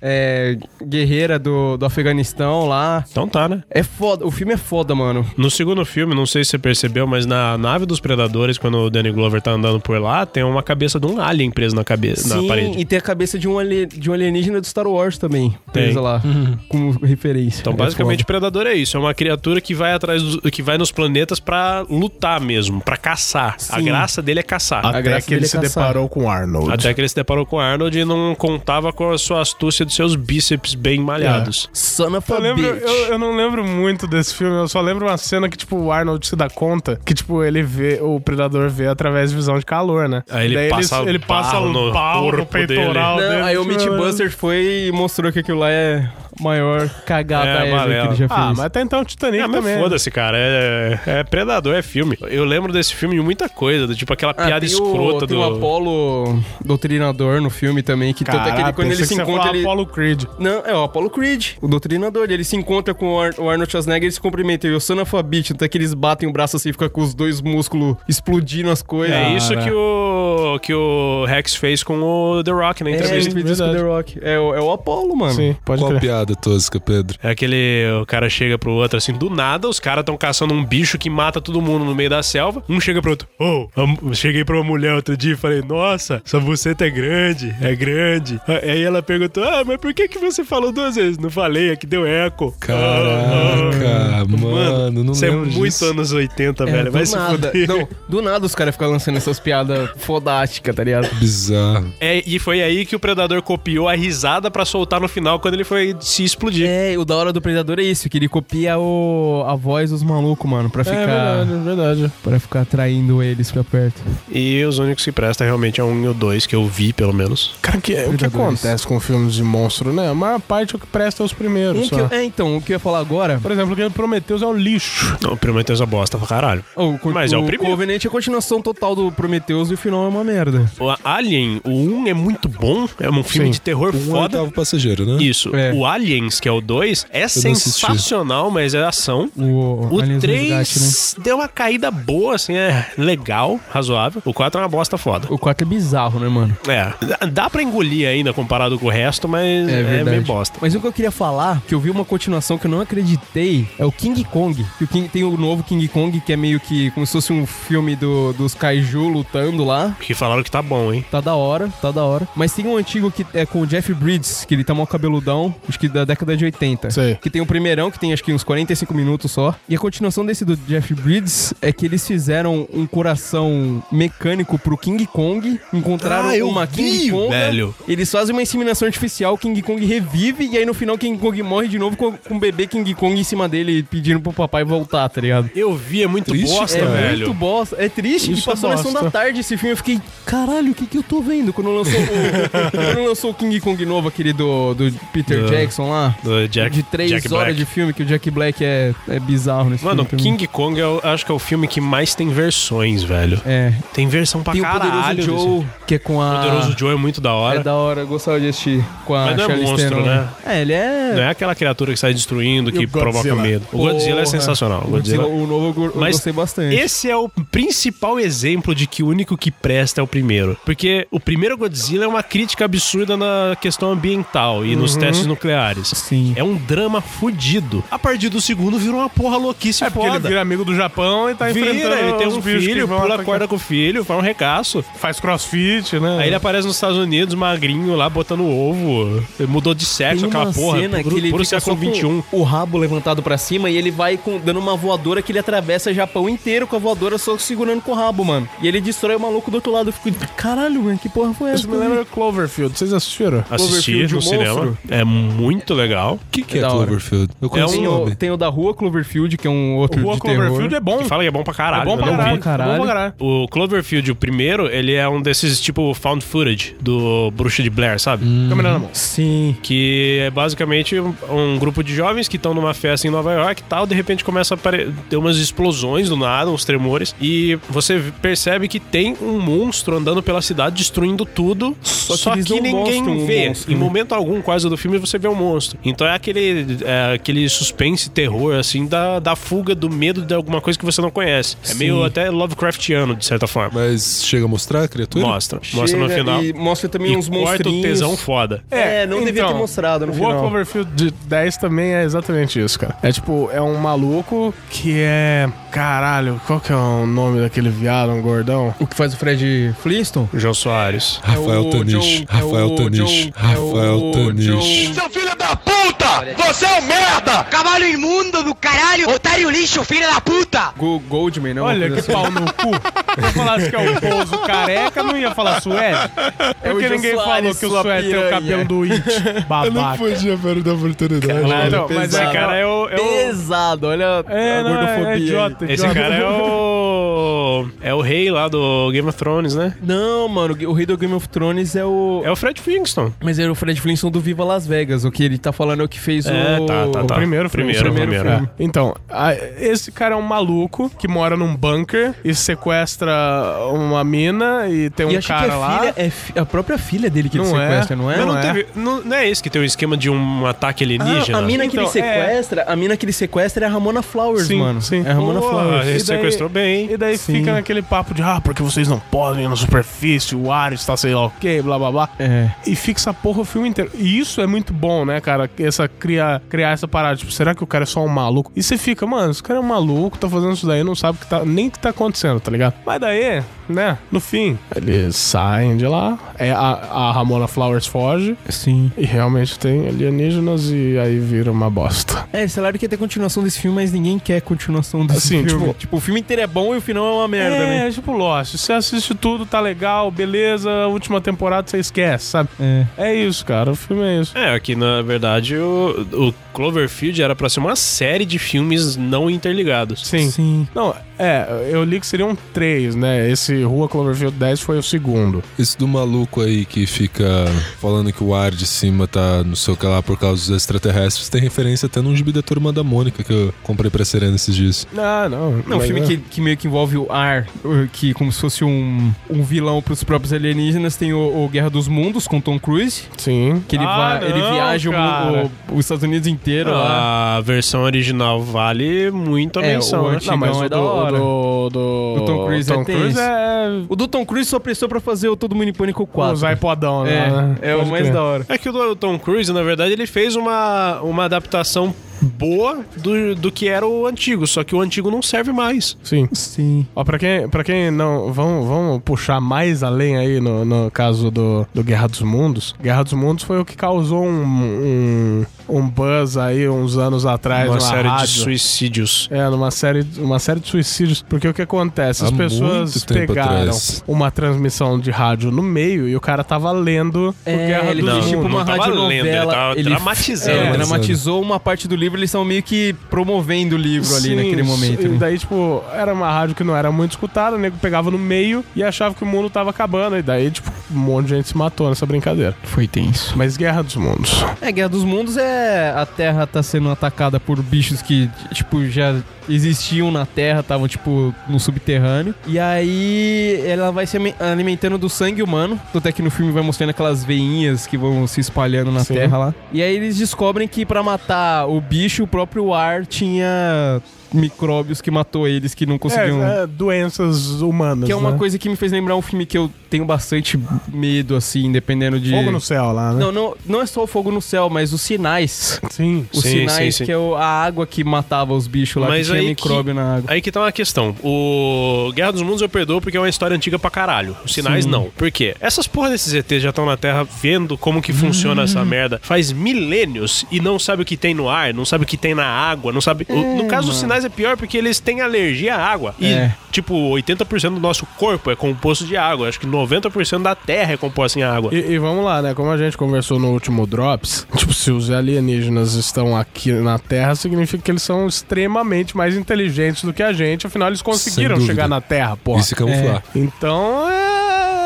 [SPEAKER 3] É, guerreira do, do Afeganistão lá.
[SPEAKER 8] Então tá, né?
[SPEAKER 3] É foda, o filme é foda, mano.
[SPEAKER 8] No segundo filme, não sei se você percebeu, mas na nave dos predadores, quando o Danny Glover tá andando por lá, tem uma cabeça de um alien preso na cabeça, na parede.
[SPEAKER 3] e tem a cabeça de um, ali- de um alienígena do Star Wars também.
[SPEAKER 8] Tem. Uhum.
[SPEAKER 3] Presa lá, como referência.
[SPEAKER 8] Então,
[SPEAKER 3] É
[SPEAKER 8] basicamente, o predador é isso. É uma criatura que vai atrás do, que vai nos planetas pra lutar mesmo, pra caçar. A
[SPEAKER 3] Sim.
[SPEAKER 8] graça dele é caçar.
[SPEAKER 3] A
[SPEAKER 1] Até
[SPEAKER 3] graça
[SPEAKER 1] que ele
[SPEAKER 3] dele é
[SPEAKER 1] se
[SPEAKER 3] caçar.
[SPEAKER 1] deparou com o Arnold.
[SPEAKER 8] Até que ele se deparou com o Arnold e não contava com a sua astúcia dos seus bíceps bem malhados.
[SPEAKER 3] foda. Son of a
[SPEAKER 1] Eu, lembro,
[SPEAKER 3] bitch.
[SPEAKER 1] eu, eu não lembro muito desse filme, eu só lembro uma cena que, tipo, o Arnold se dá conta que, tipo, ele vê, o predador vê através de visão de calor, né?
[SPEAKER 8] Aí ele passa
[SPEAKER 1] ele passa
[SPEAKER 8] barro
[SPEAKER 1] um
[SPEAKER 8] no
[SPEAKER 1] pau no
[SPEAKER 8] corpo dele.
[SPEAKER 1] peitoral dele.
[SPEAKER 3] Não, aí o
[SPEAKER 1] tipo,
[SPEAKER 3] Mythbuster foi e mostrou que aquilo lá é a maior cagada
[SPEAKER 8] É,
[SPEAKER 3] ever
[SPEAKER 8] balela.
[SPEAKER 3] que ele já fez.
[SPEAKER 1] Ah, mas até então o Titanic
[SPEAKER 8] Ah, mas
[SPEAKER 1] também.
[SPEAKER 8] foda-se, cara. É, é predador, é filme. Eu lembro desse filme de muita coisa, do tipo aquela
[SPEAKER 3] Ah,
[SPEAKER 8] piada
[SPEAKER 3] tem
[SPEAKER 8] escrota
[SPEAKER 3] o, tem
[SPEAKER 8] do.
[SPEAKER 3] o Apolo Doutrinador no filme também, que tanto é que ele- quando ele se encontra, ele,
[SPEAKER 1] Apollo Creed.
[SPEAKER 3] Não, é o Apollo Creed, o doutrinador. Ele se encontra com o, Ar- o Arnold Schwarzenegger, eles se cumprimentam. E o Son of a Bitch, até que eles batem o braço assim, fica com os dois músculos explodindo as coisas.
[SPEAKER 8] É isso que o, que o Rex fez com o The Rock na
[SPEAKER 3] É, ele
[SPEAKER 8] entrevista.
[SPEAKER 3] fez isso com o The Rock. É, o- é o Apollo, mano.
[SPEAKER 1] Sim, pode
[SPEAKER 2] Qual é?
[SPEAKER 1] crer.
[SPEAKER 2] piada tosca, Pedro?
[SPEAKER 8] É aquele. O cara chega pro outro assim, do nada, os caras estão caçando um bicho que mata todo mundo no meio da selva. Um chega pro outro, ô, oh, cheguei pra uma mulher outro dia e falei, nossa, sua buceta é grande, é grande. Ah, Aí ela perguntou, ah, mas por que que você falou duas vezes? Não falei, é que deu eco. Ah,
[SPEAKER 2] Caraca, mano, não
[SPEAKER 8] Isso é
[SPEAKER 2] lembro
[SPEAKER 8] muito
[SPEAKER 2] disso.
[SPEAKER 8] anos 80,
[SPEAKER 3] É,
[SPEAKER 8] velho.
[SPEAKER 3] do
[SPEAKER 8] Vai se
[SPEAKER 3] nada.
[SPEAKER 8] fuder.
[SPEAKER 3] Não, do nada os caras ficam lançando essas piadas fodásticas, tá ligado?
[SPEAKER 2] Bizarro.
[SPEAKER 8] É, e foi aí que o Predador copiou a risada pra soltar no final quando ele foi se explodir.
[SPEAKER 3] É, o da hora do Predador é isso, que ele copia o- a voz dos malucos, mano, pra
[SPEAKER 1] É
[SPEAKER 3] ficar,
[SPEAKER 1] verdade, é verdade.
[SPEAKER 3] pra ficar atraindo eles pra perto.
[SPEAKER 8] E os únicos que presta realmente é um e o dois, que eu vi, pelo menos.
[SPEAKER 1] Cara, que- o que
[SPEAKER 3] Predadores.
[SPEAKER 1] acontece com filmes de monstro, né? A maior parte é o que presta é os primeiros.
[SPEAKER 3] Um que
[SPEAKER 1] só.
[SPEAKER 3] eu- é, então, o que eu ia falar agora...
[SPEAKER 1] Por exemplo, aquele Prometheus é um lixo.
[SPEAKER 8] Não, o Prometheus é uma bosta pra caralho.
[SPEAKER 3] Oh, co-
[SPEAKER 8] Mas é o primeiro.
[SPEAKER 3] Covenant é a continuação total do Prometheus e o final é uma merda.
[SPEAKER 8] O Alien, o 1 é muito bom, é um filme
[SPEAKER 1] Sim.
[SPEAKER 8] de terror
[SPEAKER 2] Um
[SPEAKER 8] foda.
[SPEAKER 2] oitavo passageiro, né?
[SPEAKER 8] Isso.
[SPEAKER 3] É.
[SPEAKER 8] O Aliens, que é o 2, é
[SPEAKER 2] não assisti.
[SPEAKER 8] sensacional, mas é ação.
[SPEAKER 3] O,
[SPEAKER 8] O
[SPEAKER 3] Aliens Resgate, né?
[SPEAKER 8] 3 deu uma caída boa, assim, é legal, razoável. O 4 é uma bosta foda.
[SPEAKER 3] O 4 é bizarro, né, mano?
[SPEAKER 8] É, dá- dá pra engolir ainda comparado com o resto, mas é, meio bosta.
[SPEAKER 3] Mas o que eu queria falar, que eu vi uma continuação que eu não acreditei, é o King Kong. Que o King, tem o novo King Kong, que é meio que como se fosse um filme do, dos Kaiju lutando lá.
[SPEAKER 8] Que falaram que tá bom, hein?
[SPEAKER 3] Tá da hora, tá da hora. Mas tem um antigo que é com o Jeff Bridges, que ele tá mal cabeludão, acho que da década de 80.
[SPEAKER 1] Sei.
[SPEAKER 3] Que tem o primeirão, que tem acho que uns 45 minutos só. E a continuação desse do Jeff Bridges é que eles fizeram um coração mecânico pro King Kong, encontraram
[SPEAKER 8] Ah, eu
[SPEAKER 3] uma
[SPEAKER 8] vi,
[SPEAKER 3] King Kong.
[SPEAKER 8] velho.
[SPEAKER 3] Eles fazem uma inseminação artificial, o King Kong revive, e aí no final o King Kong morre de novo com com o bebê King Kong em cima dele, pedindo pro papai voltar, tá ligado?
[SPEAKER 8] Eu vi, é muito
[SPEAKER 2] Triste,
[SPEAKER 8] bosta,
[SPEAKER 3] É
[SPEAKER 8] velho.
[SPEAKER 3] muito bosta. É triste
[SPEAKER 1] Isso
[SPEAKER 3] que passou
[SPEAKER 1] é
[SPEAKER 3] na sessão
[SPEAKER 1] bosta.
[SPEAKER 3] da tarde esse filme. Eu fiquei, caralho, o que que eu tô vendo? Quando lançou o, quando lançou o King Kong novo, aquele do, do Peter
[SPEAKER 8] Do-
[SPEAKER 3] Jackson lá?
[SPEAKER 8] Do É. Jack,
[SPEAKER 3] de três
[SPEAKER 8] Jack
[SPEAKER 3] horas
[SPEAKER 8] Black.
[SPEAKER 3] de filme, que o Jack Black é, é bizarro nesse
[SPEAKER 8] Mano,
[SPEAKER 3] filme. também.
[SPEAKER 8] King Kong eu acho que é o filme que mais tem versões, velho.
[SPEAKER 3] É.
[SPEAKER 8] Tem versão pra
[SPEAKER 3] Tem o
[SPEAKER 8] caralho.
[SPEAKER 3] Poderoso
[SPEAKER 8] desse-
[SPEAKER 3] Joe, que é com a...
[SPEAKER 8] Poderoso Joe é muito da hora.
[SPEAKER 3] É da hora, eu gostava de assistir com a
[SPEAKER 8] Mas não é
[SPEAKER 3] Charlize
[SPEAKER 8] monstro,
[SPEAKER 3] Theron.
[SPEAKER 8] né?
[SPEAKER 3] É, ele é...
[SPEAKER 8] Não é aquela criatura que sai destruindo,
[SPEAKER 1] E
[SPEAKER 8] que
[SPEAKER 1] o
[SPEAKER 8] provoca
[SPEAKER 1] Godzilla?
[SPEAKER 8] medo. O Godzilla
[SPEAKER 3] Porra.
[SPEAKER 8] é sensacional. O
[SPEAKER 3] Godzilla, um
[SPEAKER 8] Godzilla...
[SPEAKER 3] o novo eu, go- eu
[SPEAKER 8] Mas
[SPEAKER 3] gostei bastante.
[SPEAKER 8] Esse é o principal exemplo de que o único que presta é o primeiro. Porque o primeiro Godzilla é uma crítica absurda na questão ambiental e nos testes nucleares.
[SPEAKER 3] Sim.
[SPEAKER 8] É um drama fudido. A partir do segundo virou uma porra louquice
[SPEAKER 1] É porque
[SPEAKER 8] foda.
[SPEAKER 1] ele vira amigo do Japão e tá enfrentando.
[SPEAKER 8] Vira, ele tem
[SPEAKER 1] os
[SPEAKER 8] um
[SPEAKER 1] bichos que
[SPEAKER 8] filho,
[SPEAKER 1] vão
[SPEAKER 8] pula
[SPEAKER 1] atacar.
[SPEAKER 8] corda com o filho, faz um recaço.
[SPEAKER 1] Faz crossfit, né?
[SPEAKER 8] Aí ele aparece nos Estados Unidos, magrinho lá, botando ovo. Ele mudou de sexo,
[SPEAKER 3] Tem
[SPEAKER 8] É, aquela
[SPEAKER 3] uma
[SPEAKER 8] porra.
[SPEAKER 3] cena
[SPEAKER 8] puro,
[SPEAKER 3] que ele
[SPEAKER 8] puro
[SPEAKER 3] fica
[SPEAKER 8] século
[SPEAKER 3] só com
[SPEAKER 8] 21.
[SPEAKER 3] o rabo levantado pra cima e ele vai com- dando uma voadora que ele atravessa o Japão inteiro com a voadora só segurando com o rabo, mano. E ele destrói o maluco do outro lado. Eu fico, caralho, mano, que porra foi essa?
[SPEAKER 1] Isso me lembra Cloverfield. Vocês assistiram?
[SPEAKER 8] Assistir
[SPEAKER 3] Cloverfield,
[SPEAKER 8] no
[SPEAKER 3] o
[SPEAKER 8] cinema.
[SPEAKER 3] monstro.
[SPEAKER 8] É muito legal.
[SPEAKER 2] O que, que é,
[SPEAKER 3] É um da hora.
[SPEAKER 2] Cloverfield? Eu conheço
[SPEAKER 3] tem,
[SPEAKER 2] o
[SPEAKER 3] o,
[SPEAKER 2] nome.
[SPEAKER 3] tem o da rua Cloverfield, que é um outro
[SPEAKER 1] Rua
[SPEAKER 3] de terror.
[SPEAKER 1] Cloverfield é bom.
[SPEAKER 8] Que fala que é bom pra caralho.
[SPEAKER 1] É bom
[SPEAKER 8] eu
[SPEAKER 1] pra
[SPEAKER 8] não vi.
[SPEAKER 1] caralho.
[SPEAKER 3] caralho.
[SPEAKER 1] É bom pra caralho.
[SPEAKER 8] O Cloverfield, o primeiro, ele é um desses tipo found footage do Bruxa de Blair, sabe?
[SPEAKER 3] Hum.
[SPEAKER 1] Câmera
[SPEAKER 8] é-
[SPEAKER 1] na mão.
[SPEAKER 3] Sim.
[SPEAKER 8] Que é basicamente um, um grupo de jovens que estão numa festa em Nova York e tal, de repente começa a apare- ter umas explosões do nada, uns tremores, e você percebe que tem um monstro andando pela cidade destruindo tudo, só que,
[SPEAKER 3] que eles não
[SPEAKER 8] ninguém
[SPEAKER 3] mostram o
[SPEAKER 8] vê.
[SPEAKER 3] monstro,
[SPEAKER 8] em
[SPEAKER 3] né?
[SPEAKER 8] momento algum, quase do filme, você vê um monstro. Então é aquele, é aquele suspense, terror, assim, da, da fuga, do medo de alguma coisa que você não conhece. É meio até Lovecraftiano, de certa forma.
[SPEAKER 2] Mas chega a mostrar a criatura?
[SPEAKER 8] Mostra. Mostra no
[SPEAKER 3] Chega
[SPEAKER 8] final.
[SPEAKER 3] E mostra também
[SPEAKER 8] E
[SPEAKER 3] uns
[SPEAKER 8] corta o
[SPEAKER 3] monstrinhos.
[SPEAKER 8] tesão então, foda.
[SPEAKER 3] É, não devia ter mostrado no
[SPEAKER 1] o Rua
[SPEAKER 3] final.
[SPEAKER 1] Cloverfield de 10 também é exatamente isso, cara. É tipo, é um maluco que é. Caralho, qual que é o nome daquele viado, um gordão?
[SPEAKER 3] O que faz o Fred Flintstone?
[SPEAKER 8] João Soares.
[SPEAKER 2] Rafael
[SPEAKER 3] o
[SPEAKER 2] Tanish.
[SPEAKER 3] John- é
[SPEAKER 2] Rafael
[SPEAKER 3] o
[SPEAKER 2] Tanish.
[SPEAKER 3] John- é
[SPEAKER 2] Rafael
[SPEAKER 3] o
[SPEAKER 2] Tanish.
[SPEAKER 7] Seu filho da puta! Você é um merda! Cavalo imundo do caralho! Otário lixo, filho da puta!
[SPEAKER 3] Go Goldman, não?
[SPEAKER 1] Olha que
[SPEAKER 3] assim.
[SPEAKER 1] pau no cu. Se eu falasse que é o Pouso careca, não ia falar Suede. É
[SPEAKER 3] o
[SPEAKER 1] porque
[SPEAKER 3] Jô
[SPEAKER 1] ninguém falou
[SPEAKER 3] Soares,
[SPEAKER 1] que o
[SPEAKER 3] sua
[SPEAKER 1] Suede tem o
[SPEAKER 3] piranha.
[SPEAKER 1] cabelo do It.
[SPEAKER 2] Eu não
[SPEAKER 1] Babaca.
[SPEAKER 2] podia perder a oportunidade.
[SPEAKER 1] Caralho.
[SPEAKER 2] mano.
[SPEAKER 1] Não, mas é, cara, é o.
[SPEAKER 8] assim.
[SPEAKER 1] É o...
[SPEAKER 3] Pesado, olha
[SPEAKER 1] É,
[SPEAKER 3] a
[SPEAKER 1] não,
[SPEAKER 3] gordofobia.
[SPEAKER 1] é, é
[SPEAKER 3] aí.
[SPEAKER 1] idiota,
[SPEAKER 8] Esse
[SPEAKER 1] idiota.
[SPEAKER 8] cara é o. É o rei lá do Game of Thrones, né?
[SPEAKER 3] Não, mano, o rei do Game of Thrones é o.
[SPEAKER 8] É o Fred Flintstone.
[SPEAKER 3] Mas era o Fred Flintstone do Viva Las Vegas. O que ele tá falando é o que fez
[SPEAKER 8] É,
[SPEAKER 3] o.
[SPEAKER 8] tá, tá, tá.
[SPEAKER 1] primeiro filme,
[SPEAKER 8] primeiro,
[SPEAKER 1] o
[SPEAKER 8] primeiro,
[SPEAKER 1] primeiro
[SPEAKER 8] primeiro.
[SPEAKER 1] É. Então, a- esse cara é um maluco que mora num bunker e sequestra uma mina e tem um
[SPEAKER 3] E acho
[SPEAKER 1] cara
[SPEAKER 3] que a,
[SPEAKER 1] lá.
[SPEAKER 3] filha, é fi- a própria filha dele que ele
[SPEAKER 1] Não é.
[SPEAKER 3] sequestra, não é?
[SPEAKER 8] Mas não,
[SPEAKER 1] é.
[SPEAKER 8] teve. Não, não é esse que tem o esquema de um ataque alienígena?
[SPEAKER 3] Ah, a mina que ele
[SPEAKER 1] Então, é.
[SPEAKER 3] sequestra, a mina que ele sequestra é a Ramona Flowers,
[SPEAKER 1] Sim,
[SPEAKER 3] mano.
[SPEAKER 1] sim.
[SPEAKER 3] É a Ramona
[SPEAKER 8] Pô,
[SPEAKER 3] Flowers.
[SPEAKER 8] ele
[SPEAKER 1] E daí-
[SPEAKER 8] sequestrou bem,
[SPEAKER 1] E
[SPEAKER 8] hein?
[SPEAKER 1] daí
[SPEAKER 3] Sim.
[SPEAKER 1] fica naquele papo de, ah, porque vocês não podem ir na superfície, o ar está sei lá o quê, blá blá blá.
[SPEAKER 3] É.
[SPEAKER 1] E fica essa porra o filme inteiro. E isso é muito bom, né, cara? Essa criar, criar essa parada. Tipo, será que o cara é só um maluco? E você fica, mano, esse cara é um maluco, tá fazendo isso daí, não sabe o que tá, nem o que tá acontecendo, tá ligado? Mas daí, né, no fim, eles saem de lá, é, a, a Ramona Flowers foge,
[SPEAKER 3] Sim.
[SPEAKER 1] e realmente tem alienígenas, e aí vira uma bosta.
[SPEAKER 3] É, sei lá que ia ter continuação desse filme, mas ninguém quer continuação desse
[SPEAKER 1] Assim,
[SPEAKER 3] filme.
[SPEAKER 1] tipo-
[SPEAKER 3] o filme inteiro é bom e o final é uma merda, né?
[SPEAKER 1] é, tipo Lost, você assiste tudo, tá legal, beleza, última temporada você esquece, sabe?
[SPEAKER 3] É.
[SPEAKER 1] É isso, cara, o filme é isso.
[SPEAKER 8] É, aqui na verdade o, o Cloverfield era pra ser uma série de filmes não interligados.
[SPEAKER 1] Sim.
[SPEAKER 3] Sim.
[SPEAKER 1] Não, é, eu li que seriam três, né? Esse Rua Cloverfield 10 foi o segundo.
[SPEAKER 2] Esse do maluco aí que fica falando que o ar de cima tá não sei o que lá por causa dos extraterrestres tem referência até num gibi da Turma da Mônica que eu comprei pra Serena esses dias.
[SPEAKER 1] Ah, não.
[SPEAKER 3] Não, um
[SPEAKER 1] mas
[SPEAKER 3] filme
[SPEAKER 1] é.
[SPEAKER 3] que, que meio que envolve o ar, o- que como se fosse um, um vilão pros próprios alienígenas, tem o, o Guerra dos Mundos com Tom Cruise,
[SPEAKER 1] Sim.
[SPEAKER 3] que ele,
[SPEAKER 1] Ah,
[SPEAKER 3] vai, ele
[SPEAKER 1] não,
[SPEAKER 3] viaja o
[SPEAKER 1] cara.
[SPEAKER 3] mu- o- os Estados Unidos inteiro lá.
[SPEAKER 8] A versão original vale muito a
[SPEAKER 3] É,
[SPEAKER 8] menção,
[SPEAKER 3] o
[SPEAKER 8] né?
[SPEAKER 3] antigo- Não, é da hora.
[SPEAKER 1] do, do,
[SPEAKER 3] O Tom Cruise é tenso.
[SPEAKER 1] é
[SPEAKER 3] O do Tom Cruise só prestou pra fazer o Todo Mundo em Pânico
[SPEAKER 1] os
[SPEAKER 3] 4.
[SPEAKER 1] iPodão,
[SPEAKER 3] É,
[SPEAKER 1] né?
[SPEAKER 3] é o
[SPEAKER 1] Pode
[SPEAKER 3] mais
[SPEAKER 1] crer.
[SPEAKER 3] da hora.
[SPEAKER 8] É que o do Tom Cruise, na verdade, ele fez uma, uma adaptação boa do, do que era o antigo, só que o antigo não serve mais.
[SPEAKER 1] Sim.
[SPEAKER 3] Sim.
[SPEAKER 1] Ó, pra quem, pra quem não. Vamos, vamos puxar mais além aí no, no caso do, do Guerra dos Mundos. Guerra dos Mundos foi o que causou um, um, um buzz aí uns anos atrás.
[SPEAKER 8] uma
[SPEAKER 1] na
[SPEAKER 8] série de
[SPEAKER 1] rádio.
[SPEAKER 8] suicídios.
[SPEAKER 1] É, numa série, uma série de suicídios. Porque o que acontece? As
[SPEAKER 2] Há
[SPEAKER 1] pessoas
[SPEAKER 2] muito tempo
[SPEAKER 1] pegaram
[SPEAKER 2] atrás.
[SPEAKER 1] uma transmissão de rádio no meio e o cara tava lendo o Guerra
[SPEAKER 3] ele
[SPEAKER 1] dos
[SPEAKER 3] fez tipo
[SPEAKER 1] Mundos.
[SPEAKER 3] uma
[SPEAKER 8] não tava
[SPEAKER 3] radionovela.
[SPEAKER 8] lendo, ele tava
[SPEAKER 3] ele
[SPEAKER 8] dramatizando. assim.
[SPEAKER 3] É, dramatizou uma parte do livro, eles estão meio que promovendo o livro ali
[SPEAKER 1] Sim,
[SPEAKER 3] naquele momento.
[SPEAKER 1] E
[SPEAKER 3] né?
[SPEAKER 1] daí, tipo, era uma rádio que não era muito escutada, o nego pegava no meio e achava que o mundo tava acabando. E daí, tipo, um monte de gente se matou nessa brincadeira.
[SPEAKER 3] Foi tenso.
[SPEAKER 1] Mas Guerra dos Mundos.
[SPEAKER 3] É, Guerra dos Mundos é. A Terra tá sendo atacada por bichos que, tipo, já existiam na Terra, estavam, tipo, no subterrâneo. E aí ela vai se ame- alimentando do sangue humano. Tanto é que no filme vai mostrando aquelas veinhas que vão se espalhando na
[SPEAKER 1] Sim.
[SPEAKER 3] Terra lá. E aí eles descobrem que pra matar o bicho, o próprio ar tinha micróbios que matou eles que não
[SPEAKER 2] um
[SPEAKER 3] conseguiam.
[SPEAKER 1] É, é, doenças humanas.
[SPEAKER 3] Que é uma
[SPEAKER 1] né?
[SPEAKER 3] coisa que me fez lembrar um filme que eu tenho bastante medo, assim, dependendo de.
[SPEAKER 1] Fogo no céu lá, né?
[SPEAKER 3] Não, não, não é só o fogo no céu, mas os sinais.
[SPEAKER 1] Sim.
[SPEAKER 3] Os
[SPEAKER 8] Sim,
[SPEAKER 3] sinais
[SPEAKER 8] sim, sim.
[SPEAKER 3] que é o- a água que matava os bichos lá,
[SPEAKER 8] Mas
[SPEAKER 3] que tinha
[SPEAKER 8] aí
[SPEAKER 3] micróbio na água.
[SPEAKER 8] Aí que tá uma questão. O Guerra dos Mundos eu perdoo porque é uma história antiga pra caralho. Os sinais
[SPEAKER 3] Sim.
[SPEAKER 8] não. Por quê? Essas porra desses ETs já estão na Terra vendo como que funciona essa merda faz milênios e não sabe o que tem no ar, não sabe o que tem na água, não sabe. o- no caso, os sinais é pior porque eles têm alergia à água. E,
[SPEAKER 3] É.
[SPEAKER 8] tipo, 80% do nosso corpo é composto de água. Acho que 90% da Terra é composta em água.
[SPEAKER 1] E, e vamos lá, né? Como a gente conversou no último Drops, tipo, se os alienígenas estão aqui na Terra, significa que eles são extremamente mais inteligentes do que a gente. Afinal, eles conseguiram
[SPEAKER 2] dúvida.
[SPEAKER 1] chegar na Terra, porra.
[SPEAKER 2] E se camuflar.
[SPEAKER 1] Então é.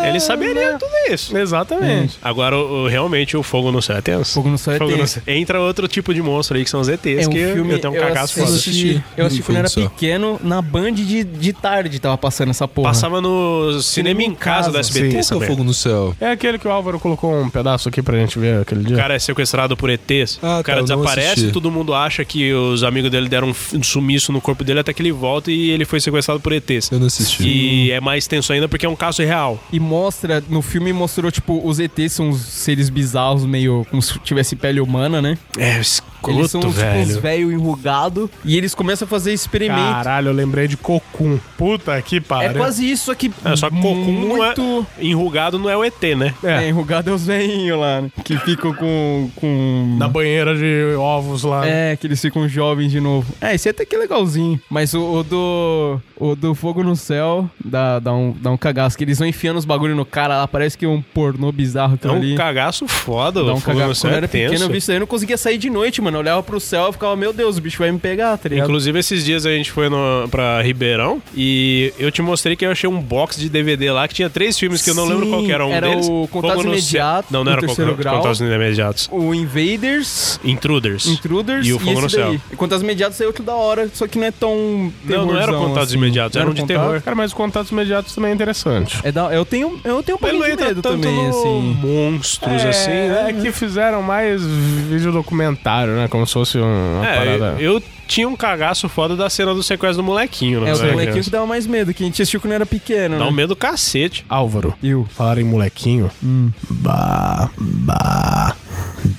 [SPEAKER 8] Eles saberiam
[SPEAKER 1] né?
[SPEAKER 8] tudo isso.
[SPEAKER 1] Exatamente.
[SPEAKER 8] Agora, o- o- realmente, o fogo no céu é tenso.
[SPEAKER 3] Fogo no céu é
[SPEAKER 8] Fogo no
[SPEAKER 3] tenso. É
[SPEAKER 8] céu. Entra outro tipo de monstro aí, que são os
[SPEAKER 2] É
[SPEAKER 8] ETs, que eu tenho um cagaço
[SPEAKER 3] eu
[SPEAKER 8] foda.
[SPEAKER 3] assisti, eu assisti quando eu era
[SPEAKER 2] Fogo no céu.
[SPEAKER 3] pequeno, na Band de, de tarde tava passando essa porra.
[SPEAKER 8] Passava no cinema em casa do SBT.
[SPEAKER 2] Qual que é
[SPEAKER 8] essa
[SPEAKER 2] o
[SPEAKER 8] merda.
[SPEAKER 2] fogo no céu?
[SPEAKER 1] É aquele que o Álvaro colocou um pedaço aqui pra gente ver aquele
[SPEAKER 8] O
[SPEAKER 1] dia.
[SPEAKER 8] cara é sequestrado por ETs,
[SPEAKER 2] Ah,
[SPEAKER 8] o cara
[SPEAKER 2] tá, eu não
[SPEAKER 8] desaparece,
[SPEAKER 2] assisti.
[SPEAKER 8] todo mundo acha que os amigos dele deram um f- um sumiço no corpo dele até que ele volta e ele foi sequestrado por ETs.
[SPEAKER 2] Eu não assisti.
[SPEAKER 8] E é mais tenso ainda porque é um caso real.
[SPEAKER 3] E mostra, no filme mostrou, tipo, os ETs são uns seres bizarros, meio como se tivesse pele humana, né?
[SPEAKER 8] É
[SPEAKER 3] eles são,
[SPEAKER 8] escroto,
[SPEAKER 3] tipo, uns
[SPEAKER 8] velho.
[SPEAKER 3] velho enrugado e eles começam a fazer experimentos.
[SPEAKER 1] Caralho, eu lembrei de Cocum. Puta que
[SPEAKER 3] é
[SPEAKER 1] pariu.
[SPEAKER 3] quase isso, só que
[SPEAKER 8] É, só que Cocum não é-
[SPEAKER 3] muito...
[SPEAKER 8] Enrugado não é o ET, né?
[SPEAKER 3] É, enrugado é os veinhos lá, né? Que ficam com. com...
[SPEAKER 1] Na banheira de ovos lá.
[SPEAKER 3] É, que eles ficam jovens de novo. É, esse é até que legalzinho. Mas o, o do. O do Fogo no Céu dá, dá, um, dá um cagaço. Que eles vão enfiando os bagulho no cara lá. Parece que é um pornô bizarro que
[SPEAKER 8] É um
[SPEAKER 3] ali.
[SPEAKER 8] cagaço foda,
[SPEAKER 3] Dá um
[SPEAKER 8] o fogo no
[SPEAKER 3] cagaço.
[SPEAKER 8] céu
[SPEAKER 3] Quando eu
[SPEAKER 8] é
[SPEAKER 3] era pequeno,
[SPEAKER 8] tenso.
[SPEAKER 3] eu vi isso aí. Eu não conseguia sair de noite, mano. Eu olhava pro céu e ficava, meu Deus, o bicho vai me pegar, tá ligado?
[SPEAKER 8] Inclusive, esses dias a gente foi no, pra Ribeirão e eu te mostrei que eu achei um box de DVD lá que tinha três filmes que eu não
[SPEAKER 3] Sim,
[SPEAKER 8] lembro qual que era um
[SPEAKER 3] era
[SPEAKER 8] deles.
[SPEAKER 3] o Contatos
[SPEAKER 8] Fogo no Céu-
[SPEAKER 3] Imediatos,
[SPEAKER 8] Não, não
[SPEAKER 3] o
[SPEAKER 8] era
[SPEAKER 3] Terceiro
[SPEAKER 8] Contatos-
[SPEAKER 3] Grau.
[SPEAKER 8] Contatos Imediatos.
[SPEAKER 3] O Invaders.
[SPEAKER 8] Intruders.
[SPEAKER 3] Intruders
[SPEAKER 8] E o Fogo no
[SPEAKER 3] esse
[SPEAKER 8] Céu.
[SPEAKER 3] daí. E Quantas Mediadas saiu outro da hora, só que não é tão
[SPEAKER 8] Não, não era
[SPEAKER 3] terrorzão,
[SPEAKER 8] Contatos
[SPEAKER 3] assim.
[SPEAKER 8] Imediatos,
[SPEAKER 3] Não
[SPEAKER 8] era um
[SPEAKER 3] era
[SPEAKER 8] de
[SPEAKER 3] Contatos?
[SPEAKER 8] terror.
[SPEAKER 1] Cara, mas os contatos imediatos também é interessante.
[SPEAKER 3] É da, eu tenho, eu tenho um
[SPEAKER 8] Mas não
[SPEAKER 3] pouquinho de
[SPEAKER 8] entra
[SPEAKER 3] medo
[SPEAKER 8] tanto
[SPEAKER 3] também,
[SPEAKER 8] no
[SPEAKER 3] assim.
[SPEAKER 8] monstros,
[SPEAKER 1] é,
[SPEAKER 8] assim, né?
[SPEAKER 1] é que fizeram mais vídeo documentário, né? Como se fosse um- uma
[SPEAKER 8] É,
[SPEAKER 1] parada.
[SPEAKER 8] eu tinha um cagaço foda da cena do sequestro do molequinho, né?
[SPEAKER 3] É, os
[SPEAKER 8] velho?
[SPEAKER 3] molequinhos que dava mais medo, que a gente assistiu quando era pequeno,
[SPEAKER 8] Dá um
[SPEAKER 3] né?
[SPEAKER 8] medo do cacete.
[SPEAKER 1] Álvaro,
[SPEAKER 3] Eu.
[SPEAKER 1] falar em molequinho. Bah, bah,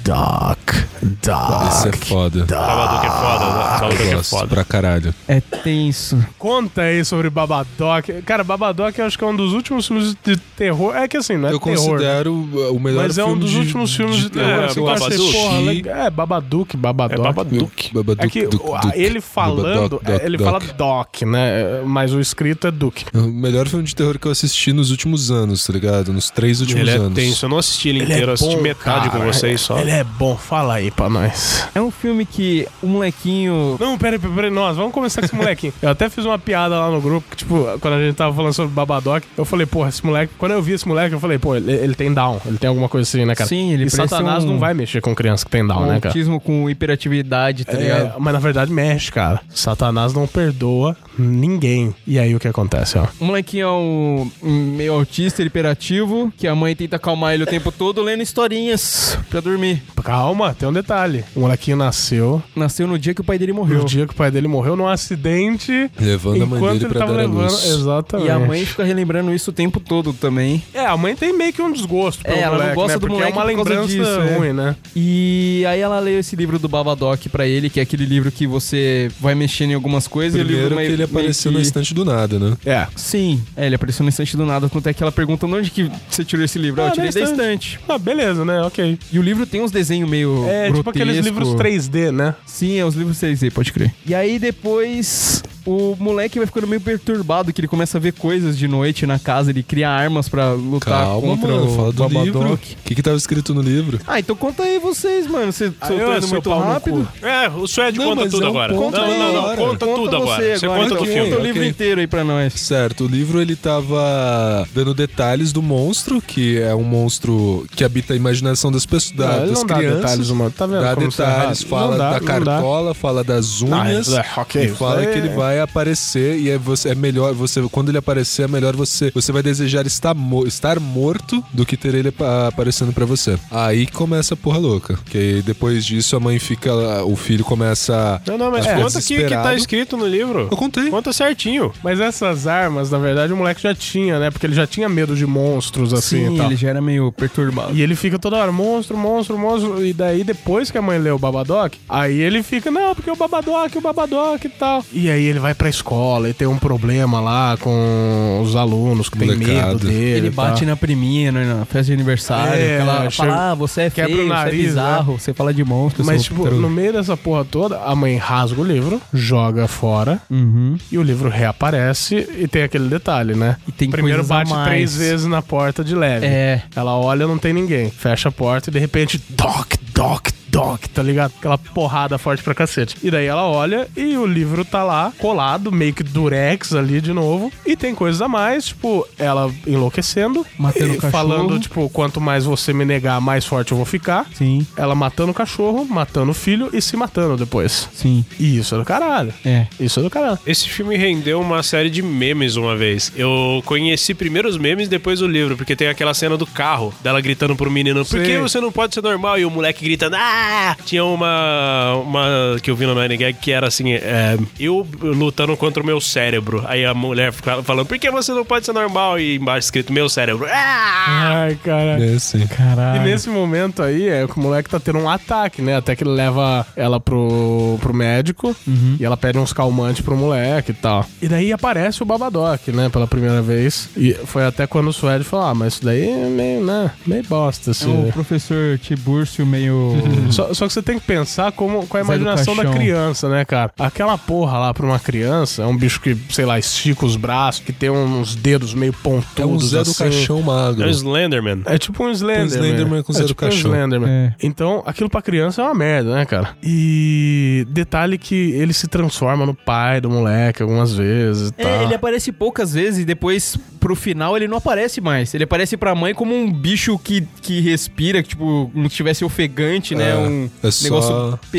[SPEAKER 1] doc,
[SPEAKER 2] Isso
[SPEAKER 1] doc.
[SPEAKER 2] é foda.
[SPEAKER 8] Babadook é foda,
[SPEAKER 1] Ah,
[SPEAKER 8] né? Babadook
[SPEAKER 2] Eu
[SPEAKER 8] é
[SPEAKER 2] gosto
[SPEAKER 8] foda.
[SPEAKER 2] pra caralho.
[SPEAKER 3] É tenso.
[SPEAKER 1] Conta aí sobre Babadoc. Cara, Babadoc eu acho que é um dos últimos filmes de terror. É que assim, não é
[SPEAKER 2] Eu
[SPEAKER 1] terror.
[SPEAKER 8] um
[SPEAKER 1] né?
[SPEAKER 2] considero uh, o melhor
[SPEAKER 1] Mas é um
[SPEAKER 2] filme
[SPEAKER 1] dos
[SPEAKER 2] de-
[SPEAKER 1] últimos filmes de terror.
[SPEAKER 8] é,
[SPEAKER 1] assim, que eu achei,
[SPEAKER 8] Babadook.
[SPEAKER 1] porra, legal. É, Babadoc, Babadoc.
[SPEAKER 8] É Babadook.
[SPEAKER 2] Babadoc,
[SPEAKER 1] É que
[SPEAKER 2] Duc,
[SPEAKER 1] o- a-
[SPEAKER 2] Duc,
[SPEAKER 1] ele falando, é,
[SPEAKER 2] Babadoc, Doc,
[SPEAKER 1] ele
[SPEAKER 2] Doc.
[SPEAKER 1] fala Doc, né? Mas o escrito é Duke.
[SPEAKER 2] É o melhor filme de terror que eu assisti nos últimos anos, tá ligado? Nos três últimos
[SPEAKER 8] Ele é
[SPEAKER 2] anos.
[SPEAKER 8] tenso, eu não assisti ele inteiro, eu assisti metade com vocês só.
[SPEAKER 1] é Ele é bom, fala aí pra nós.
[SPEAKER 3] É um filme que o molequinho.
[SPEAKER 1] Não, peraí, peraí, peraí, nós vamos começar com esse molequinho. Eu até fiz uma piada lá no grupo, que, tipo, quando a gente tava falando sobre Babadoc, eu falei, porra, esse moleque. Quando eu vi esse moleque, eu falei, pô, ele, ele tem down, ele tem alguma coisa assim, né, cara?
[SPEAKER 3] Sim, ele
[SPEAKER 1] e
[SPEAKER 3] parece
[SPEAKER 1] Satanás
[SPEAKER 3] um-
[SPEAKER 1] não vai mexer com criança que tem down,
[SPEAKER 3] Um
[SPEAKER 1] né, cara?
[SPEAKER 3] autismo com hiperatividade, tá
[SPEAKER 1] É,
[SPEAKER 3] ligado?
[SPEAKER 1] mas na verdade mexe, cara. Satanás não perdoa ninguém. E aí o que acontece, ó?
[SPEAKER 3] O molequinho é um um meio autista, hiperativo, que a mãe tenta acalmar ele o tempo todo lendo historinhas pra dormir.
[SPEAKER 1] Calma, tem um detalhe. O molequinho nasceu
[SPEAKER 3] Nasceu no dia que o pai dele morreu.
[SPEAKER 1] no dia que o pai dele morreu num acidente.
[SPEAKER 2] Levando a mãe
[SPEAKER 1] enquanto
[SPEAKER 2] dele
[SPEAKER 1] ele
[SPEAKER 2] pra
[SPEAKER 1] tava
[SPEAKER 2] dar a
[SPEAKER 1] levando.
[SPEAKER 2] luz.
[SPEAKER 1] Exatamente.
[SPEAKER 3] E a mãe fica relembrando isso o tempo todo também.
[SPEAKER 1] É, a mãe tem meio que um desgosto. Pelo
[SPEAKER 3] É, ela não
[SPEAKER 1] moleque,
[SPEAKER 3] gosta
[SPEAKER 1] né?
[SPEAKER 3] do
[SPEAKER 1] Porque
[SPEAKER 3] moleque
[SPEAKER 1] é uma
[SPEAKER 3] por causa
[SPEAKER 1] lembrança
[SPEAKER 3] disso, é.
[SPEAKER 1] ruim, né?
[SPEAKER 3] E aí ela leu esse livro do Babadoc pra ele, que é aquele livro que você vai mexendo em algumas coisas. e o
[SPEAKER 2] Primeiro
[SPEAKER 3] livro meio-
[SPEAKER 2] que ele
[SPEAKER 3] meio
[SPEAKER 2] apareceu
[SPEAKER 1] tá
[SPEAKER 2] na
[SPEAKER 3] que-
[SPEAKER 2] estante do nada, né?
[SPEAKER 1] É.
[SPEAKER 3] Sim, é, ele apareceu no instante do nada. Tanto é que ela pergunta onde que você tirou esse livro. Ah,
[SPEAKER 1] Ah,
[SPEAKER 3] eu tirei
[SPEAKER 1] da
[SPEAKER 3] da estante.
[SPEAKER 1] Ah, beleza, né? Ok.
[SPEAKER 3] E o livro tem uns desenhos meio.
[SPEAKER 1] É tipo aqueles
[SPEAKER 3] grotesco.
[SPEAKER 1] livros 3D, né?
[SPEAKER 3] Sim, é os livros 3D, pode crer. E aí depois o moleque vai ficando meio perturbado que ele começa a ver coisas de noite na casa, ele cria armas pra lutar
[SPEAKER 2] Calma,
[SPEAKER 3] contra
[SPEAKER 2] mano.
[SPEAKER 3] o
[SPEAKER 2] Fala do livro. O
[SPEAKER 3] Babadook.
[SPEAKER 2] que que tava escrito no livro?
[SPEAKER 3] Ah, então conta aí vocês, mano. Você soltando muito rápido.
[SPEAKER 8] É, o Suede
[SPEAKER 2] Não,
[SPEAKER 8] conta
[SPEAKER 2] mas
[SPEAKER 8] tudo
[SPEAKER 2] é um
[SPEAKER 8] agora.
[SPEAKER 2] ponto
[SPEAKER 8] não, não, não,
[SPEAKER 2] agora.
[SPEAKER 8] conta, tudo agora.
[SPEAKER 3] Você,
[SPEAKER 8] Você conta
[SPEAKER 3] então.
[SPEAKER 8] do filme.
[SPEAKER 3] Conta o
[SPEAKER 2] Ok,
[SPEAKER 3] livro
[SPEAKER 2] ok.
[SPEAKER 3] inteiro aí pra nós.
[SPEAKER 2] Certo, o livro ele tava dando detalhes do monstro, que é um monstro que habita a imaginação das pessoas, da-
[SPEAKER 1] Não, ele
[SPEAKER 2] das
[SPEAKER 1] não dá
[SPEAKER 2] crianças.
[SPEAKER 1] detalhes, mano. Tá vendo
[SPEAKER 2] Dá
[SPEAKER 1] como você tá
[SPEAKER 2] detalhes,
[SPEAKER 1] errado?
[SPEAKER 2] fala
[SPEAKER 1] Não dá,
[SPEAKER 2] da
[SPEAKER 1] não dá.
[SPEAKER 2] cartola, fala das unhas.
[SPEAKER 1] Ah, é, ok,
[SPEAKER 2] e fala
[SPEAKER 1] isso aí
[SPEAKER 2] que ele
[SPEAKER 1] é-
[SPEAKER 2] vai aparecer e é, você, é melhor você quando ele aparecer é melhor você você vai desejar estar, mo- estar morto do que ter ele apa- aparecendo pra você. Aí começa a porra louca, que depois disso a mãe fica o filho começa
[SPEAKER 9] Não, não, mas
[SPEAKER 2] a ficar
[SPEAKER 8] Conta aqui que tá
[SPEAKER 2] É desesperado.
[SPEAKER 8] escrito no livro.
[SPEAKER 2] Eu contei.
[SPEAKER 8] Conta certinho.
[SPEAKER 1] Mas essas armas, na verdade, o moleque já tinha, né? Porque ele já tinha medo de monstros, assim e tal.
[SPEAKER 3] já era meio perturbado.
[SPEAKER 1] E ele fica toda hora, monstro, monstro, monstro. E daí, depois que a mãe lê o Babadoc, aí ele fica, não, porque o Babadoc, o Babadoc e tal. E aí ele vai pra escola e tem um problema lá com os alunos que tem
[SPEAKER 2] Molecada.
[SPEAKER 1] medo dele.
[SPEAKER 3] Ele
[SPEAKER 1] e tal.
[SPEAKER 3] bate na priminha, né, na festa de aniversário.
[SPEAKER 1] É, chega-
[SPEAKER 3] aquela, fala, ah, você é
[SPEAKER 1] quebra
[SPEAKER 3] feio,
[SPEAKER 1] o
[SPEAKER 3] você é
[SPEAKER 1] nariz,
[SPEAKER 3] bizarro, você é um fala de monstro.
[SPEAKER 1] Mas,
[SPEAKER 3] seu
[SPEAKER 1] tipo,
[SPEAKER 3] puto.
[SPEAKER 1] no meio dessa porra toda, a mãe rasga o livro, joga fora,
[SPEAKER 3] Uhum.
[SPEAKER 1] e o livro reaparece, e tem aquele detalhe, né?
[SPEAKER 3] E tem
[SPEAKER 1] Primeiro
[SPEAKER 3] coisas a
[SPEAKER 1] bate
[SPEAKER 3] mais.
[SPEAKER 1] três vezes na porta de leve.
[SPEAKER 3] É.
[SPEAKER 1] Ela olha, não tem ninguém. Fecha a porta e de repente, doc, doc, doc, tá ligado? Aquela porrada forte pra cacete. E daí ela olha e o livro tá lá, colado, meio que durex ali de novo. E tem coisas a mais, tipo, ela enlouquecendo.
[SPEAKER 3] Matando
[SPEAKER 1] e
[SPEAKER 3] o cachorro.
[SPEAKER 1] Falando, tipo, quanto mais você me negar, mais forte eu vou ficar.
[SPEAKER 3] Sim,
[SPEAKER 1] Ela matando o cachorro, matando o filho e se matando depois.
[SPEAKER 3] sim.
[SPEAKER 1] E isso é do caralho.
[SPEAKER 3] É.
[SPEAKER 1] Isso é do caralho.
[SPEAKER 8] Esse filme rendeu uma série de memes uma vez. Eu conheci primeiro os memes, depois o livro, porque tem aquela cena do carro, dela gritando pro menino, por que
[SPEAKER 1] Sei.
[SPEAKER 8] você não pode ser normal? E o moleque gritando, ah! Tinha uma, uma que eu vi no Nine Gag que era assim, é, eu lutando contra o meu cérebro. Aí a mulher ficava falando, por que você não pode ser normal? E embaixo escrito, meu cérebro, ah!
[SPEAKER 1] Ai, caralho.
[SPEAKER 2] É, sim.
[SPEAKER 1] E
[SPEAKER 3] Caralho.
[SPEAKER 1] nesse momento aí, é que o moleque tá tendo um ataque, né? Até que ele leva ela pro, pro médico e ela pede uns calmantes pro moleque e tal. E daí aparece o Babadoc, né? Pela primeira vez. E foi até quando o Suede falou: Ah, mas isso daí é meio, né? Meio bosta,
[SPEAKER 3] É
[SPEAKER 1] assim.
[SPEAKER 3] o professor Tibúrcio meio...
[SPEAKER 1] Só, só que você tem que pensar como, com a
[SPEAKER 3] Zé do
[SPEAKER 1] imaginação da
[SPEAKER 3] Caixão.
[SPEAKER 1] criança, né, cara? Aquela porra lá pra uma criança é um bicho que, sei lá, estica os braços, que tem uns dedos meio pontudos.
[SPEAKER 2] É um Zé do
[SPEAKER 1] assim.
[SPEAKER 2] Caixão magro.
[SPEAKER 8] É o Slenderman.
[SPEAKER 1] É tipo um Slenderman.
[SPEAKER 2] Slenderman com
[SPEAKER 1] é
[SPEAKER 2] zero
[SPEAKER 1] tipo
[SPEAKER 2] caixão.
[SPEAKER 1] Um Slenderman.
[SPEAKER 3] É.
[SPEAKER 1] Então, aquilo pra criança é uma merda, né, cara? E detalhe que ele se transforma no pai do moleque algumas vezes e tal.
[SPEAKER 2] Tá.
[SPEAKER 3] É, ele aparece poucas vezes e depois, pro final, ele não aparece mais. Ele aparece pra mãe como um bicho que, que respira, que, tipo, não estivesse ofegante, né?
[SPEAKER 2] É,
[SPEAKER 3] Um
[SPEAKER 2] é só,
[SPEAKER 3] negócio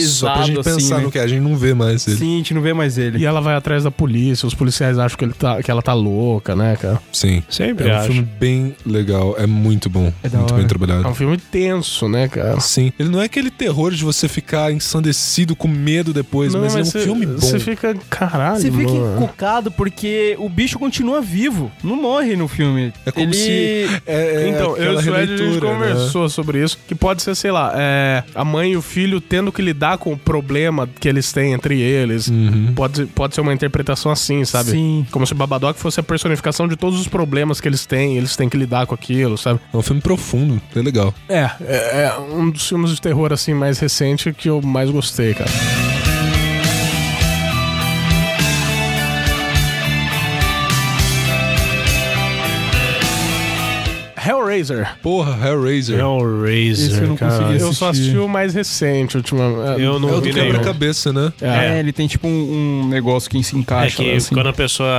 [SPEAKER 2] só pra gente
[SPEAKER 3] pesado, assim,
[SPEAKER 2] pensar
[SPEAKER 3] né?
[SPEAKER 2] no que é a gente não vê mais ele.
[SPEAKER 3] Sim, a gente não vê mais ele.
[SPEAKER 1] E ela vai atrás da polícia, os policiais acham que, ele tá, que ela tá louca, né, cara?
[SPEAKER 2] Sim.
[SPEAKER 8] Sempre
[SPEAKER 2] É um
[SPEAKER 8] acho.
[SPEAKER 2] filme bem legal, é muito bom.
[SPEAKER 3] É da
[SPEAKER 2] muito
[SPEAKER 3] hora.
[SPEAKER 2] bem
[SPEAKER 1] É um
[SPEAKER 2] trabalhado.
[SPEAKER 1] filme tenso, né, cara?
[SPEAKER 2] Sim. Ele não é aquele terror de você ficar ensandecido com medo depois, mas, é um
[SPEAKER 1] cê-
[SPEAKER 2] filme bom.
[SPEAKER 1] Você fica, caralho,
[SPEAKER 3] Você fica
[SPEAKER 1] mano.
[SPEAKER 2] né?
[SPEAKER 3] encucado porque o bicho continua vivo, não morre no filme.
[SPEAKER 2] É como
[SPEAKER 3] ele...
[SPEAKER 2] se- É, é
[SPEAKER 1] Então, eu e
[SPEAKER 2] aquela
[SPEAKER 1] o Suede, a gente
[SPEAKER 2] releitura, né?
[SPEAKER 1] conversou sobre isso, que pode ser, sei lá, é, a mãe e o filho tendo que lidar com o problema que eles têm entre eles. Pode, pode ser uma interpretação assim, sabe?
[SPEAKER 3] Sim.
[SPEAKER 1] Como se o Babadoc fosse a personificação de todos os problemas que eles têm, eles têm que lidar com aquilo, sabe?
[SPEAKER 2] É um filme profundo, é legal.
[SPEAKER 1] É, é, é um dos filmes de terror, assim, mais recente que eu mais gostei, cara. Hellraiser.
[SPEAKER 2] Porra, Hellraiser.
[SPEAKER 8] É um
[SPEAKER 3] Esse eu
[SPEAKER 8] Razor.
[SPEAKER 3] não
[SPEAKER 8] cara.
[SPEAKER 3] consegui
[SPEAKER 1] Eu só assisti o mais recente, ultimamente.
[SPEAKER 8] Eu não
[SPEAKER 2] É o
[SPEAKER 8] vi
[SPEAKER 2] do
[SPEAKER 8] nenhum.
[SPEAKER 2] quebra-cabeça, né?
[SPEAKER 1] É.
[SPEAKER 3] É, ele tem tipo um, um negócio que se
[SPEAKER 8] É
[SPEAKER 3] encaixa.
[SPEAKER 8] que
[SPEAKER 3] assim.
[SPEAKER 8] quando a pessoa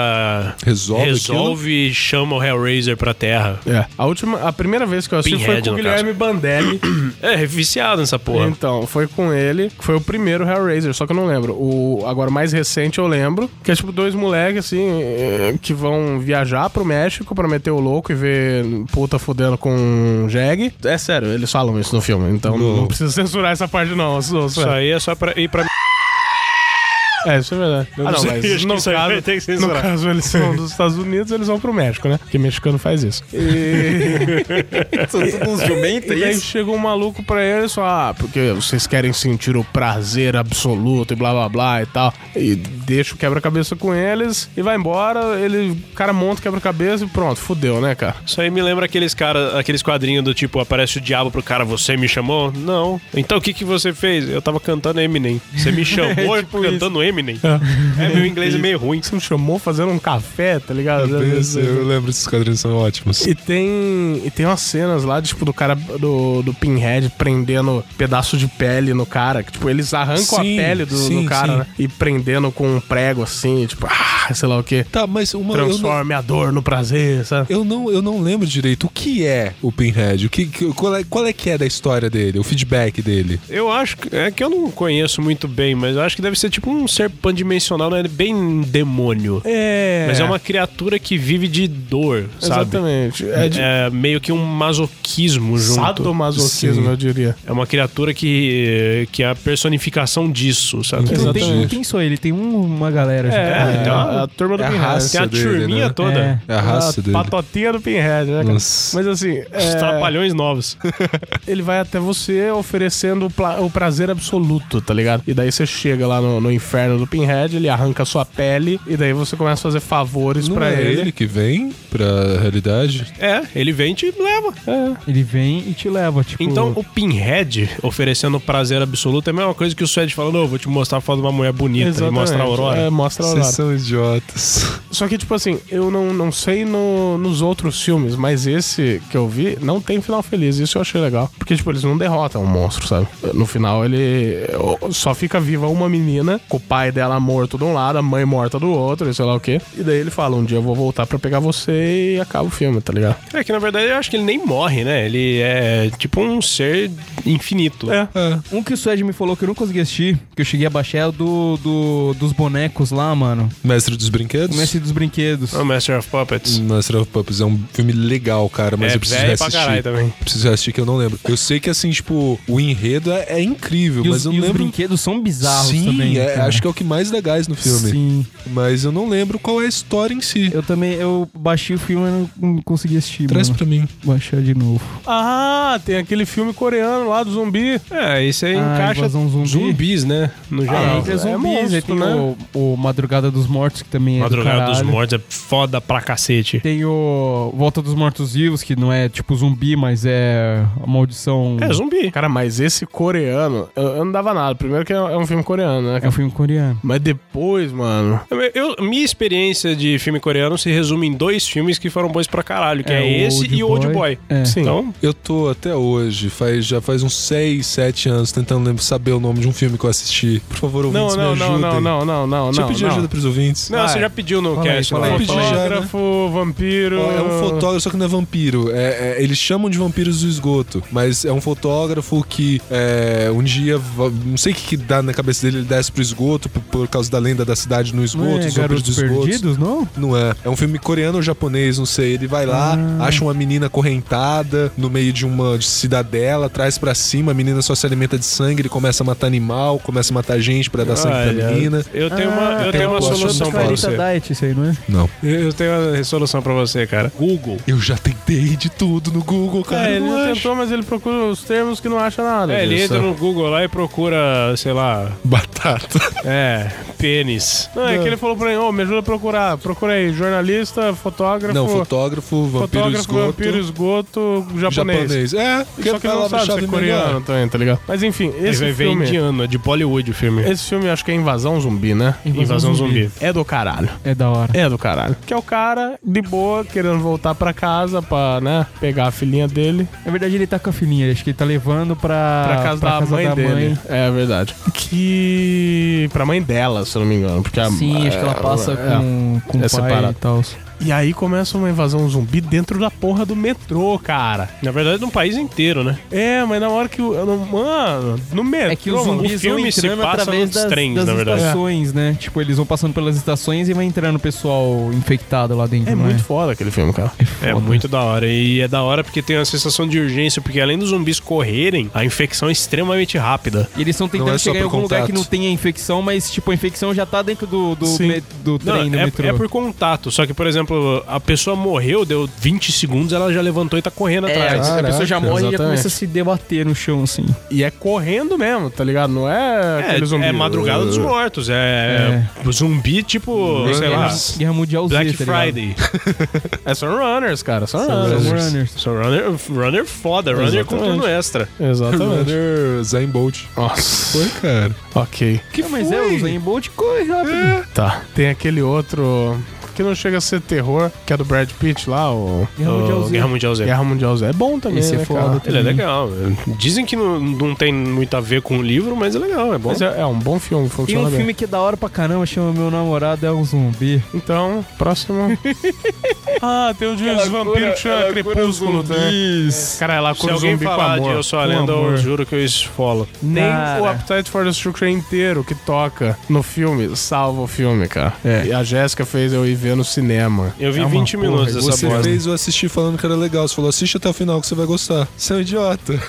[SPEAKER 2] Resolve, aquilo.
[SPEAKER 8] resolve e chama o Hellraiser pra terra.
[SPEAKER 1] É, a última, a primeira vez que eu assisti foi
[SPEAKER 8] Pinhead,
[SPEAKER 1] com o
[SPEAKER 8] no
[SPEAKER 1] Guilherme Bandelli.
[SPEAKER 8] É, é viciado nessa porra.
[SPEAKER 1] Então, foi com ele, que foi o primeiro Hellraiser, só que eu não lembro. O agora o mais recente eu lembro, que é tipo dois moleques assim, eh, que vão viajar pro México pra meter o louco e ver puta fudendo com um jegue. É sério, eles falam isso no filme, então não, precisa censurar essa parte não. Isso,
[SPEAKER 8] Isso aí é só pra ir pra.
[SPEAKER 1] É, isso é verdade. Ah, não,
[SPEAKER 8] sei,
[SPEAKER 1] mas é.
[SPEAKER 8] acho que
[SPEAKER 1] no
[SPEAKER 8] isso aí
[SPEAKER 1] caso-
[SPEAKER 8] vai ter que
[SPEAKER 1] No
[SPEAKER 8] censurar.
[SPEAKER 1] caso, eles são dos Estados Unidos, eles vão pro México, né? Porque mexicano faz isso. E, e
[SPEAKER 3] é
[SPEAKER 8] é
[SPEAKER 1] daí chega um maluco pra eles e fala: Ah, porque vocês querem sentir o prazer absoluto e blá blá blá e tal. E deixa o quebra-cabeça com eles e vai embora. Ele, o cara monta o quebra-cabeça e pronto, fudeu, né, cara?
[SPEAKER 8] Isso aí me lembra aqueles cara, aqueles quadrinhos do tipo, aparece o diabo pro cara, você me chamou? Não. Então o que que você fez? Eu tava cantando Eminem. Você me chamou
[SPEAKER 3] tipo
[SPEAKER 8] cantando Eminem. É, meu inglês é meio ruim.
[SPEAKER 1] Você me chamou fazendo um café, tá ligado? né?
[SPEAKER 2] Pensa, eu lembro desses quadrinhos, são ótimos.
[SPEAKER 1] E tem, e tem umas cenas lá, tipo, do cara do, do Pinhead prendendo pedaço de pele no cara. Que, tipo, eles arrancam
[SPEAKER 2] Sim,
[SPEAKER 1] a pele do, do
[SPEAKER 2] sim,
[SPEAKER 1] cara
[SPEAKER 2] sim.
[SPEAKER 1] né? e prendendo com um prego assim, tipo, ah, sei lá o que.
[SPEAKER 2] Tá, mas uma, eu, não,
[SPEAKER 1] Transforme a dor no prazer, sabe?
[SPEAKER 2] eu, não, eu não lembro direito o que é o Pinhead. O que, que- qual, é, qual é que é da história dele, o feedback dele?
[SPEAKER 8] Eu acho que. É que eu não conheço muito bem, mas eu acho que deve ser tipo um ser pandimensional, né? Bem demônio.
[SPEAKER 1] É.
[SPEAKER 8] Mas é uma criatura que vive de dor, sabe?
[SPEAKER 1] Exatamente. É de
[SPEAKER 8] É meio que um masoquismo junto.
[SPEAKER 1] sadomasoquismo,
[SPEAKER 2] Sim.
[SPEAKER 1] eu diria.
[SPEAKER 8] É uma criatura que, que é a personificação disso, sabe?
[SPEAKER 2] Entendi.
[SPEAKER 3] Não tem, não tem só ele, tem um- uma galera.
[SPEAKER 8] É,
[SPEAKER 3] junto.
[SPEAKER 8] tem
[SPEAKER 1] a,
[SPEAKER 8] uma,
[SPEAKER 1] a turma do
[SPEAKER 2] é a
[SPEAKER 1] Pinhead.
[SPEAKER 2] raça
[SPEAKER 8] tem a
[SPEAKER 2] dele,
[SPEAKER 8] turminha
[SPEAKER 2] né?
[SPEAKER 8] toda.
[SPEAKER 3] É.
[SPEAKER 2] É a raça dele.
[SPEAKER 1] Patotinha do Pinhead, né, cara?
[SPEAKER 2] Nossa.
[SPEAKER 1] Mas assim,
[SPEAKER 8] Os
[SPEAKER 1] é,
[SPEAKER 8] trapalhões novos.
[SPEAKER 1] ele vai até você oferecendo o, pla- o prazer absoluto, tá ligado? E daí você chega lá no, no inferno do Pinhead, ele arranca a sua pele, e daí você começa a fazer favores
[SPEAKER 2] Não
[SPEAKER 1] pra
[SPEAKER 2] é
[SPEAKER 1] ele.
[SPEAKER 2] ele que vem pra realidade?
[SPEAKER 8] É, ele vem e te leva.
[SPEAKER 3] Ele vem e te leva, tipo...
[SPEAKER 8] Então, o Pinhead oferecendo prazer absoluto é a mesma coisa que o Suede falando: "Ô, vou te mostrar a foto de uma mulher bonita e mostrar a aurora.
[SPEAKER 1] É, mostra a
[SPEAKER 2] Vocês
[SPEAKER 1] aurora.
[SPEAKER 2] são idiotas.
[SPEAKER 1] Só que, tipo assim, eu não, não sei no- nos outros filmes, mas esse que eu vi não tem final feliz. Isso eu achei legal. Porque, tipo, eles não derrotam o monstro, sabe? No final, ele só fica viva uma menina, com o pai dela morto de um lado, a mãe morta do outro, e sei lá o quê. E daí ele fala: um dia eu vou voltar pra pegar você e acaba o filme, tá ligado?
[SPEAKER 8] É que na verdade eu acho que ele nem morre, né? Ele é tipo um ser infinito.
[SPEAKER 1] É.
[SPEAKER 3] Um que o Suede me falou que eu não consegui assistir, que eu cheguei a baixar, é o do, do- dos bonecos lá, mano.
[SPEAKER 2] Mestre dos Brinquedos?
[SPEAKER 3] O Mestre dos Brinquedos.
[SPEAKER 8] É O Master of Puppets.
[SPEAKER 2] Master of Puppets é um filme legal, cara, mas
[SPEAKER 8] É,
[SPEAKER 2] eu preciso
[SPEAKER 8] velho pra
[SPEAKER 2] assistir.
[SPEAKER 8] caralho também.
[SPEAKER 2] Preciso assistir que eu não lembro. Eu sei que assim, tipo, o enredo é, é incrível,
[SPEAKER 3] E,
[SPEAKER 2] mas
[SPEAKER 3] os,
[SPEAKER 2] eu
[SPEAKER 3] e
[SPEAKER 2] não
[SPEAKER 3] os
[SPEAKER 2] lembro.
[SPEAKER 3] brinquedos são bizarros
[SPEAKER 2] Sim,
[SPEAKER 3] também.
[SPEAKER 2] é-
[SPEAKER 3] cara.
[SPEAKER 2] acho que é o que mais legais no filme.
[SPEAKER 3] Sim.
[SPEAKER 2] Mas eu não lembro qual é a história em si.
[SPEAKER 3] Eu também, eu baixei o filme e não, não consegui assistir,
[SPEAKER 2] Traz
[SPEAKER 3] mano.
[SPEAKER 2] pra mim.
[SPEAKER 3] Baixar de novo.
[SPEAKER 1] Ah, tem aquele filme coreano lá do zumbi.
[SPEAKER 8] É, isso aí
[SPEAKER 3] Ah,
[SPEAKER 8] encaixa
[SPEAKER 3] Invasão Zumbi.
[SPEAKER 8] zumbis, né? No
[SPEAKER 3] É,
[SPEAKER 8] geral.
[SPEAKER 3] entre
[SPEAKER 1] é
[SPEAKER 3] zumbis, aí
[SPEAKER 1] monstro,
[SPEAKER 3] tem
[SPEAKER 1] né?
[SPEAKER 3] o, o Madrugada dos Mortos, que também é do
[SPEAKER 8] Madrugada dos
[SPEAKER 3] caralho.
[SPEAKER 8] Mortos é foda pra cacete.
[SPEAKER 3] Tem o Volta dos Mortos Vivos, que não é tipo zumbi, mas é a maldição...
[SPEAKER 8] É zumbi.
[SPEAKER 1] Cara, mas esse coreano, eu, eu não dava nada. Primeiro que é é um filme coreano, né?
[SPEAKER 3] É um filme coreano.
[SPEAKER 1] Mas depois, mano.
[SPEAKER 8] Eu, minha experiência de filme coreano se resume em dois filmes que foram bons pra caralho, que é,
[SPEAKER 3] o
[SPEAKER 8] esse
[SPEAKER 3] Old
[SPEAKER 8] e o Old Boy.
[SPEAKER 3] É.
[SPEAKER 1] Sim.
[SPEAKER 8] Então,
[SPEAKER 2] Eu tô até hoje, faz, já faz uns 6, 7 anos, tentando lembrar, saber o nome de um filme que eu assisti. Por favor,
[SPEAKER 1] Não,
[SPEAKER 2] ouvintes,
[SPEAKER 1] não,
[SPEAKER 2] me
[SPEAKER 1] não,
[SPEAKER 2] ajudem.
[SPEAKER 1] não, não, não, não,
[SPEAKER 2] Deixa eu
[SPEAKER 1] não.
[SPEAKER 2] pedir
[SPEAKER 1] não.
[SPEAKER 2] ajuda pros ouvintes.
[SPEAKER 8] não,
[SPEAKER 1] Vai.
[SPEAKER 8] você já pediu no
[SPEAKER 3] Fala aí,
[SPEAKER 8] cast.
[SPEAKER 3] fala
[SPEAKER 8] lá.
[SPEAKER 3] aí.
[SPEAKER 2] Pedi já, né?
[SPEAKER 1] Fotógrafo, vampiro.
[SPEAKER 2] É um fotógrafo, só que não é vampiro. É- é- eles chamam de vampiros do esgoto, mas é um fotógrafo que é, um dia, va- não sei o que, que dá na cabeça dele, ele desce pro esgoto por, por causa da lenda da cidade no esgoto,
[SPEAKER 3] Não é
[SPEAKER 2] os vampiros do
[SPEAKER 3] Garotos
[SPEAKER 2] esgoto.
[SPEAKER 3] Perdidos, não?
[SPEAKER 2] Não é. É um filme coreano ou japonês, não sei. Ele vai lá,
[SPEAKER 1] Ah.
[SPEAKER 2] acha uma menina correntada no meio de uma cidadela, traz pra cima, a menina só se alimenta de sangue, ele começa a matar animal, começa a matar gente pra dar sangue pra
[SPEAKER 8] Olha,
[SPEAKER 2] menina.
[SPEAKER 8] Eu tenho uma,
[SPEAKER 3] Ah,
[SPEAKER 8] eu tenho uma
[SPEAKER 2] gosto
[SPEAKER 8] solução
[SPEAKER 2] de
[SPEAKER 8] pra
[SPEAKER 2] Clarissa
[SPEAKER 8] você.
[SPEAKER 3] é Diet, isso aí, não é?
[SPEAKER 2] Não.
[SPEAKER 8] Eu tenho uma solução pra você, cara. Google.
[SPEAKER 2] Eu já tentei de tudo no Google, cara.
[SPEAKER 1] É, ele
[SPEAKER 2] eu não
[SPEAKER 1] não
[SPEAKER 2] acho.
[SPEAKER 1] tentou, mas ele procura os termos que não acha nada.
[SPEAKER 8] É, ele
[SPEAKER 1] disso.
[SPEAKER 8] entra no Google lá e procura, sei lá,
[SPEAKER 2] Batata.
[SPEAKER 1] Tipo
[SPEAKER 8] é, pênis.
[SPEAKER 1] Não, é que ele falou pra mim, ô, me ajuda a procurar. Procura aí, jornalista, fotógrafo.
[SPEAKER 2] Não, fotógrafo, vampiro
[SPEAKER 1] fotógrafo,
[SPEAKER 2] esgoto.
[SPEAKER 1] vampiro, esgoto, japonês.
[SPEAKER 2] japonês. É,
[SPEAKER 1] Só que ele não sabe se é coreano também, tá ligado? Mas enfim, esse
[SPEAKER 8] Ele vem
[SPEAKER 1] filme...
[SPEAKER 8] indiano, é de Bollywood o filme.
[SPEAKER 1] Esse filme acho que é Invasão Zumbi, né?
[SPEAKER 8] Invasão zumbi.
[SPEAKER 1] É do caralho.
[SPEAKER 3] É da hora.
[SPEAKER 1] É do caralho. Que é o cara, de boa, querendo voltar pra casa pra, né, pegar a filhinha dele.
[SPEAKER 3] Na verdade, ele tá com a filhinha, acho que ele tá levando pra,
[SPEAKER 1] Ah, pra casa da mãe dele. É verdade. Que. Pra mãe dela, se eu não me engano. Porque a,
[SPEAKER 3] Sim, acho que ela
[SPEAKER 1] é,
[SPEAKER 3] passa
[SPEAKER 1] é.
[SPEAKER 3] com, com o
[SPEAKER 1] É
[SPEAKER 3] pai
[SPEAKER 1] separado.
[SPEAKER 3] e tal.
[SPEAKER 1] E aí começa uma invasão zumbi dentro da porra do metrô, cara.
[SPEAKER 8] Na verdade, no país inteiro, né?
[SPEAKER 1] É, mas na hora que. o- eu não- Mano, no
[SPEAKER 3] É
[SPEAKER 1] metrô. mano.
[SPEAKER 8] É zumbis vão entrando através das- das
[SPEAKER 3] estações, né? Tipo, eles vão passando pelas estações e vai entrando o pessoal infectado lá dentro.
[SPEAKER 1] É muito foda aquele filme, cara.
[SPEAKER 8] É muito da hora. E é da hora porque tem uma sensação de urgência, porque além dos zumbis correrem, a infecção é extremamente rápida.
[SPEAKER 3] E eles estão
[SPEAKER 2] Não
[SPEAKER 3] tentando
[SPEAKER 2] é só
[SPEAKER 3] chegar em
[SPEAKER 2] por
[SPEAKER 3] algum lugar que
[SPEAKER 2] contato.
[SPEAKER 3] não tenha infecção, mas, tipo, a infecção já tá dentro do, do,
[SPEAKER 1] Sim.
[SPEAKER 3] me- do trem, do
[SPEAKER 8] é,
[SPEAKER 3] metrô.
[SPEAKER 8] é por contato. Só que, por exemplo, a pessoa morreu, deu 20 segundos, ela já levantou e tá correndo
[SPEAKER 3] É,
[SPEAKER 8] atrás.
[SPEAKER 3] a pessoa já
[SPEAKER 1] Caraca,
[SPEAKER 3] morre e já
[SPEAKER 1] exatamente.
[SPEAKER 3] começa a se debater no chão, assim.
[SPEAKER 1] E é correndo mesmo, tá ligado? Não é
[SPEAKER 8] É,
[SPEAKER 1] aquele zumbi.
[SPEAKER 8] é madrugada dos mortos. É, zumbi tipo, sei lá,
[SPEAKER 3] Guerra, Guerra Mundial Z,
[SPEAKER 8] Black
[SPEAKER 3] tá ligado?
[SPEAKER 8] Friday. um
[SPEAKER 1] É são runners, cara. São runners.
[SPEAKER 3] São runners.
[SPEAKER 8] Só um runner, runner foda, runner com
[SPEAKER 1] Exatamente.
[SPEAKER 8] turno extra.
[SPEAKER 1] Exatamente.
[SPEAKER 2] Runner Zayn Bolt.
[SPEAKER 1] Nossa.
[SPEAKER 2] Foi, cara.
[SPEAKER 1] Ok.
[SPEAKER 3] Que mas é, o Zayn Bolt corre rápido.
[SPEAKER 1] Tá. Tem aquele outro que não chega a ser terror, que é do Brad Pitt lá, o
[SPEAKER 3] Guerra Mundial
[SPEAKER 8] O
[SPEAKER 3] Z.
[SPEAKER 8] Guerra Mundial Z.
[SPEAKER 1] Guerra Mundial Z. É bom também,
[SPEAKER 3] Esse é
[SPEAKER 1] né,
[SPEAKER 3] foda.
[SPEAKER 1] cara?
[SPEAKER 8] Ele é legal. Dizem que não, não tem muito a ver com o livro, mas é legal, é bom.
[SPEAKER 1] Mas é, é um bom filme,
[SPEAKER 3] Tem
[SPEAKER 1] funciona
[SPEAKER 3] um
[SPEAKER 1] bem.
[SPEAKER 3] filme que é da hora pra caramba, chama Meu Namorado é um Zumbi.
[SPEAKER 1] Então, próximo. ah, tem o de vampiro que chama
[SPEAKER 3] É,
[SPEAKER 1] Crepúsculo, né?
[SPEAKER 3] Isso.
[SPEAKER 1] Cara, ela
[SPEAKER 8] Se
[SPEAKER 1] cura o
[SPEAKER 8] alguém
[SPEAKER 1] zumbi com
[SPEAKER 8] falar de
[SPEAKER 1] amor.
[SPEAKER 8] Eu Sou a Lenda, eu
[SPEAKER 3] amor.
[SPEAKER 8] juro que eu esfolo.
[SPEAKER 1] Nem
[SPEAKER 3] Cara.
[SPEAKER 1] o Appetite for Destruction inteiro que toca no filme salva o filme, cara. E a Jéssica fez eu ir ver no cinema.
[SPEAKER 8] Eu vi
[SPEAKER 3] É uma
[SPEAKER 8] 20
[SPEAKER 3] porra,
[SPEAKER 8] minutos dessa
[SPEAKER 2] Você
[SPEAKER 8] bosta.
[SPEAKER 2] fez eu assistir falando que era legal. Você falou, assiste até o final que você vai gostar. Você é um idiota.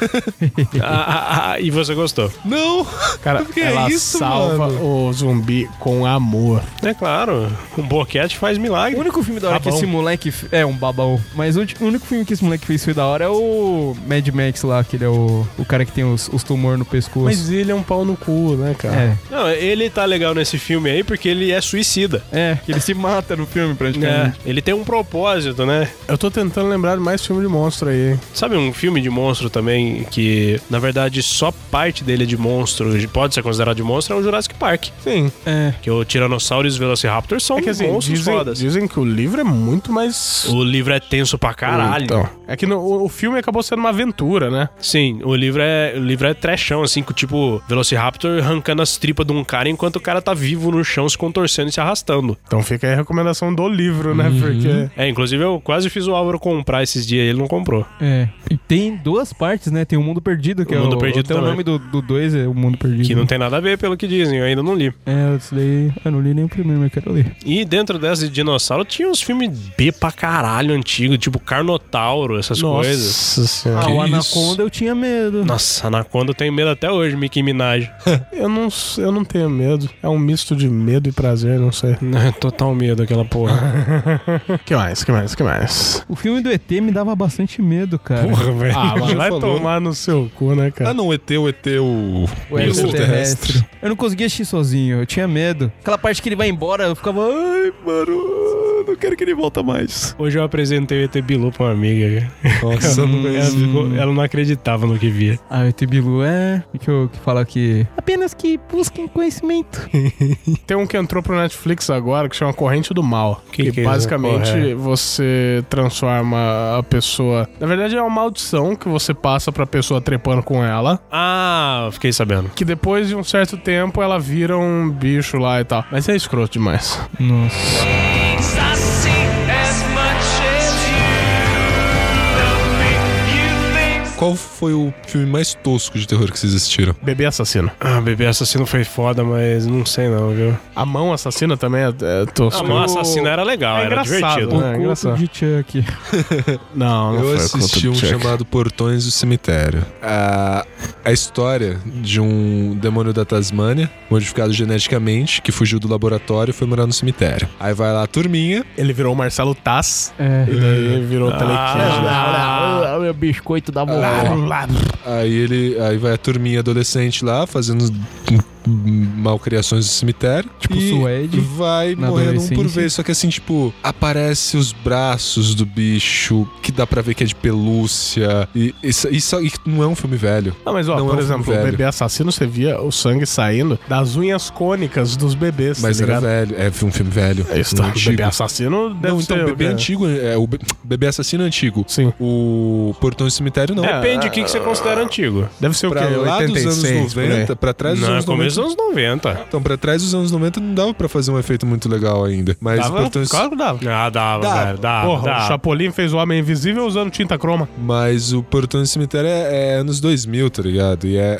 [SPEAKER 8] Ah, ah, ah, e você gostou.
[SPEAKER 2] Não!
[SPEAKER 1] Cara,
[SPEAKER 2] Que
[SPEAKER 1] ela
[SPEAKER 2] isso,
[SPEAKER 1] salva
[SPEAKER 2] mano?
[SPEAKER 1] o zumbi com amor.
[SPEAKER 8] É claro, um boquete faz
[SPEAKER 3] O
[SPEAKER 8] milagre.
[SPEAKER 3] único filme da hora que
[SPEAKER 8] Babão.
[SPEAKER 3] esse moleque. fe- É, um babão. Mas o ulti- o único filme que esse moleque fez foi da hora é o Mad Max lá, que ele é o, o cara que tem os, os tumor no pescoço.
[SPEAKER 1] Mas ele é um pau no cu, né, cara?
[SPEAKER 3] É,
[SPEAKER 8] Não, ele tá legal nesse filme aí porque ele é suicida.
[SPEAKER 3] é, que ele se mata no filme
[SPEAKER 8] É,
[SPEAKER 3] praticamente.
[SPEAKER 8] ele tem um propósito, né?
[SPEAKER 1] Eu tô tentando lembrar de mais filme de monstro aí. hein?
[SPEAKER 8] Sabe um filme de monstro também que, na verdade, só parte dele é de monstro, pode ser considerado de monstro, é o Jurassic Park.
[SPEAKER 1] Sim.
[SPEAKER 3] É.
[SPEAKER 8] Que o Tiranossauro e os Velociraptors são
[SPEAKER 1] É que assim,
[SPEAKER 8] monstros
[SPEAKER 1] dizem,
[SPEAKER 8] fodas.
[SPEAKER 1] dizem que o livro é muito mais.
[SPEAKER 8] O livro é tenso pra caralho.
[SPEAKER 1] Então, é que no- o, o filme acabou sendo uma aventura, né?
[SPEAKER 8] Sim, o livro é o livro é trechão, assim, com tipo Velociraptor arrancando as tripas de um cara enquanto o cara tá vivo no chão, se contorcendo e se arrastando.
[SPEAKER 1] Então fica aí a recomendação do livro, né? Porque.
[SPEAKER 8] É, inclusive eu quase fiz o Álvaro comprar esses dias e ele não comprou.
[SPEAKER 3] É. E tem duas partes, né? Tem o Mundo Perdido, que
[SPEAKER 8] O
[SPEAKER 3] é
[SPEAKER 8] Mundo
[SPEAKER 3] o,
[SPEAKER 8] Perdido
[SPEAKER 3] até o
[SPEAKER 8] também.
[SPEAKER 3] nome do 2 dois é o Mundo Perdido.
[SPEAKER 8] Que não tem nada a ver pelo que dizem, eu ainda não li.
[SPEAKER 3] É, isso daí eu não li nem o primeiro, mas quero ler.
[SPEAKER 8] E dentro dessa de dinossauro tinha uns filmes B pra caralho antigo, tipo Carnotauro, essas coisas.
[SPEAKER 1] senhora.
[SPEAKER 3] Ah, o Anaconda
[SPEAKER 2] isso?
[SPEAKER 3] eu tinha medo.
[SPEAKER 8] Nossa, Anaconda eu tenho medo até hoje, Mickey Minaj.
[SPEAKER 1] Eu não, eu não tenho medo. É um misto de medo e prazer, não sei.
[SPEAKER 8] Total medo aquela porra.
[SPEAKER 1] Que mais, que mais, que mais?
[SPEAKER 3] O filme do ET me dava bastante medo, cara.
[SPEAKER 8] Porra, velho.
[SPEAKER 1] Ah, mas
[SPEAKER 2] Já
[SPEAKER 1] vai
[SPEAKER 2] falou.
[SPEAKER 1] tomar no seu cu, né,
[SPEAKER 2] Ah,
[SPEAKER 1] cara?
[SPEAKER 2] não, o ET, o ET, o...
[SPEAKER 3] O extraterrestre. Eu não conseguia assistir sozinho, eu tinha medo. Aquela parte que ele vai embora, eu ficava. Ai, mano, não quero que ele volta mais.
[SPEAKER 8] Hoje eu apresentei o ET Bilu pra uma amiga. cara.
[SPEAKER 2] Nossa, não
[SPEAKER 8] Ela, ficou- ela não acreditava no que via.
[SPEAKER 3] Ah, o ET Bilu é. o Que eu que fala que. Apenas que busquem conhecimento.
[SPEAKER 1] Tem um que entrou pro Netflix agora que chama Corrente do Mal.
[SPEAKER 8] Que
[SPEAKER 1] Que,
[SPEAKER 8] que é isso?
[SPEAKER 1] basicamente
[SPEAKER 8] Porra, é.
[SPEAKER 1] você transforma a pessoa. Na verdade, é uma maldição que você passa pra pessoa trepando com ela.
[SPEAKER 8] Ah, fiquei sabendo.
[SPEAKER 1] Que depois de um certo tempo ela vira um bicho lá e tal. Mas é escroto demais.
[SPEAKER 3] Nossa.
[SPEAKER 2] Qual foi o filme mais tosco de terror que vocês assistiram?
[SPEAKER 1] Bebê assassino.
[SPEAKER 8] Ah, bebê assassino foi foda, mas não sei não, viu?
[SPEAKER 1] A mão assassina também é, é tosco.
[SPEAKER 8] A mão assassina era legal,
[SPEAKER 1] É
[SPEAKER 8] era
[SPEAKER 1] engraçado,
[SPEAKER 8] divertido.
[SPEAKER 1] né? É, engraçado.
[SPEAKER 3] de Chuck.
[SPEAKER 1] Não, não
[SPEAKER 2] Eu
[SPEAKER 1] foi
[SPEAKER 2] assisti um
[SPEAKER 1] Culto Jack.
[SPEAKER 2] chamado Portões do Cemitério. A, a história de um demônio da Tasmânia, modificado geneticamente, que fugiu do laboratório e foi morar no cemitério. Aí vai lá a turminha.
[SPEAKER 1] Ele virou o Marcelo Taz.
[SPEAKER 3] É.
[SPEAKER 1] E daí virou o
[SPEAKER 8] Ah.
[SPEAKER 1] telequete.
[SPEAKER 3] meu biscoito da vovó.
[SPEAKER 2] Aí ele. Aí vai a turminha adolescente lá fazendo malcriações do cemitério.
[SPEAKER 3] Tipo
[SPEAKER 2] e
[SPEAKER 3] suede,
[SPEAKER 2] Vai
[SPEAKER 3] na
[SPEAKER 2] morrendo um por
[SPEAKER 3] adolescência.
[SPEAKER 2] vez. Só que assim, tipo, aparece os braços do bicho, que dá pra ver que é de pelúcia. E isso, isso e não é um filme velho.
[SPEAKER 1] Não, Ah, mas ó,
[SPEAKER 2] Não é um
[SPEAKER 1] por
[SPEAKER 2] filme
[SPEAKER 1] exemplo, o
[SPEAKER 2] velho.
[SPEAKER 1] bebê assassino, você via o sangue saindo das unhas cônicas dos bebês,
[SPEAKER 2] Mas
[SPEAKER 1] tá
[SPEAKER 2] era
[SPEAKER 1] ligado?
[SPEAKER 2] velho. É um filme velho.
[SPEAKER 1] É isso, tá.
[SPEAKER 2] Um
[SPEAKER 1] O
[SPEAKER 2] antigo.
[SPEAKER 1] bebê assassino deve
[SPEAKER 2] Não, então,
[SPEAKER 1] ser...
[SPEAKER 2] bebê antigo é o be- bebê assassino é antigo.
[SPEAKER 1] Sim.
[SPEAKER 2] O Portão do Cemitério não.
[SPEAKER 1] É,
[SPEAKER 8] Depende do que, que você considera antigo.
[SPEAKER 1] Deve ser o quê?
[SPEAKER 2] Pra lá
[SPEAKER 1] 86,
[SPEAKER 2] dos anos 90, pra trás dos
[SPEAKER 8] Não, é
[SPEAKER 2] anos 90.
[SPEAKER 8] começo dos anos 90.
[SPEAKER 2] Então, pra trás dos anos 90 não dava pra fazer um efeito muito legal ainda. Mas
[SPEAKER 8] Dava?
[SPEAKER 2] o Portão do
[SPEAKER 1] Claro que dava.
[SPEAKER 8] Ah, dava,
[SPEAKER 2] Dá.
[SPEAKER 8] velho, dava,
[SPEAKER 1] Porra, o
[SPEAKER 8] dava.
[SPEAKER 1] Chapolin fez o Homem Invisível usando tinta croma.
[SPEAKER 2] Mas o Portão do Cemitério é, é anos 2000, tá ligado? E é.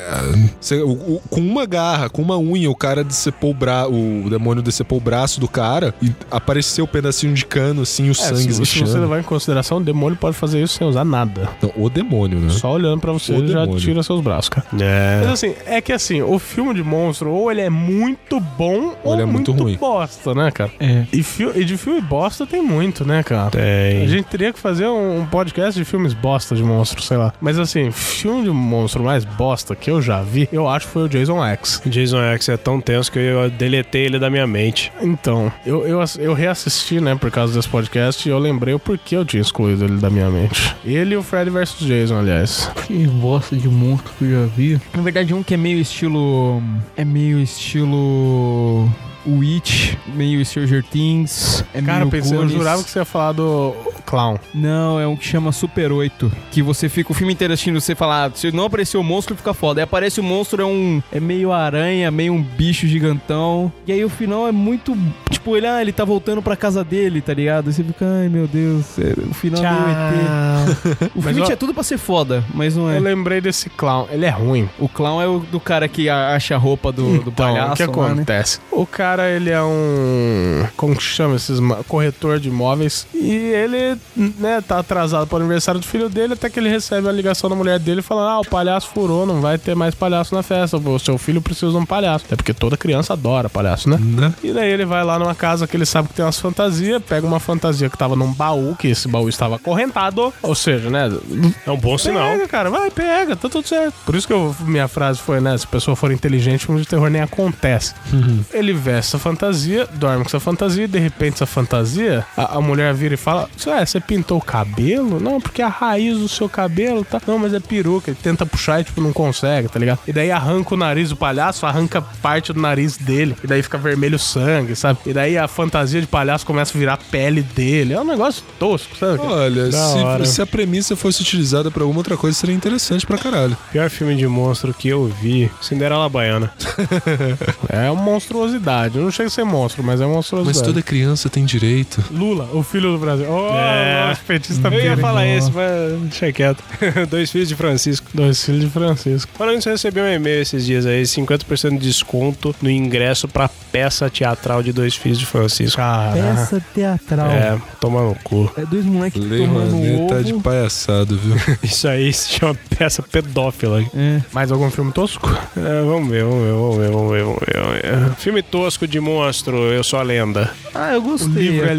[SPEAKER 2] cê- o- o- com uma garra, com uma unha, o cara decepou o braço. O demônio decepou o braço do cara e apareceu um pedacinho de cano, assim, o sangue
[SPEAKER 1] É, se, se você
[SPEAKER 2] esguichando.
[SPEAKER 1] levar em consideração, o demônio pode fazer isso sem usar nada.
[SPEAKER 2] Não, o demônio, né?
[SPEAKER 1] Só olhando pra você,
[SPEAKER 2] O
[SPEAKER 1] ele já
[SPEAKER 2] demônio.
[SPEAKER 1] tira seus braços, cara.
[SPEAKER 8] É.
[SPEAKER 1] Mas assim, é que assim, o filme de monstro ou ele é muito bom ou,
[SPEAKER 2] ele é muito ruim.
[SPEAKER 1] bosta, né, cara?
[SPEAKER 9] É.
[SPEAKER 1] E, fio- e de filme bosta tem muito, né, cara? A
[SPEAKER 8] Tem.
[SPEAKER 1] gente teria que fazer um um podcast de filmes bosta de monstro, sei lá. Mas assim, filme de monstro mais bosta que eu já vi, eu acho que foi o Jason X.
[SPEAKER 8] Jason X é tão tenso que eu deletei ele da minha mente.
[SPEAKER 1] Então, eu, eu, ass- eu reassisti, né, por causa desse podcast, e eu lembrei o porquê eu tinha excluído ele da minha mente. Ele e o Freddy vs Jason, aliás.
[SPEAKER 9] Que bosta de monstro que eu já vi.
[SPEAKER 3] Na verdade, um que é meio estilo. É meio estilo. Witch, meio Stranger Things. É
[SPEAKER 1] Cara, eu
[SPEAKER 3] meio
[SPEAKER 1] pensei, eu
[SPEAKER 3] Goonies.
[SPEAKER 1] jurava que você ia falar do Clown.
[SPEAKER 3] Não, é um que chama Super 8. Que você fica o filme inteiro assistindo, você fala, ah, se não aparecer o monstro, fica foda. Aí aparece o monstro, é um. É meio aranha, meio um bicho gigantão. E aí o final é muito. Tipo, ele, ah, ele tá voltando pra casa dele, tá ligado? Aí você fica, ai meu Deus, é- o final é meio ET. O
[SPEAKER 1] Mas
[SPEAKER 3] filme
[SPEAKER 1] eu-
[SPEAKER 3] tinha tudo pra ser foda, mas não é.
[SPEAKER 1] Eu lembrei desse Clown. Ele é ruim. então,
[SPEAKER 3] O clown é o do cara que a- acha a roupa do,
[SPEAKER 2] Então,
[SPEAKER 3] do palhaço.
[SPEAKER 1] o que
[SPEAKER 3] lá, né?
[SPEAKER 1] acontece? O cara, ele é um. Como que chama esses. ma- corretor de imóveis. E ele, né, tá atrasado pro aniversário do filho dele, até que ele recebe uma ligação da mulher dele falando: ah, o palhaço furou, não vai ter mais palhaço na festa. O seu filho precisa de um palhaço. É porque toda criança adora palhaço, né?
[SPEAKER 2] Né?
[SPEAKER 1] E daí ele vai lá numa casa que ele sabe que tem umas fantasias, pega uma fantasia que tava num baú, que esse baú estava acorrentado. Ou seja, né?
[SPEAKER 8] É um bom sinal.
[SPEAKER 1] Pega, cara, vai, pega, tá tudo certo. Por isso que eu- minha frase foi, né? Se a pessoa for inteligente, o filme de terror nem acontece. Ele veste essa fantasia, dorme com essa fantasia, e de repente essa fantasia, a, a mulher vira e fala: Ué, você pintou o cabelo? Não, porque a raiz do seu cabelo tá. Não, mas é peruca. Ele tenta puxar e, tipo, não consegue, tá ligado? E daí arranca o nariz do palhaço, arranca parte do nariz dele, e daí fica vermelho sangue, sabe? E daí a fantasia de palhaço começa a virar pele dele. É um negócio tosco, sabe?
[SPEAKER 2] Olha,
[SPEAKER 1] Da hora.
[SPEAKER 2] se, se a premissa fosse utilizada pra alguma outra coisa, seria interessante pra caralho.
[SPEAKER 8] Pior filme de monstro que eu vi, Cinderela Baiana.
[SPEAKER 1] É uma monstruosidade. Não chega a ser monstro, mas é uma monstruosidade.
[SPEAKER 2] Mas toda criança tem direito.
[SPEAKER 1] Lula, o filho do Brasil. Oh,
[SPEAKER 8] É.
[SPEAKER 1] nosso petista
[SPEAKER 8] Eu ia
[SPEAKER 1] piranha.
[SPEAKER 8] falar esse, mas deixa quieto. Dois filhos de Francisco.
[SPEAKER 1] Dois filhos de Francisco.
[SPEAKER 8] Falando isso, eu recebi um e-mail esses dias aí, 50% de desconto no ingresso pra peça teatral de Dois Filhos de Francisco.
[SPEAKER 1] Cara.
[SPEAKER 3] Peça teatral. É.
[SPEAKER 8] É, toma no cu.
[SPEAKER 3] dois moleques
[SPEAKER 2] Lei
[SPEAKER 3] tomando um
[SPEAKER 2] Rouanet
[SPEAKER 3] ovo.
[SPEAKER 2] tá de palhaçado, viu?
[SPEAKER 8] Isso aí se chama peça pedófila.
[SPEAKER 3] É.
[SPEAKER 1] Mais algum filme tosco?
[SPEAKER 8] É, vamos ver, vamos ver, vamos ver, vamos ver, vamos ver, vamos ver. Filme tosco de monstro, Eu Sou a Lenda.
[SPEAKER 3] Ah, eu gostei. até.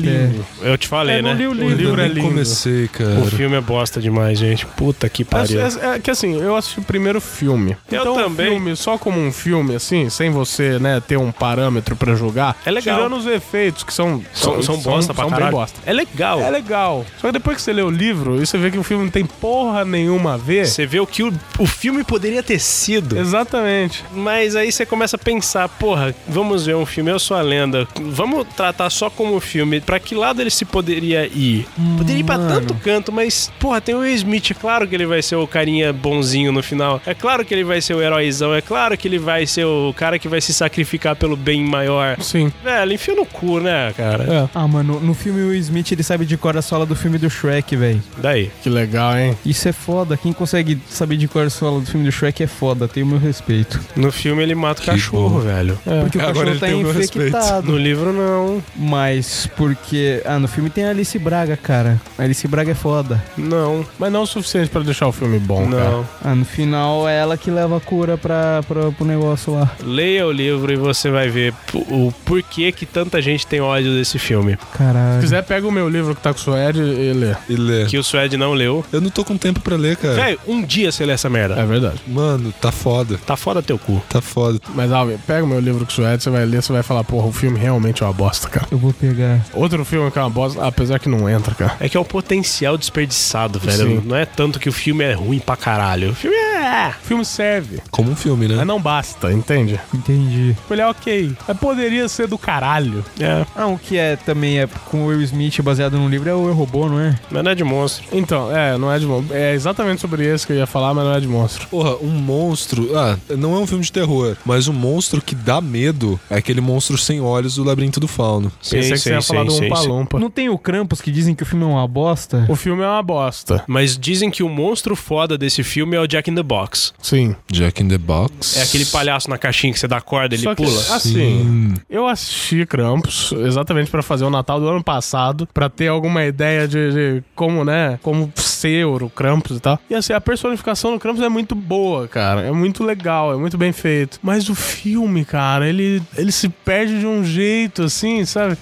[SPEAKER 8] Eu te falei,
[SPEAKER 1] Eu
[SPEAKER 8] né?
[SPEAKER 1] não li o
[SPEAKER 2] Eu
[SPEAKER 1] livro. é
[SPEAKER 2] nem
[SPEAKER 1] lindo.
[SPEAKER 2] comecei, cara.
[SPEAKER 8] O filme é bosta demais, gente. Puta que pariu.
[SPEAKER 1] É, é- é que assim, eu assisti o primeiro filme.
[SPEAKER 8] Eu
[SPEAKER 1] então, o
[SPEAKER 8] também.
[SPEAKER 1] filme, só como um filme, assim, sem você, né, ter um parâmetro pra julgar.
[SPEAKER 8] É legal.
[SPEAKER 1] Tirando os efeitos, que são...
[SPEAKER 8] São, são bosta pra
[SPEAKER 1] são bem
[SPEAKER 8] caralho.
[SPEAKER 1] bosta.
[SPEAKER 8] É legal.
[SPEAKER 1] É legal. Só que depois que você lê o livro e você vê que o filme não tem porra nenhuma a ver...
[SPEAKER 8] Você vê o que o, o filme poderia ter sido.
[SPEAKER 1] Exatamente.
[SPEAKER 8] Mas aí você começa a pensar, porra, vamos ver um filme, eu sou a lenda. Vamos tratar só como um filme. Pra que lado ele se poderia ir? Poderia ir pra tanto canto, mas, porra, tem o Will Smith, é claro que ele vai ser o carinha bonzinho no final. É claro que ele vai ser o heróizão, é claro que ele vai ser o cara que vai se sacrificar pelo bem maior.
[SPEAKER 1] Sim.
[SPEAKER 8] Velho, enfia no cu, né, cara?
[SPEAKER 1] É.
[SPEAKER 3] Ah, mano, no filme o Smith ele sabe de cor a sola do filme do Shrek, velho.
[SPEAKER 8] Daí.
[SPEAKER 1] Que legal, hein?
[SPEAKER 3] Isso é foda. Quem consegue saber de cor a sola do filme do Shrek é foda. Tem o meu respeito.
[SPEAKER 8] No filme ele mata o
[SPEAKER 2] Que bom.
[SPEAKER 8] cachorro, velho.
[SPEAKER 1] É.
[SPEAKER 3] Porque o
[SPEAKER 2] É. Agora ele
[SPEAKER 3] cachorro tá
[SPEAKER 2] tem o meu
[SPEAKER 3] infectado.
[SPEAKER 8] No livro, não.
[SPEAKER 3] Mas porque. Ah, no filme tem a Alice Braga, cara. A Alice Braga é foda.
[SPEAKER 8] Não,
[SPEAKER 1] Mas não o suficiente pra deixar o filme bom, cara.
[SPEAKER 8] não.
[SPEAKER 3] Ah, no final é ela que leva a cura pra, pra, pro negócio lá.
[SPEAKER 8] Leia o livro e você vai ver p- o porquê que tanta gente tem ódio desse filme.
[SPEAKER 1] Se
[SPEAKER 3] Caralho.
[SPEAKER 1] quiser, pega o meu livro que tá com o Suede e lê.
[SPEAKER 2] E lê.
[SPEAKER 8] Que o Suede não leu.
[SPEAKER 2] Eu não tô com tempo pra ler, cara.
[SPEAKER 8] Véi, um dia você lê essa merda.
[SPEAKER 1] É verdade.
[SPEAKER 2] Mano, tá
[SPEAKER 1] É.
[SPEAKER 2] foda.
[SPEAKER 8] Tá foda teu cu.
[SPEAKER 2] Tá foda.
[SPEAKER 1] Mas, Alvin, pega o meu livro com o Suede, você vai ler, você vai falar, porra, o filme realmente é uma bosta, cara.
[SPEAKER 3] Eu vou pegar.
[SPEAKER 1] Outro filme que é uma bosta, apesar que não entra, cara.
[SPEAKER 8] É que é o potencial desperdiçado, velho.
[SPEAKER 1] Sim.
[SPEAKER 8] Não é tanto que o filme é ruim pra caralho. O filme é.
[SPEAKER 1] O filme serve,
[SPEAKER 2] Como um filme, né?
[SPEAKER 8] Ah,
[SPEAKER 1] mas não basta, entende?
[SPEAKER 3] Entendi.
[SPEAKER 1] Tipo, Ele é ok, mas poderia ser do caralho.
[SPEAKER 8] É,
[SPEAKER 3] Ah, o que é também é com o Will Smith baseado no livro é o Eu Robô, não é?
[SPEAKER 8] mas não é de monstro.
[SPEAKER 1] Então, é, não é de monstro. É exatamente sobre esse que eu ia falar, mas não é de monstro.
[SPEAKER 2] Porra, um monstro. Ah, não é um filme de terror, mas um monstro que dá medo é aquele monstro sem olhos do Labirinto do Fauno.
[SPEAKER 8] Sim,
[SPEAKER 1] Pensei que você ia falar do Umpa Lumpa.
[SPEAKER 3] Não tem o Krampus que dizem que o filme é uma bosta?
[SPEAKER 1] O filme é uma bosta.
[SPEAKER 8] Mas dizem que o monstro foda desse filme é o Jack in the Box.
[SPEAKER 1] Sim.
[SPEAKER 2] Jack in the Box.
[SPEAKER 8] É aquele palhaço na caixinha que você dá corda, ele
[SPEAKER 1] Só que,
[SPEAKER 8] pula.
[SPEAKER 1] assim, Eu assisti Krampus exatamente pra fazer o Natal do ano passado, pra ter alguma ideia de, de como, né, como ser o Krampus e tal. E assim, a personificação do Krampus é muito boa, cara. É muito legal, é muito bem feito. Mas o filme, cara, ele, ele se perde de um jeito, assim, sabe?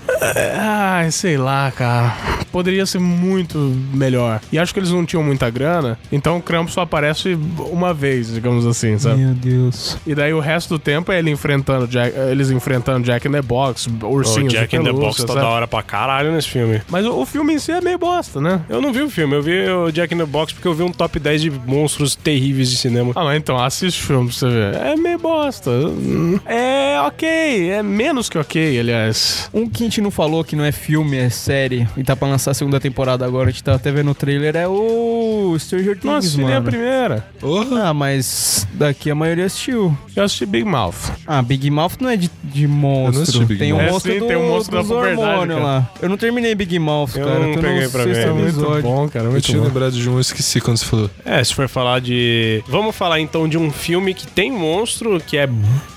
[SPEAKER 1] Ai, sei lá, cara. Poderia ser muito melhor. E acho que eles não tinham muita grana, então o Krampus só aparece uma vez, digamos assim, sabe?
[SPEAKER 3] Meu Deus.
[SPEAKER 1] E daí o resto do tempo é ele enfrentando Jack- eles enfrentando Jack in the Box,
[SPEAKER 8] O
[SPEAKER 1] ursinhos
[SPEAKER 8] Jack
[SPEAKER 1] de
[SPEAKER 8] in the Box
[SPEAKER 1] pelúcia,
[SPEAKER 8] tá
[SPEAKER 1] sabe?
[SPEAKER 8] da hora pra caralho nesse filme.
[SPEAKER 1] Mas o, o filme em si é meio bosta, né?
[SPEAKER 8] Eu não vi o filme, eu vi o Jack in the Box porque eu vi um top 10 de monstros terríveis de cinema.
[SPEAKER 1] Ah, mas então, assiste o filme pra você ver. É meio bosta. É ok, é menos que ok, aliás.
[SPEAKER 3] Um que a gente não falou que não é filme, é série, e tá pra lançar a segunda temporada agora, a gente tá até vendo o trailer, é o Stranger
[SPEAKER 1] Não
[SPEAKER 3] Things,
[SPEAKER 1] assisti nem é a
[SPEAKER 3] mano.
[SPEAKER 1] primeira.
[SPEAKER 3] Ah, mas daqui a maioria assistiu.
[SPEAKER 1] Eu assisti Big Mouth.
[SPEAKER 3] Ah, Big Mouth não é de, de
[SPEAKER 2] assisti
[SPEAKER 3] monstro.
[SPEAKER 2] Big
[SPEAKER 3] tem o
[SPEAKER 1] Mouth. É,
[SPEAKER 3] monstro
[SPEAKER 1] sim,
[SPEAKER 3] do,
[SPEAKER 1] tem o monstro da
[SPEAKER 3] dos
[SPEAKER 1] puberdade,
[SPEAKER 3] hormônios
[SPEAKER 1] cara.
[SPEAKER 3] lá. Eu não terminei Big Mouth,
[SPEAKER 8] Eu
[SPEAKER 3] cara.
[SPEAKER 8] não
[SPEAKER 3] Eu tô
[SPEAKER 8] peguei
[SPEAKER 3] no
[SPEAKER 8] pra
[SPEAKER 3] sexto
[SPEAKER 8] ver. É
[SPEAKER 1] Muito
[SPEAKER 3] episódio.
[SPEAKER 1] bom, cara,
[SPEAKER 2] Eu
[SPEAKER 1] muito
[SPEAKER 2] tinha
[SPEAKER 1] bom.
[SPEAKER 2] lembrado de um, eu esqueci quando você falou.
[SPEAKER 8] É, se for falar de. Vamos falar então de um filme que tem monstro, que é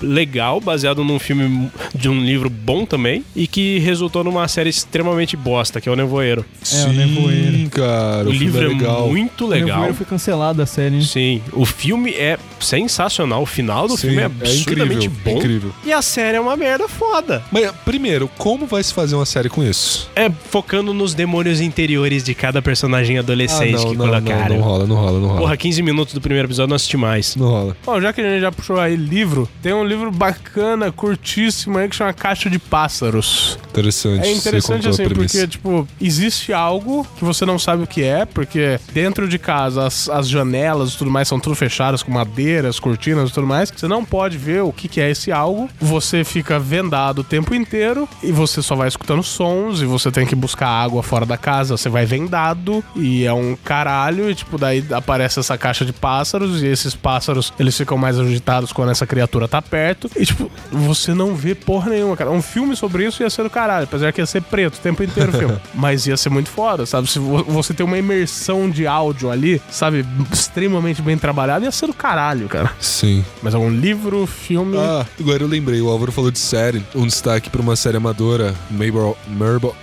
[SPEAKER 8] legal, baseado num filme de um livro bom também, e que resultou numa série extremamente bosta, que é o Nevoeiro.
[SPEAKER 2] Sim,
[SPEAKER 3] Nevoeiro.
[SPEAKER 2] cara,
[SPEAKER 8] o
[SPEAKER 2] o, filme
[SPEAKER 8] livro
[SPEAKER 2] é
[SPEAKER 8] é
[SPEAKER 2] legal.
[SPEAKER 8] muito
[SPEAKER 3] O
[SPEAKER 8] legal.
[SPEAKER 3] Nevoeiro foi cancelado a série. hein?
[SPEAKER 8] Sim, o filme é sensacional, o final do
[SPEAKER 2] Sim,
[SPEAKER 8] filme é absurdamente
[SPEAKER 2] incrível,
[SPEAKER 8] bom.
[SPEAKER 2] incrível.
[SPEAKER 8] E a série é uma merda foda.
[SPEAKER 2] Mas primeiro, como vai se fazer uma série com isso?
[SPEAKER 8] É focando nos demônios interiores de cada personagem
[SPEAKER 1] Ah,
[SPEAKER 8] adolescente que
[SPEAKER 2] Ah, não, não,
[SPEAKER 8] colocaram.
[SPEAKER 2] não rola, não rola, não rola.
[SPEAKER 8] Porra, 15 minutos do primeiro episódio não assisti mais.
[SPEAKER 2] Não rola.
[SPEAKER 1] Bom, já que a gente já puxou aí livro, tem um livro bacana, curtíssimo aí, que chama Caixa de Pássaros.
[SPEAKER 2] Interessante.
[SPEAKER 1] É
[SPEAKER 2] você
[SPEAKER 1] interessante
[SPEAKER 2] contou a
[SPEAKER 1] assim,
[SPEAKER 2] premissa.
[SPEAKER 1] porque, tipo, existe algo que você não sabe o que é, porque dentro de casa as, as janelas e tudo mais são tudo fechadas com madeiras, cortinas e tudo mais. Você não pode ver o que, que é esse algo. Você fica vendado o tempo inteiro e você só vai escutando sons e você tem que buscar água fora da casa. Você vai vendado e é um caralho. E, tipo, daí aparece essa caixa de pássaros e esses pássaros eles ficam mais agitados quando essa criatura tá perto. E, tipo, você não vê porra nenhuma, cara. Um filme sobre isso ia ser do caralho, apesar que ia ser preto o tempo inteiro o filme. Mas ia ser muito foda, sabe? Se vo- você tem uma imersão de áudio ali, sabe? Extremamente bem trabalhado, ia ser do caralho, cara.
[SPEAKER 2] Sim.
[SPEAKER 1] Mas é um livro, filme.
[SPEAKER 2] Ah, agora eu lembrei, o Álvaro falou de série. Um destaque pra uma série amadora, Marble,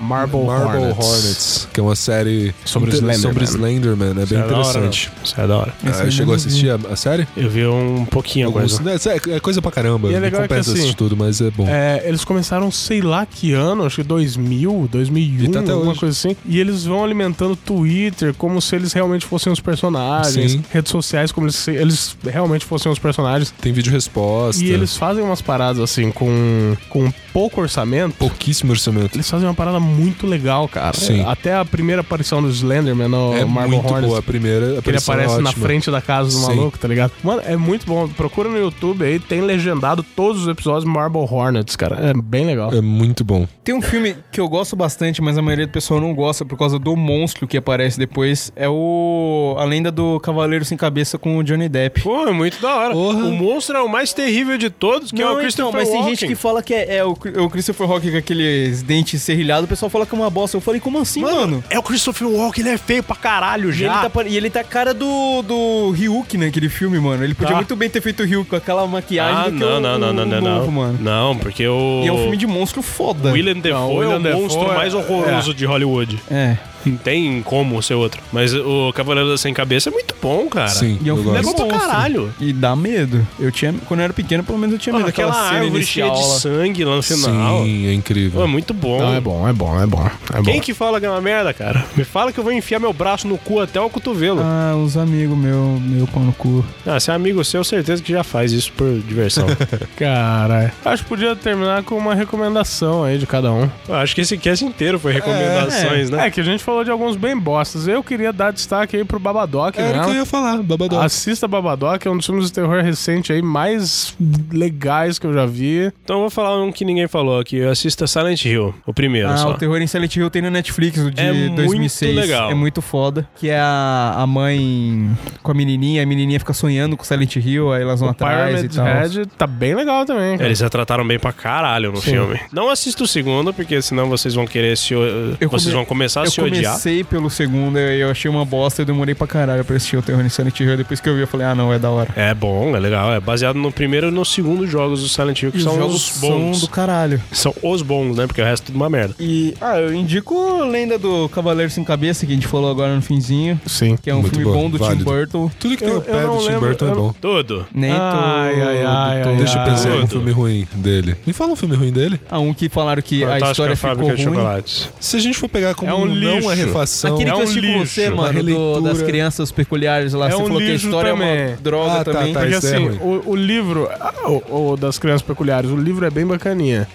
[SPEAKER 2] Marble,
[SPEAKER 1] Marble Hornets.
[SPEAKER 2] que é uma série
[SPEAKER 1] Sobre
[SPEAKER 2] inter-
[SPEAKER 1] Slenderman.
[SPEAKER 2] sobre
[SPEAKER 1] né?
[SPEAKER 2] Slenderman, é bem
[SPEAKER 8] é da hora,
[SPEAKER 2] interessante.
[SPEAKER 8] Isso é da hora.
[SPEAKER 2] Ah, chegou a assistir a, a série?
[SPEAKER 8] Eu vi um pouquinho agora.
[SPEAKER 2] Alguns, né, é, é coisa pra caramba.
[SPEAKER 1] E é legal
[SPEAKER 2] não
[SPEAKER 1] que,
[SPEAKER 2] compensa
[SPEAKER 1] assim,
[SPEAKER 2] assistir tudo, mas é bom.
[SPEAKER 1] É, eles começaram sei lá que ano, acho que 2000, 2001,
[SPEAKER 2] E tá até
[SPEAKER 1] alguma
[SPEAKER 2] hoje.
[SPEAKER 1] coisa assim. E eles vão alimentando Twitter como se eles realmente fossem os personagens,
[SPEAKER 2] Sim.
[SPEAKER 1] redes sociais como se eles realmente fossem os personagens.
[SPEAKER 2] Tem vídeo resposta.
[SPEAKER 1] E eles fazem umas paradas assim com, com pouco orçamento.
[SPEAKER 2] Pouquíssimo orçamento.
[SPEAKER 1] Eles fazem uma parada muito legal, cara.
[SPEAKER 2] Sim.
[SPEAKER 1] Até a primeira aparição do Slenderman no
[SPEAKER 2] é
[SPEAKER 1] Marble
[SPEAKER 2] muito
[SPEAKER 1] Hornets,
[SPEAKER 2] boa a primeira. é A
[SPEAKER 1] que ele aparece na frente da casa do
[SPEAKER 2] Sim.
[SPEAKER 1] maluco, tá ligado? Mano, é muito bom. Procura no YouTube aí, tem legendado todos os episódios do Marble Hornets, cara. É bem legal.
[SPEAKER 2] É muito bom.
[SPEAKER 3] Tem um filme que eu gosto bastante, mas a maioria do pessoal não gosta por causa do monstro que aparece depois. É o. A lenda do Cavaleiro Sem Cabeça com o Johnny Depp.
[SPEAKER 8] Pô, é muito da hora.
[SPEAKER 2] Porra.
[SPEAKER 8] O monstro é o mais terrível de todos, que é o Christopher
[SPEAKER 3] então, mas tem gente
[SPEAKER 8] Walken.
[SPEAKER 3] que fala que é, é o, Cri- é o Christopher Walken com aqueles dentes serrilhados, o pessoal fala que é uma bosta. Eu falei, como assim, mano?
[SPEAKER 8] É o Christopher Walken, ele é feio pra caralho Ah,
[SPEAKER 3] E, ele tá, pare- e ele tá a cara do, do Ryuk naquele filme, mano. Ele podia
[SPEAKER 8] Tá.
[SPEAKER 3] muito bem ter feito o Ryuk com aquela maquiagem
[SPEAKER 8] Ah,
[SPEAKER 3] do que o-
[SPEAKER 8] não, não, não,
[SPEAKER 3] o
[SPEAKER 8] não, não,
[SPEAKER 3] novo,
[SPEAKER 8] não.
[SPEAKER 3] mano.
[SPEAKER 8] Não, porque o...
[SPEAKER 3] E é um filme de monstro foda.
[SPEAKER 8] William Defoe
[SPEAKER 1] Não, o
[SPEAKER 8] é
[SPEAKER 1] Willem
[SPEAKER 8] o
[SPEAKER 1] Dafoe
[SPEAKER 8] monstro
[SPEAKER 1] é-
[SPEAKER 8] mais horroroso de Hollywood.
[SPEAKER 3] É.
[SPEAKER 8] Não tem como ser outro. Mas o Cavaleiro da Sem Cabeça é muito bom, cara.
[SPEAKER 2] Sim,
[SPEAKER 3] E é um
[SPEAKER 2] eu
[SPEAKER 3] filme
[SPEAKER 2] gosto.
[SPEAKER 8] Legal pra
[SPEAKER 3] Monstro.
[SPEAKER 8] caralho.
[SPEAKER 3] E dá medo. Eu tinha. Quando eu era pequeno, pelo menos eu tinha medo daquela
[SPEAKER 8] aquela
[SPEAKER 3] cena
[SPEAKER 8] árvore cheia
[SPEAKER 3] inicial.
[SPEAKER 8] de
[SPEAKER 3] lá.
[SPEAKER 8] sangue lá no final.
[SPEAKER 2] Sim, é incrível.
[SPEAKER 8] Pô, é muito bom.
[SPEAKER 1] Não, é bom, é bom, é bom. É
[SPEAKER 8] Quem
[SPEAKER 1] bom.
[SPEAKER 8] que fala que é uma merda, cara? Me fala que eu vou enfiar meu braço no cu até o cotovelo.
[SPEAKER 3] Ah, os amigos meu, meu pão no cu.
[SPEAKER 8] Ah, se é amigo seu, certeza que já faz isso por diversão.
[SPEAKER 1] Caralho. Acho que podia terminar com uma recomendação aí de cada um.
[SPEAKER 8] Eu Acho que esse cast inteiro
[SPEAKER 3] É,
[SPEAKER 8] foi recomendações, né?
[SPEAKER 1] É que a gente falou de alguns bem bostas. Eu queria dar destaque aí pro Babadook,
[SPEAKER 2] Era o que eu
[SPEAKER 1] né?
[SPEAKER 2] ia falar, Babadoc.
[SPEAKER 1] Assista Babadook, é um dos filmes de terror recente aí mais legais que eu já vi.
[SPEAKER 8] Então eu vou falar um que ninguém falou aqui. Assista Silent Hill, o primeiro
[SPEAKER 3] Ah,
[SPEAKER 8] só.
[SPEAKER 3] o Terror em Silent Hill tem no Netflix, o de
[SPEAKER 8] É muito
[SPEAKER 3] 2006.
[SPEAKER 8] legal.
[SPEAKER 3] É muito foda. Que é a, a mãe com a menininha, a menininha fica sonhando com Silent Hill, aí elas vão atrás e
[SPEAKER 1] Pyramid
[SPEAKER 3] tal.
[SPEAKER 1] Head tá bem legal também.
[SPEAKER 8] É,
[SPEAKER 1] cara.
[SPEAKER 8] Eles retrataram bem pra caralho no filme. Não assista o segundo, porque senão vocês vão querer se.
[SPEAKER 3] Eu
[SPEAKER 8] vocês
[SPEAKER 3] come-
[SPEAKER 8] vão começar a
[SPEAKER 3] Eu
[SPEAKER 8] se
[SPEAKER 3] comecei
[SPEAKER 8] odiar.
[SPEAKER 3] comecei pelo segundo e eu achei uma bosta. Eu demorei pra caralho pra assistir o terror em Silent Hill. Depois que eu vi, eu falei, ah, não, é da hora.
[SPEAKER 8] É bom, é legal. É baseado no primeiro e no segundo jogos do Silent Hill, que
[SPEAKER 3] E
[SPEAKER 8] são os bons.
[SPEAKER 3] são do caralho.
[SPEAKER 8] São os bons, né? Porque o resto é tudo uma merda.
[SPEAKER 3] E, ah, eu indico a Lenda do Cavaleiro Sem Cabeça, que a gente falou agora no finzinho.
[SPEAKER 10] Sim.
[SPEAKER 3] Que é um
[SPEAKER 2] Muito
[SPEAKER 3] filme
[SPEAKER 2] bom,
[SPEAKER 3] bom do
[SPEAKER 2] válido.
[SPEAKER 3] Tim Burton.
[SPEAKER 2] Tudo que tem o pé
[SPEAKER 10] eu
[SPEAKER 2] do
[SPEAKER 10] não
[SPEAKER 2] Tim
[SPEAKER 10] lembro,
[SPEAKER 2] Burton é
[SPEAKER 10] eu
[SPEAKER 2] bom.
[SPEAKER 8] Tudo.
[SPEAKER 3] Nem
[SPEAKER 10] Ai, ai, ai, ai.
[SPEAKER 2] Deixa eu pensar em um
[SPEAKER 8] tudo.
[SPEAKER 2] filme ruim dele. Me fala um filme ruim dele.
[SPEAKER 3] Ah, um que falaram que a
[SPEAKER 8] Fantástica
[SPEAKER 3] história ficou
[SPEAKER 8] é Fábrica de
[SPEAKER 3] ruim.
[SPEAKER 8] Chocolates.
[SPEAKER 2] Se a gente for pegar como
[SPEAKER 1] É um
[SPEAKER 2] não
[SPEAKER 1] lixo.
[SPEAKER 2] é refação...
[SPEAKER 3] Aquele
[SPEAKER 8] É
[SPEAKER 3] que eu
[SPEAKER 8] um
[SPEAKER 3] assisti com
[SPEAKER 8] lixo,
[SPEAKER 3] você,
[SPEAKER 2] uma
[SPEAKER 3] mano, do-
[SPEAKER 2] releitura.
[SPEAKER 3] das crianças peculiares lá.
[SPEAKER 1] É
[SPEAKER 3] você
[SPEAKER 1] um
[SPEAKER 3] falou que a
[SPEAKER 1] lixo
[SPEAKER 3] história é
[SPEAKER 1] também.
[SPEAKER 3] uma droga
[SPEAKER 2] Ah, tá,
[SPEAKER 3] também.
[SPEAKER 2] tá.
[SPEAKER 1] Porque
[SPEAKER 2] Isso é
[SPEAKER 1] assim,
[SPEAKER 2] ruim.
[SPEAKER 1] o, o livro ah, o, o das crianças peculiares, o livro é bem bacaninha.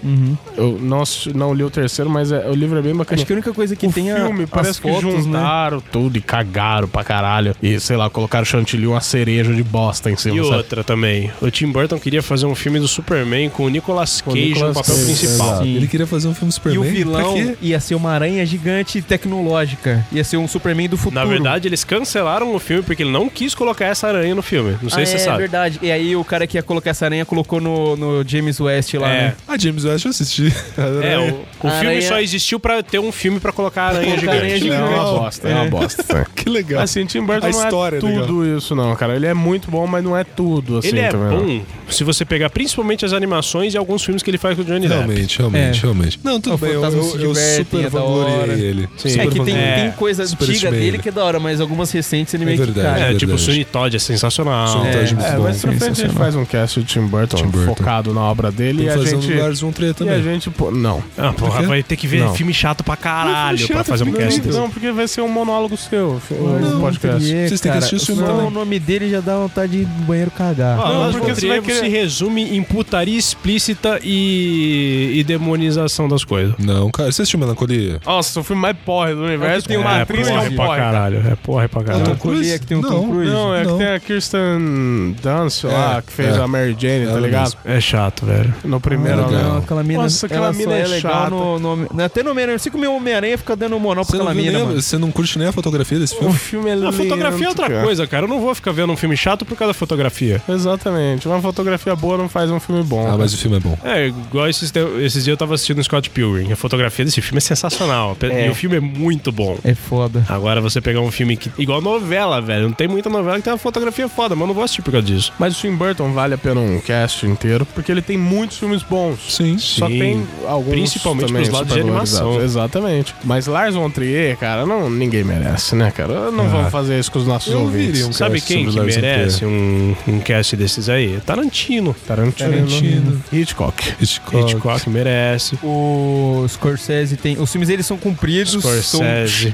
[SPEAKER 1] Eu não, assisti- não li o terceiro, mas é- o livro é bem bacaninha.
[SPEAKER 3] Acho que a única coisa que
[SPEAKER 1] o
[SPEAKER 3] tem é
[SPEAKER 1] filme
[SPEAKER 3] as
[SPEAKER 1] parece
[SPEAKER 3] fotos,
[SPEAKER 1] que
[SPEAKER 3] né?
[SPEAKER 1] juntaram tudo e cagaram pra caralho. E, sei lá, colocaram chantilly, uma cereja de bosta em cima.
[SPEAKER 8] E
[SPEAKER 1] sabe?
[SPEAKER 8] outra também. O Tim Burton queria fazer um filme do Superman com o Nicolas Cage
[SPEAKER 1] Nicolas
[SPEAKER 8] no é um papel
[SPEAKER 1] Cage,
[SPEAKER 8] principal.
[SPEAKER 2] Exato. Ele queria fazer um filme
[SPEAKER 3] E o
[SPEAKER 2] Superman. Pra
[SPEAKER 3] vilão
[SPEAKER 2] quê?
[SPEAKER 3] ia ser uma aranha gigante tecnológica. Ia ser um Superman do futuro.
[SPEAKER 8] Na verdade, eles cancelaram o filme porque ele não quis colocar essa aranha no filme. Não sei
[SPEAKER 3] Ah,
[SPEAKER 8] se
[SPEAKER 3] é,
[SPEAKER 8] você sabe.
[SPEAKER 3] verdade. E aí o cara que ia colocar essa aranha colocou no, no James West lá,
[SPEAKER 8] É.
[SPEAKER 3] né?
[SPEAKER 2] Ah, James West eu assisti.
[SPEAKER 8] É, o, o
[SPEAKER 3] Aranha-
[SPEAKER 8] filme só existiu pra ter um filme pra colocar a aranha
[SPEAKER 3] Colocar
[SPEAKER 8] gigante.
[SPEAKER 3] a aranha
[SPEAKER 1] É
[SPEAKER 3] gigante.
[SPEAKER 1] uma bosta, é uma bosta.
[SPEAKER 2] Que legal.
[SPEAKER 1] Assim, Tim Burton
[SPEAKER 2] A
[SPEAKER 1] não
[SPEAKER 2] história é
[SPEAKER 1] é tudo isso, não, cara. Ele é muito bom, mas não é tudo, assim,
[SPEAKER 8] Ele é
[SPEAKER 1] também. não.
[SPEAKER 8] bom se você pegar principalmente as animações e alguns filmes que ele faz com o Johnny Depp.
[SPEAKER 2] Realmente, realmente,
[SPEAKER 3] É.
[SPEAKER 2] realmente. Não, tudo
[SPEAKER 3] O
[SPEAKER 2] bem, eu,
[SPEAKER 3] fantasma
[SPEAKER 2] eu,
[SPEAKER 3] se
[SPEAKER 2] eu
[SPEAKER 3] divertem,
[SPEAKER 2] super
[SPEAKER 3] é da hora.
[SPEAKER 2] valorei ele.
[SPEAKER 8] Sim.
[SPEAKER 2] Super
[SPEAKER 3] É que tem,
[SPEAKER 2] valorei.
[SPEAKER 8] É.
[SPEAKER 3] tem coisa
[SPEAKER 2] Super
[SPEAKER 3] antiga
[SPEAKER 2] Superman.
[SPEAKER 3] dele que é da hora, mas algumas recentes ele meio
[SPEAKER 2] verdade.
[SPEAKER 3] que cai.
[SPEAKER 8] É,
[SPEAKER 2] verdade.
[SPEAKER 8] tipo, o Sweeney Todd é sensacional.
[SPEAKER 2] Sweeney Todd é muito
[SPEAKER 1] É,
[SPEAKER 2] bom.
[SPEAKER 1] mas pra frente a gente
[SPEAKER 3] sensacional.
[SPEAKER 1] faz um cast de Tim Burton,
[SPEAKER 2] Tim Burton.
[SPEAKER 1] focado na obra dele
[SPEAKER 2] Tem
[SPEAKER 1] e
[SPEAKER 2] que
[SPEAKER 1] a
[SPEAKER 2] fazer um
[SPEAKER 1] gente...
[SPEAKER 2] lugar Zoom
[SPEAKER 1] E a
[SPEAKER 2] também.
[SPEAKER 1] gente, pô, não.
[SPEAKER 8] Ah, porra,
[SPEAKER 2] quê?
[SPEAKER 8] vai ter que ver
[SPEAKER 1] Não.
[SPEAKER 8] filme chato pra
[SPEAKER 1] Ah,
[SPEAKER 8] caralho
[SPEAKER 2] Filme
[SPEAKER 8] pra
[SPEAKER 2] chato,
[SPEAKER 8] fazer um
[SPEAKER 2] filme
[SPEAKER 8] cast.
[SPEAKER 2] horrível.
[SPEAKER 1] Não, porque vai ser um monólogo seu, o podcast.
[SPEAKER 2] Vocês têm que assistir o filme
[SPEAKER 3] só
[SPEAKER 2] também.
[SPEAKER 3] o nome dele já dá vontade de ir no banheiro cagar.
[SPEAKER 8] Ah,
[SPEAKER 1] Não,
[SPEAKER 8] mas
[SPEAKER 1] porque
[SPEAKER 8] o
[SPEAKER 1] você vai
[SPEAKER 8] trevo se
[SPEAKER 1] querer-
[SPEAKER 8] resume em putaria explícita e, e demonização das coisas.
[SPEAKER 2] Não, cara, você assistiu Melancolia?
[SPEAKER 1] Nossa, o filme mais porre do universo.
[SPEAKER 3] tem uma
[SPEAKER 8] é,
[SPEAKER 3] atriz
[SPEAKER 8] porra
[SPEAKER 1] que um
[SPEAKER 8] pra
[SPEAKER 1] morre,
[SPEAKER 8] caralho. É porra pra
[SPEAKER 2] É o Tom
[SPEAKER 8] caralho.
[SPEAKER 2] Cruise?
[SPEAKER 3] Melancolia que tem o Tom
[SPEAKER 2] Não,
[SPEAKER 3] Cruise.
[SPEAKER 1] Não, é
[SPEAKER 2] Não.
[SPEAKER 1] que tem a Kirsten Dunst lá,
[SPEAKER 2] É,
[SPEAKER 1] que fez
[SPEAKER 2] é.
[SPEAKER 1] a Mary Jane, tá
[SPEAKER 2] Ela
[SPEAKER 1] ligado?
[SPEAKER 8] É chato, velho.
[SPEAKER 1] No primeiro,
[SPEAKER 2] Ah,
[SPEAKER 1] né?
[SPEAKER 2] legal.
[SPEAKER 3] Não, aquela mina,
[SPEAKER 1] Nossa, aquela
[SPEAKER 3] ela só
[SPEAKER 1] mina é
[SPEAKER 3] é legal
[SPEAKER 1] chata.
[SPEAKER 3] no, no- Até no Homem-Aranha. Assim como o Homem-Aranha fica dando moral pra
[SPEAKER 2] Você não,
[SPEAKER 3] aquela
[SPEAKER 2] viu
[SPEAKER 3] mina,
[SPEAKER 2] nem a-
[SPEAKER 3] mano.
[SPEAKER 2] você não curte nem a fotografia desse
[SPEAKER 1] O
[SPEAKER 2] filme?
[SPEAKER 1] filme é
[SPEAKER 8] A fotografia é
[SPEAKER 1] lento,
[SPEAKER 8] outra
[SPEAKER 1] cara.
[SPEAKER 8] coisa, cara. Eu não vou ficar vendo um filme chato por causa da fotografia.
[SPEAKER 1] Exatamente. Uma fotografia boa não faz um filme bom.
[SPEAKER 2] Ah, mas o filme é bom.
[SPEAKER 8] É, igual esses, te- esses dias eu tava assistindo Scott Pilgrim. A fotografia desse filme é sensacional. Pe- E o filme é muito bom.
[SPEAKER 3] É foda.
[SPEAKER 8] Agora você pegar um filme que. Igual novela, velho. Não tem muita novela que tem uma fotografia foda, mas eu não vou assistir por causa disso.
[SPEAKER 1] Mas o Tim Burton vale a pena um cast inteiro, porque ele tem muitos filmes bons.
[SPEAKER 2] Sim.
[SPEAKER 1] Só
[SPEAKER 8] Sim.
[SPEAKER 1] tem alguns
[SPEAKER 8] Principalmente
[SPEAKER 1] também
[SPEAKER 8] pros lados de
[SPEAKER 1] supervalorizados.
[SPEAKER 8] animação.
[SPEAKER 1] Exatamente. Mas Lars von Trier, cara, não, ninguém merece, né, cara? Não vamos fazer isso com os nossos
[SPEAKER 2] eu
[SPEAKER 1] ouvintes.
[SPEAKER 2] viria um
[SPEAKER 8] Sabe
[SPEAKER 2] cast
[SPEAKER 8] quem
[SPEAKER 2] sobre
[SPEAKER 8] que
[SPEAKER 2] Lars von Trier.
[SPEAKER 8] merece um, um cast desses aí? Tarantino.
[SPEAKER 1] Tarantino.
[SPEAKER 2] Tarantino.
[SPEAKER 1] É, Hitchcock.
[SPEAKER 2] Hitchcock.
[SPEAKER 8] Hitchcock merece.
[SPEAKER 3] O Scorsese tem... Os filmes deles são compridos, são
[SPEAKER 8] Scorsese.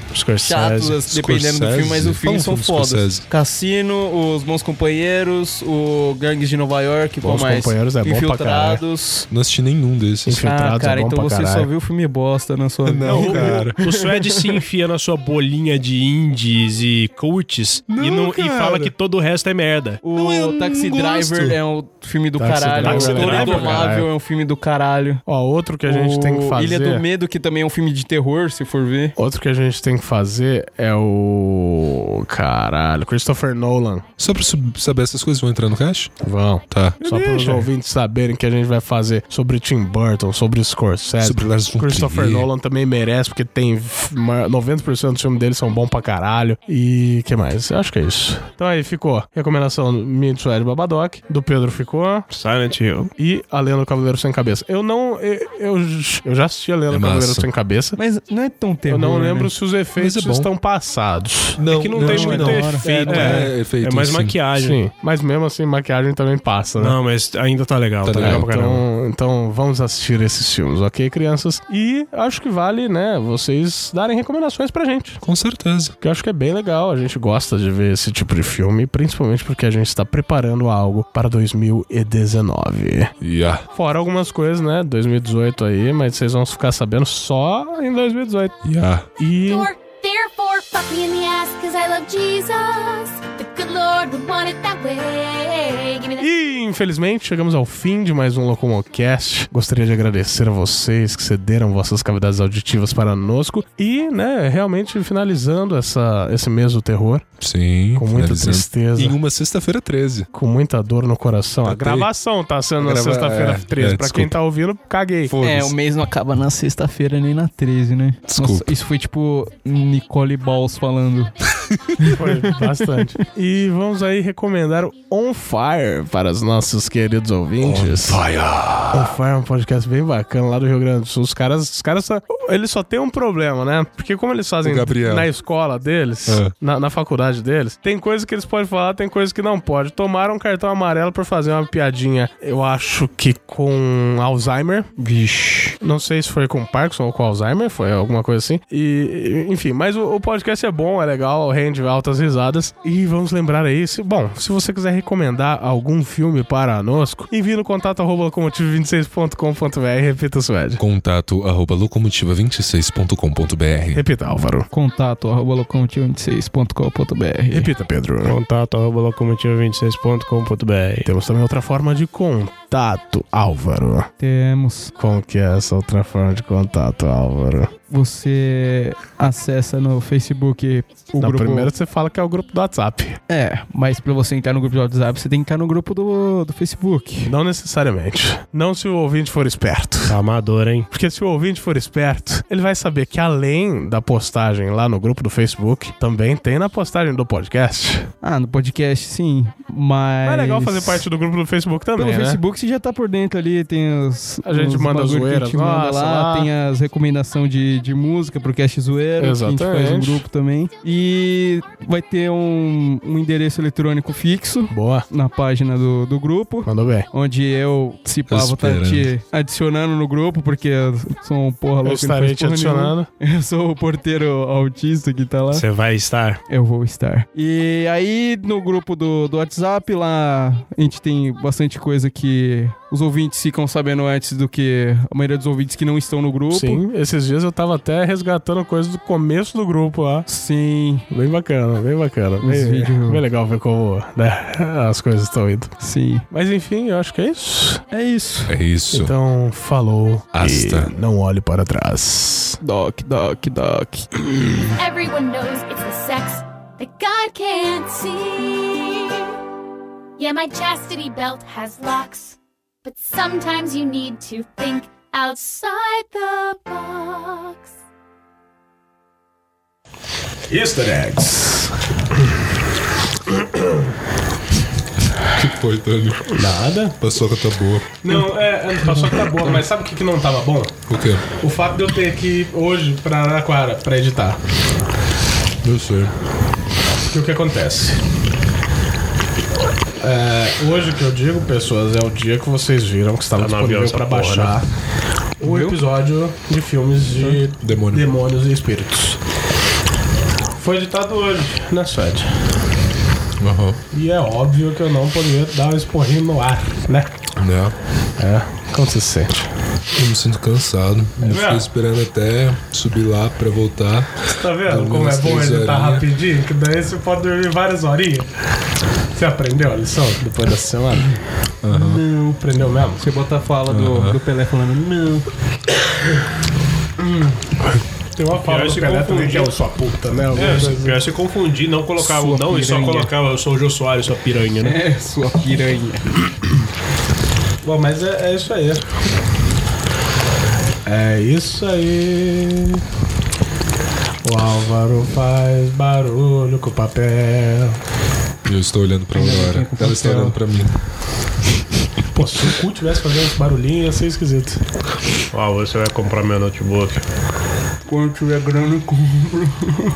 [SPEAKER 2] assim,
[SPEAKER 3] chatos
[SPEAKER 8] Scorsese.
[SPEAKER 3] as- dependendo do filme, mas os
[SPEAKER 2] Scorsese.
[SPEAKER 3] filmes são
[SPEAKER 2] Fala um filme do
[SPEAKER 3] fodas.
[SPEAKER 2] Scorsese.
[SPEAKER 3] Cassino, Os Bons Companheiros, o Gangues de Nova York, qual
[SPEAKER 1] Bons
[SPEAKER 3] mais?
[SPEAKER 1] Companheiros é bom pra
[SPEAKER 3] Infiltrados.
[SPEAKER 2] Não assisti nenhum desses.
[SPEAKER 1] Enfim. Infiltrados
[SPEAKER 3] ah,
[SPEAKER 1] é
[SPEAKER 3] cara,
[SPEAKER 1] bom
[SPEAKER 3] então
[SPEAKER 1] pra
[SPEAKER 3] você só
[SPEAKER 1] caralho.
[SPEAKER 3] viu o filme bosta na sua vida.
[SPEAKER 2] Não, cara.
[SPEAKER 8] O Suede se enfia na sua bolinha de indies e cults e, não- e
[SPEAKER 2] cara.
[SPEAKER 8] fala que todo o resto é merda.
[SPEAKER 3] O
[SPEAKER 2] Não, eu não
[SPEAKER 3] Taxi
[SPEAKER 2] gosto.
[SPEAKER 3] Driver é um filme do
[SPEAKER 1] Taxi
[SPEAKER 3] caralho.
[SPEAKER 1] Driver
[SPEAKER 8] é
[SPEAKER 3] o Touro
[SPEAKER 8] legal pra
[SPEAKER 3] Indomável
[SPEAKER 1] caralho.
[SPEAKER 3] é um filme do caralho.
[SPEAKER 1] Ó, outro que a gente
[SPEAKER 3] o
[SPEAKER 1] tem que fazer.
[SPEAKER 3] Ilha do Medo, que também é um filme de terror, se for ver.
[SPEAKER 1] Outro que a gente tem que fazer é o. Caralho, Christopher Nolan.
[SPEAKER 2] Só pra sub- saber essas coisas, vão entrar no cast?
[SPEAKER 1] Vão.
[SPEAKER 2] Tá.
[SPEAKER 1] Só para os ouvintes saberem que a gente vai fazer sobre Tim Burton, sobre Scorsese.
[SPEAKER 2] Sobre Lars von
[SPEAKER 1] É, Christopher
[SPEAKER 2] Trier.
[SPEAKER 1] Nolan também merece, porque tem f- ma- 90% dos filmes dele são bons pra caralho. E que mais? Acho que é isso. Então aí ficou. Recomendação minha do Suede Babadoc, do Pedro ficou,
[SPEAKER 8] Silent Hill.
[SPEAKER 1] e a Lenda do Cavaleiro Sem Cabeça. Eu não. Eu, eu, eu já assisti a Lenda
[SPEAKER 2] É
[SPEAKER 1] do
[SPEAKER 2] massa.
[SPEAKER 1] Cavaleiro Sem Cabeça.
[SPEAKER 3] Mas não é tão terror.
[SPEAKER 1] Eu não
[SPEAKER 3] né?
[SPEAKER 1] lembro se os efeitos
[SPEAKER 2] Mas é bom.
[SPEAKER 1] estão passados.
[SPEAKER 2] Não,
[SPEAKER 8] que não tem muito
[SPEAKER 2] não.
[SPEAKER 8] efeito,
[SPEAKER 2] É, é efeito,
[SPEAKER 8] É mais
[SPEAKER 2] sim.
[SPEAKER 8] maquiagem.
[SPEAKER 1] Sim, mas mesmo assim, maquiagem também passa, né?
[SPEAKER 8] Não, mas ainda tá legal.
[SPEAKER 2] Tá
[SPEAKER 8] Tá, legal,
[SPEAKER 2] legal.
[SPEAKER 8] pra
[SPEAKER 1] Então,
[SPEAKER 8] caramba.
[SPEAKER 1] então vamos assistir esses filmes, ok, crianças? E acho que vale, né, vocês darem recomendações pra gente.
[SPEAKER 2] Com certeza.
[SPEAKER 1] Que eu acho que é bem legal, a gente gosta de ver esse tipo de filme, principalmente porque a gente está preparando algo para 2019.
[SPEAKER 2] Yeah.
[SPEAKER 1] Fora algumas coisas, né, 2018 aí, mas vocês vão ficar sabendo só em 2018.
[SPEAKER 2] Yeah.
[SPEAKER 1] E
[SPEAKER 5] Therefore, fuck me in the ass, cause I love Jesus. The good Lord would want it that way. Give me that.
[SPEAKER 1] E, infelizmente, chegamos ao fim de mais um Locomocast. Gostaria de agradecer a vocês que cederam vossas cavidades auditivas para conosco. E, né, realmente finalizando essa, esse mês do terror,
[SPEAKER 2] Sim.
[SPEAKER 1] com muita
[SPEAKER 2] finalizando.
[SPEAKER 1] tristeza,
[SPEAKER 2] Em uma sexta-feira 13.
[SPEAKER 1] com muita dor no coração. A
[SPEAKER 2] Tá, tem-
[SPEAKER 1] gravação tá sendo na
[SPEAKER 2] Grava-
[SPEAKER 1] sexta-feira
[SPEAKER 2] é,
[SPEAKER 1] 13.
[SPEAKER 2] é,
[SPEAKER 1] pra quem
[SPEAKER 2] desculpa.
[SPEAKER 1] tá ouvindo, caguei. um-
[SPEAKER 3] É, o mês não acaba na sexta-feira nem na 13, né?
[SPEAKER 2] Desculpa.
[SPEAKER 3] isso foi tipo Nicole Balls falando.
[SPEAKER 1] Foi bastante. E vamos aí recomendar o On Fire para os nossos queridos ouvintes. On Fire. On Fire é um podcast bem bacana lá do Rio Grande do Sul. Os caras, os caras só, eles só tem um problema, né? Porque como eles fazem
[SPEAKER 2] O Gabriel.
[SPEAKER 1] na escola deles,
[SPEAKER 2] É.
[SPEAKER 1] na, na faculdade deles, tem coisa que eles podem falar, tem coisa que não pode. Tomaram um cartão amarelo por fazer uma piadinha, eu acho que com Alzheimer.
[SPEAKER 3] Vixe.
[SPEAKER 1] Não sei se foi com Parkinson ou com Alzheimer, foi alguma coisa assim. E, enfim, mas o, o podcast é bom, é legal, rende altas risadas. E vamos lembrar aí, se, bom, se você quiser recomendar algum filme para nós, envie no contato arroba locomotive26.com.br. Repita, Suede.
[SPEAKER 2] Contato arroba locomotiva26.com.br.
[SPEAKER 1] Repita, Álvaro.
[SPEAKER 3] Contato arroba locomotio26.com.br.
[SPEAKER 1] Repita, Pedro.
[SPEAKER 8] Contato arroba locomotiva26.com.br.
[SPEAKER 1] Temos também outra forma de contato, Álvaro.
[SPEAKER 3] Temos.
[SPEAKER 1] Como que é essa outra forma de contato, Álvaro?
[SPEAKER 3] Você acessa no Facebook o
[SPEAKER 1] Na
[SPEAKER 3] grupo.
[SPEAKER 1] primeira você fala que é o grupo do WhatsApp.
[SPEAKER 3] É, mas pra você entrar no grupo de WhatsApp, você tem que entrar no grupo do, do Facebook.
[SPEAKER 1] Não necessariamente. Não se o ouvinte for esperto.
[SPEAKER 8] Tá amador, hein?
[SPEAKER 1] Porque se o ouvinte for esperto, ele vai saber que além da postagem lá no grupo do Facebook, também tem na postagem do podcast.
[SPEAKER 3] Ah, no podcast sim, mas.
[SPEAKER 1] Mas é legal fazer parte do grupo do Facebook também,
[SPEAKER 3] Pelo
[SPEAKER 1] né?
[SPEAKER 3] Facebook você já tá por dentro ali, tem os.
[SPEAKER 1] A gente
[SPEAKER 3] os
[SPEAKER 1] manda
[SPEAKER 3] bagulho que
[SPEAKER 1] zoeiras
[SPEAKER 3] a gente manda
[SPEAKER 1] nossa
[SPEAKER 3] lá,
[SPEAKER 1] lá.
[SPEAKER 3] tem as recomendações de, de música pro cast zoeiro, que a gente faz um
[SPEAKER 1] Exatamente.
[SPEAKER 3] grupo também. E vai ter um, um endereço eletrônico fixo
[SPEAKER 1] Boa,
[SPEAKER 3] na página do, do grupo.
[SPEAKER 1] mandou bem.
[SPEAKER 3] Onde eu, se pá, vou estar te
[SPEAKER 2] Esperando.
[SPEAKER 3] adicionando no grupo, porque eu sou um porra louco.
[SPEAKER 1] Eu
[SPEAKER 3] que não faz
[SPEAKER 1] estarei te
[SPEAKER 3] porra
[SPEAKER 1] adicionando.
[SPEAKER 3] nenhuma. Eu sou o porteiro autista que tá lá.
[SPEAKER 8] Você vai estar.
[SPEAKER 3] Eu vou estar. E aí, no grupo do, do WhatsApp, lá a gente tem bastante coisa que os ouvintes ficam sabendo antes do que a maioria dos ouvintes que não estão no grupo.
[SPEAKER 1] Sim, esses dias eu tava até resgatando coisas do começo do grupo lá.
[SPEAKER 3] Sim,
[SPEAKER 1] Bem bacana, bem bacana. Bem,
[SPEAKER 3] vídeos.
[SPEAKER 1] bem legal ver como né, as coisas estão indo.
[SPEAKER 3] sim.
[SPEAKER 1] Mas enfim, eu acho que é isso.
[SPEAKER 3] É isso.
[SPEAKER 2] É isso.
[SPEAKER 1] Então, falou.
[SPEAKER 2] Hasta.
[SPEAKER 1] E não olhe para trás.
[SPEAKER 3] Doc, doc, doc.
[SPEAKER 5] Everyone knows it's the sex that God can't see. Yeah, my chastity belt has locks, but sometimes you need to think outside the box.
[SPEAKER 2] Que foi, Tânia?
[SPEAKER 1] Nada?
[SPEAKER 2] Passou com a tua tá boa.
[SPEAKER 1] Não, é, é, passou que tá boa, mas sabe o que, que não tava bom?
[SPEAKER 2] O quê?
[SPEAKER 1] O fato de eu ter que ir hoje pra Araraquara pra editar.
[SPEAKER 2] Eu sei.
[SPEAKER 1] Porque o que acontece? É, hoje que eu digo, pessoas, é o dia que vocês viram que estava
[SPEAKER 8] Tá no avião
[SPEAKER 1] disponível
[SPEAKER 8] essa
[SPEAKER 1] pra
[SPEAKER 8] porra, né?
[SPEAKER 1] baixar o episódio de filmes de
[SPEAKER 2] Demônio.
[SPEAKER 1] demônios e espíritos. Foi editado hoje, na Suede.
[SPEAKER 2] Aham.
[SPEAKER 1] E é óbvio que eu não poderia dar um esporrinho no ar, né?
[SPEAKER 2] Né?
[SPEAKER 1] É, como você se sente?
[SPEAKER 2] Eu me sinto cansado. Eu fiquei esperando até subir lá pra voltar.
[SPEAKER 1] Tá vendo
[SPEAKER 2] Pelo
[SPEAKER 1] como é
[SPEAKER 2] menos
[SPEAKER 1] bom
[SPEAKER 2] três
[SPEAKER 1] editar
[SPEAKER 2] horinhas.
[SPEAKER 1] rapidinho? Que daí você pode dormir várias horinhas. Você aprendeu a lição depois dessa semana? Não, aprendeu mesmo?
[SPEAKER 3] Você bota a fala do, do Pelé falando, não.
[SPEAKER 1] Tem uma fala
[SPEAKER 8] Pior
[SPEAKER 1] do
[SPEAKER 8] se
[SPEAKER 1] Pelé também
[SPEAKER 8] confundir.
[SPEAKER 1] que é o sua puta, né? Alguma
[SPEAKER 8] É,
[SPEAKER 1] coisa
[SPEAKER 8] se- pior se confundir, não colocar o
[SPEAKER 3] Sua
[SPEAKER 8] não e só
[SPEAKER 3] piranha.
[SPEAKER 8] colocar eu sou o Jô Soares, sua piranha, né?
[SPEAKER 3] É, sua piranha.
[SPEAKER 1] assim. Bom, mas é, é isso aí. É isso aí. O Álvaro faz barulho com o papel.
[SPEAKER 2] E eu estou olhando pra Aurora. Ela está olhando pra mim.
[SPEAKER 1] Pô, se o cu tivesse fazendo esse barulhinho, ia ser esquisito.
[SPEAKER 8] Ó, você vai comprar meu notebook.
[SPEAKER 3] Quando tiver grana, eu compro.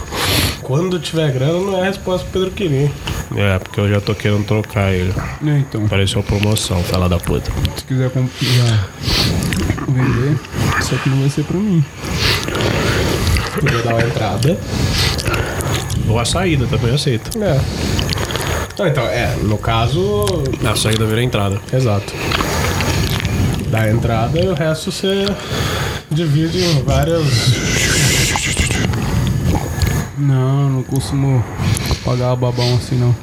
[SPEAKER 1] Quando tiver grana, não é a resposta pro Pedro Quirim.
[SPEAKER 8] É, porque eu já tô querendo trocar ele.
[SPEAKER 3] Né, então,
[SPEAKER 8] Apareceu promoção, fala da puta.
[SPEAKER 3] se quiser comprar, vender, só que não vai ser pra mim.
[SPEAKER 1] Podia dar uma entrada.
[SPEAKER 8] Ou a saída também eu aceito.
[SPEAKER 1] É. Não, então, é, no caso.
[SPEAKER 8] A saída vira entrada.
[SPEAKER 1] Exato. Dá a entrada e o resto você divide em várias.
[SPEAKER 3] Não, não costumo pagar babão assim não.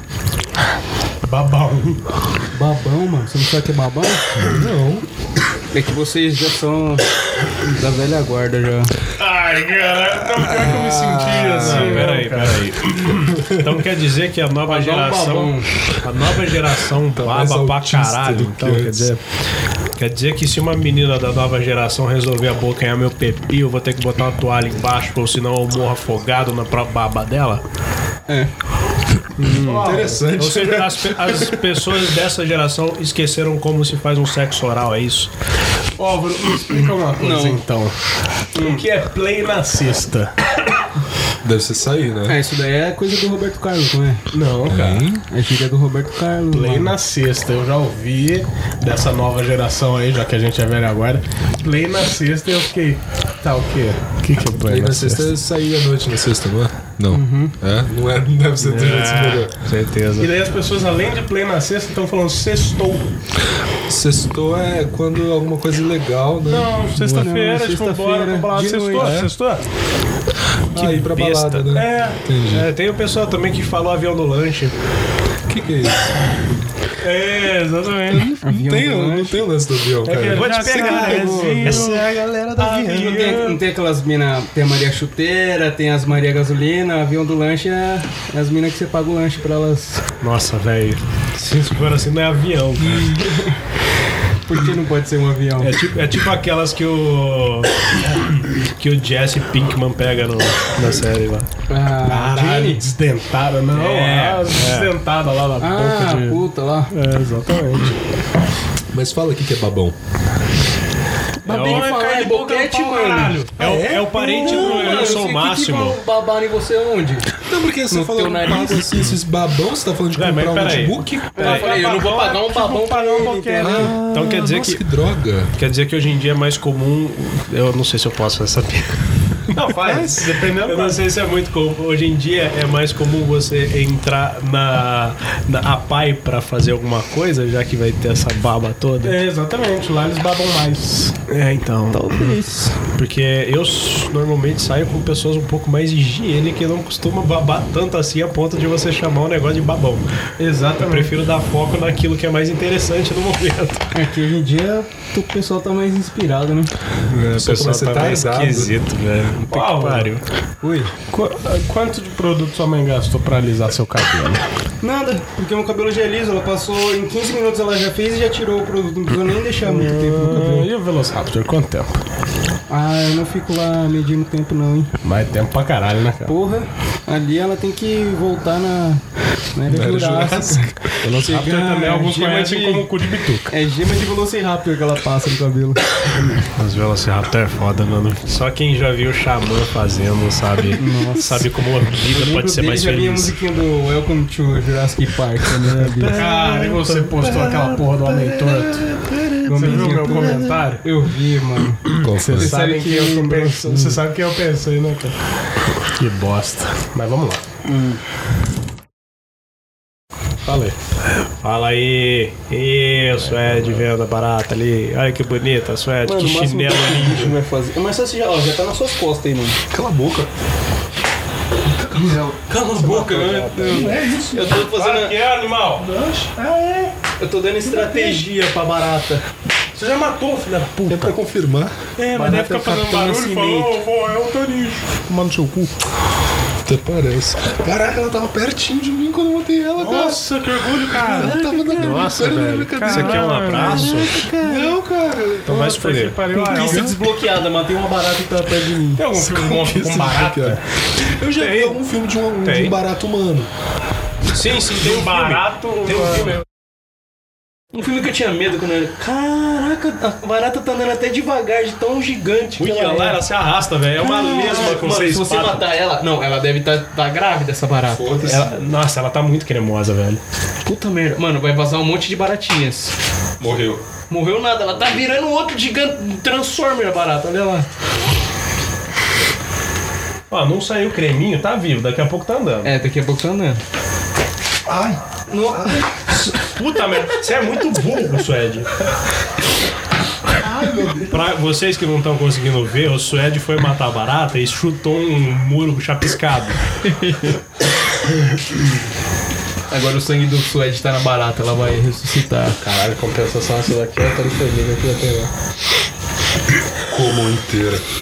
[SPEAKER 9] babão.
[SPEAKER 11] Babão, mano. Você não sabe o que é babão? Não.
[SPEAKER 3] É que vocês já são da velha guarda já.
[SPEAKER 9] Ai, cara, tão pior que eu me senti assim.
[SPEAKER 8] Não, Ah, peraí, peraí. Então quer dizer que a nova
[SPEAKER 3] Mas é um
[SPEAKER 8] geração.
[SPEAKER 3] babão.
[SPEAKER 8] A nova geração
[SPEAKER 2] mais
[SPEAKER 8] baba pra
[SPEAKER 2] autista
[SPEAKER 8] caralho.
[SPEAKER 2] do que
[SPEAKER 8] Então, quer
[SPEAKER 2] antes.
[SPEAKER 8] dizer. Quer dizer que se uma menina da nova geração resolver abocanhar meu pepi, eu vou ter que botar uma toalha embaixo, ou senão eu morro afogado na própria baba dela? Hum. Ou
[SPEAKER 2] Interessante.
[SPEAKER 8] seja, as, pe- as pessoas dessa geração esqueceram como se faz um sexo oral, é isso?
[SPEAKER 9] Ó, Bruno, me explica uma coisa então. O que é play na cesta?
[SPEAKER 2] Deve ser sair, né?
[SPEAKER 11] É, isso daí é coisa do Roberto Carlos, não é?
[SPEAKER 9] Não, cara.
[SPEAKER 11] É gíria do Roberto Carlos.
[SPEAKER 9] Play
[SPEAKER 11] mano.
[SPEAKER 9] na sexta, eu já ouvi dessa nova geração aí, já que a gente é velho agora. Play na sexta e eu fiquei. Tá, o quê? O que, que é play
[SPEAKER 2] E na
[SPEAKER 9] na sexta?
[SPEAKER 2] sexta sair à noite na sexta, não é? Não. É? Não é? Não deve ser do jeito melhor.
[SPEAKER 9] E daí as pessoas, além de play na sexta, estão falando sextou.
[SPEAKER 2] Sextou é quando alguma coisa legal, né?
[SPEAKER 9] Não, sexta-feira,
[SPEAKER 11] Não,
[SPEAKER 9] tipo,
[SPEAKER 11] sexta-feira,
[SPEAKER 9] bora pra balada.
[SPEAKER 11] de
[SPEAKER 9] Sextou,
[SPEAKER 8] É?
[SPEAKER 2] noite.
[SPEAKER 9] sextou?
[SPEAKER 2] que ah, ir pra
[SPEAKER 8] besta.
[SPEAKER 2] balada, né?
[SPEAKER 9] É.
[SPEAKER 2] Entendi.
[SPEAKER 8] É, tem o pessoal também que falou avião no lanche.
[SPEAKER 2] O que, que é isso?
[SPEAKER 9] É, exatamente.
[SPEAKER 2] Não tem, um, não tem o lance do avião, cara.
[SPEAKER 9] Eu
[SPEAKER 8] Vou te
[SPEAKER 9] já sei,
[SPEAKER 8] pegar,
[SPEAKER 9] Brasil.
[SPEAKER 8] essa
[SPEAKER 11] É a galera da
[SPEAKER 9] Avião.
[SPEAKER 11] Viana.
[SPEAKER 9] Não
[SPEAKER 3] Não tem, não tem aquelas minas. Tem a Maria Chuteira, tem as Maria Gasolina, avião do lanche, é, é as minas que você paga o lanche pra elas.
[SPEAKER 8] Nossa, velho. Se isso for assim, não é avião, cara.
[SPEAKER 3] Por que não pode ser um avião?
[SPEAKER 8] É tipo, é tipo aquelas que o. que o Jesse Pinkman pega no, na série lá.
[SPEAKER 3] Ah,
[SPEAKER 9] Caralho,
[SPEAKER 3] Jenny?
[SPEAKER 9] desdentada, não.
[SPEAKER 8] É,
[SPEAKER 9] ah, desdentada lá na
[SPEAKER 3] Ah,
[SPEAKER 9] boca de.
[SPEAKER 3] puta lá.
[SPEAKER 9] É,
[SPEAKER 8] né,
[SPEAKER 9] exatamente.
[SPEAKER 2] Mas fala o que, que é babão.
[SPEAKER 8] é, o,
[SPEAKER 3] falar, é boquete, mano. Tipo,
[SPEAKER 8] é, o, é o parente do Wilson Máximo.
[SPEAKER 3] babar em você onde?
[SPEAKER 2] Não, porque você
[SPEAKER 3] No
[SPEAKER 2] falou
[SPEAKER 3] teu
[SPEAKER 2] um
[SPEAKER 3] nariz?
[SPEAKER 2] pago assim, esses babão, você tá falando de
[SPEAKER 8] Ué, mas
[SPEAKER 2] comprar um
[SPEAKER 8] peraí.
[SPEAKER 2] notebook?
[SPEAKER 3] Eu falei, eu não vou É, pagar um babão pra
[SPEAKER 9] Parou um
[SPEAKER 3] ele.
[SPEAKER 9] pouquinho, né?
[SPEAKER 8] Então quer dizer
[SPEAKER 2] Nossa,
[SPEAKER 8] que.
[SPEAKER 2] que droga.
[SPEAKER 8] Quer dizer que hoje em dia é mais comum. Eu não sei se eu posso fazer essa piada. Não, faz. Dependendo eu não sei se é muito comum. Hoje em dia é mais comum você entrar na, na APAI pra fazer alguma coisa, já que vai ter essa baba toda.
[SPEAKER 9] É, exatamente, lá eles babam mais.
[SPEAKER 8] É, então. Talvez. Porque eu s- normalmente saio com pessoas um pouco mais higiene que não costumam babar tanto assim a ponto de você chamar o negócio de babão. Exato. Eu prefiro dar foco naquilo que é mais interessante no momento.
[SPEAKER 3] É que hoje em dia o pessoal tá mais inspirado, né?
[SPEAKER 2] É, só pra você tá errado.
[SPEAKER 8] esquisito, velho. Pau, pariu.
[SPEAKER 9] Qu- quanto de produto sua mãe gastou pra alisar seu cabelo?
[SPEAKER 3] Nada, porque meu cabelo já é liso, ela passou em 15 minutos ela já fez e já tirou o produto, não precisou nem deixar muito tempo no cabelo.
[SPEAKER 8] Hum.
[SPEAKER 9] Ah, e o Velociraptor, quanto tempo?
[SPEAKER 3] Ah, eu não fico lá medindo tempo não, hein?
[SPEAKER 9] Mais tempo pra caralho, né, cara?
[SPEAKER 3] Porra, ali ela tem que voltar na, na era jurássica.
[SPEAKER 9] Velociraptor
[SPEAKER 3] Chegar,
[SPEAKER 9] também alguns
[SPEAKER 3] gema
[SPEAKER 9] conhecem
[SPEAKER 3] de-
[SPEAKER 9] como cu de bituca.
[SPEAKER 3] É gema de Velociraptor que ela passa no cabelo.
[SPEAKER 8] Mas Velociraptor é foda, mano. Só quem já viu o Xamã fazendo sabe, sabe como a vida pode ser mais
[SPEAKER 3] já vi a
[SPEAKER 8] feliz.
[SPEAKER 3] musiquinha do Welcome to Jurassic Park né, também na vida.
[SPEAKER 9] Cara, e você postou aquela porra do homem torto? Você viu meu comentário?
[SPEAKER 3] Eu vi, mano.
[SPEAKER 2] Qual foi?
[SPEAKER 9] Você sabe
[SPEAKER 3] sabe
[SPEAKER 9] quem eu
[SPEAKER 3] que-
[SPEAKER 9] tô pensando. Você sabe quem eu pensei, né, cara? Que bosta. Mas vamos lá. Falei.
[SPEAKER 8] Fala aí. Isso, é de venda barata ali. Olha que bonita, Suede. Que chinelo lindo.
[SPEAKER 3] que vai fazer. Mas só se já, ó, já tá nas suas costas aí, mano.
[SPEAKER 2] Cala a boca.
[SPEAKER 3] Cala a boca, mano. É isso. Eu tô fazendo.
[SPEAKER 8] é, animal?
[SPEAKER 9] Ah, é?
[SPEAKER 3] Eu tô dando estratégia pra barata.
[SPEAKER 9] Um Você já matou, filha da puta.
[SPEAKER 2] É pra confirmar.
[SPEAKER 9] É, mas
[SPEAKER 3] Barata
[SPEAKER 9] deve ficar fazendo
[SPEAKER 3] catando
[SPEAKER 9] barulho e falou,
[SPEAKER 3] cimento.
[SPEAKER 9] "Ô, vó, é um tanicho. Tomando seu cu.
[SPEAKER 2] Até parece. Caraca, ela tava pertinho de mim quando eu botei ela, cara.
[SPEAKER 9] Nossa, que orgulho, cara.
[SPEAKER 2] Ela tava dando
[SPEAKER 8] Nossa, velho. Isso aqui é um abraço?
[SPEAKER 2] Não, cara.
[SPEAKER 8] Então vai se fuder.
[SPEAKER 9] Pariu, ah, é
[SPEAKER 3] Pista desbloqueada, matei uma barata que tava perto de mim.
[SPEAKER 9] Tem algum
[SPEAKER 8] é um
[SPEAKER 9] filme monstro com barata?
[SPEAKER 2] é. Eu já vi algum filme de um, de
[SPEAKER 8] Tem.
[SPEAKER 2] um barato humano.
[SPEAKER 8] Sim, sim, tem um barato. Tem um filme.
[SPEAKER 3] Um filme que eu tinha medo quando eu era. Caraca, a barata tá andando até devagar, de tão gigante. que
[SPEAKER 8] Ui,
[SPEAKER 3] ela
[SPEAKER 8] olha lá,
[SPEAKER 3] é.
[SPEAKER 8] ela se arrasta, velho. É uma lesma com
[SPEAKER 3] Mano, se
[SPEAKER 8] seis
[SPEAKER 3] você
[SPEAKER 8] patas.
[SPEAKER 3] matar ela. Não, ela deve estar tá, tá grávida essa barata.
[SPEAKER 8] Ela- nossa, ela tá muito cremosa, velho.
[SPEAKER 3] Puta merda. Mano, vai vazar um monte de baratinhas.
[SPEAKER 2] Morreu.
[SPEAKER 3] Morreu nada, ela tá virando outro gigante. um Transformer a barata, olha lá.
[SPEAKER 8] Ó, não saiu o creminho, tá vivo, daqui a pouco tá andando.
[SPEAKER 3] É, daqui a pouco tá andando.
[SPEAKER 8] Puta merda, você é muito burro, Suede. Pra vocês que não estão conseguindo ver, o Suede foi matar a barata e chutou um muro chapiscado.
[SPEAKER 3] Agora o sangue do Suede tá na barata, ela vai ressuscitar.
[SPEAKER 11] Caralho, compensação essa daqui, eu tô feliz aqui até lá.
[SPEAKER 2] Como inteira.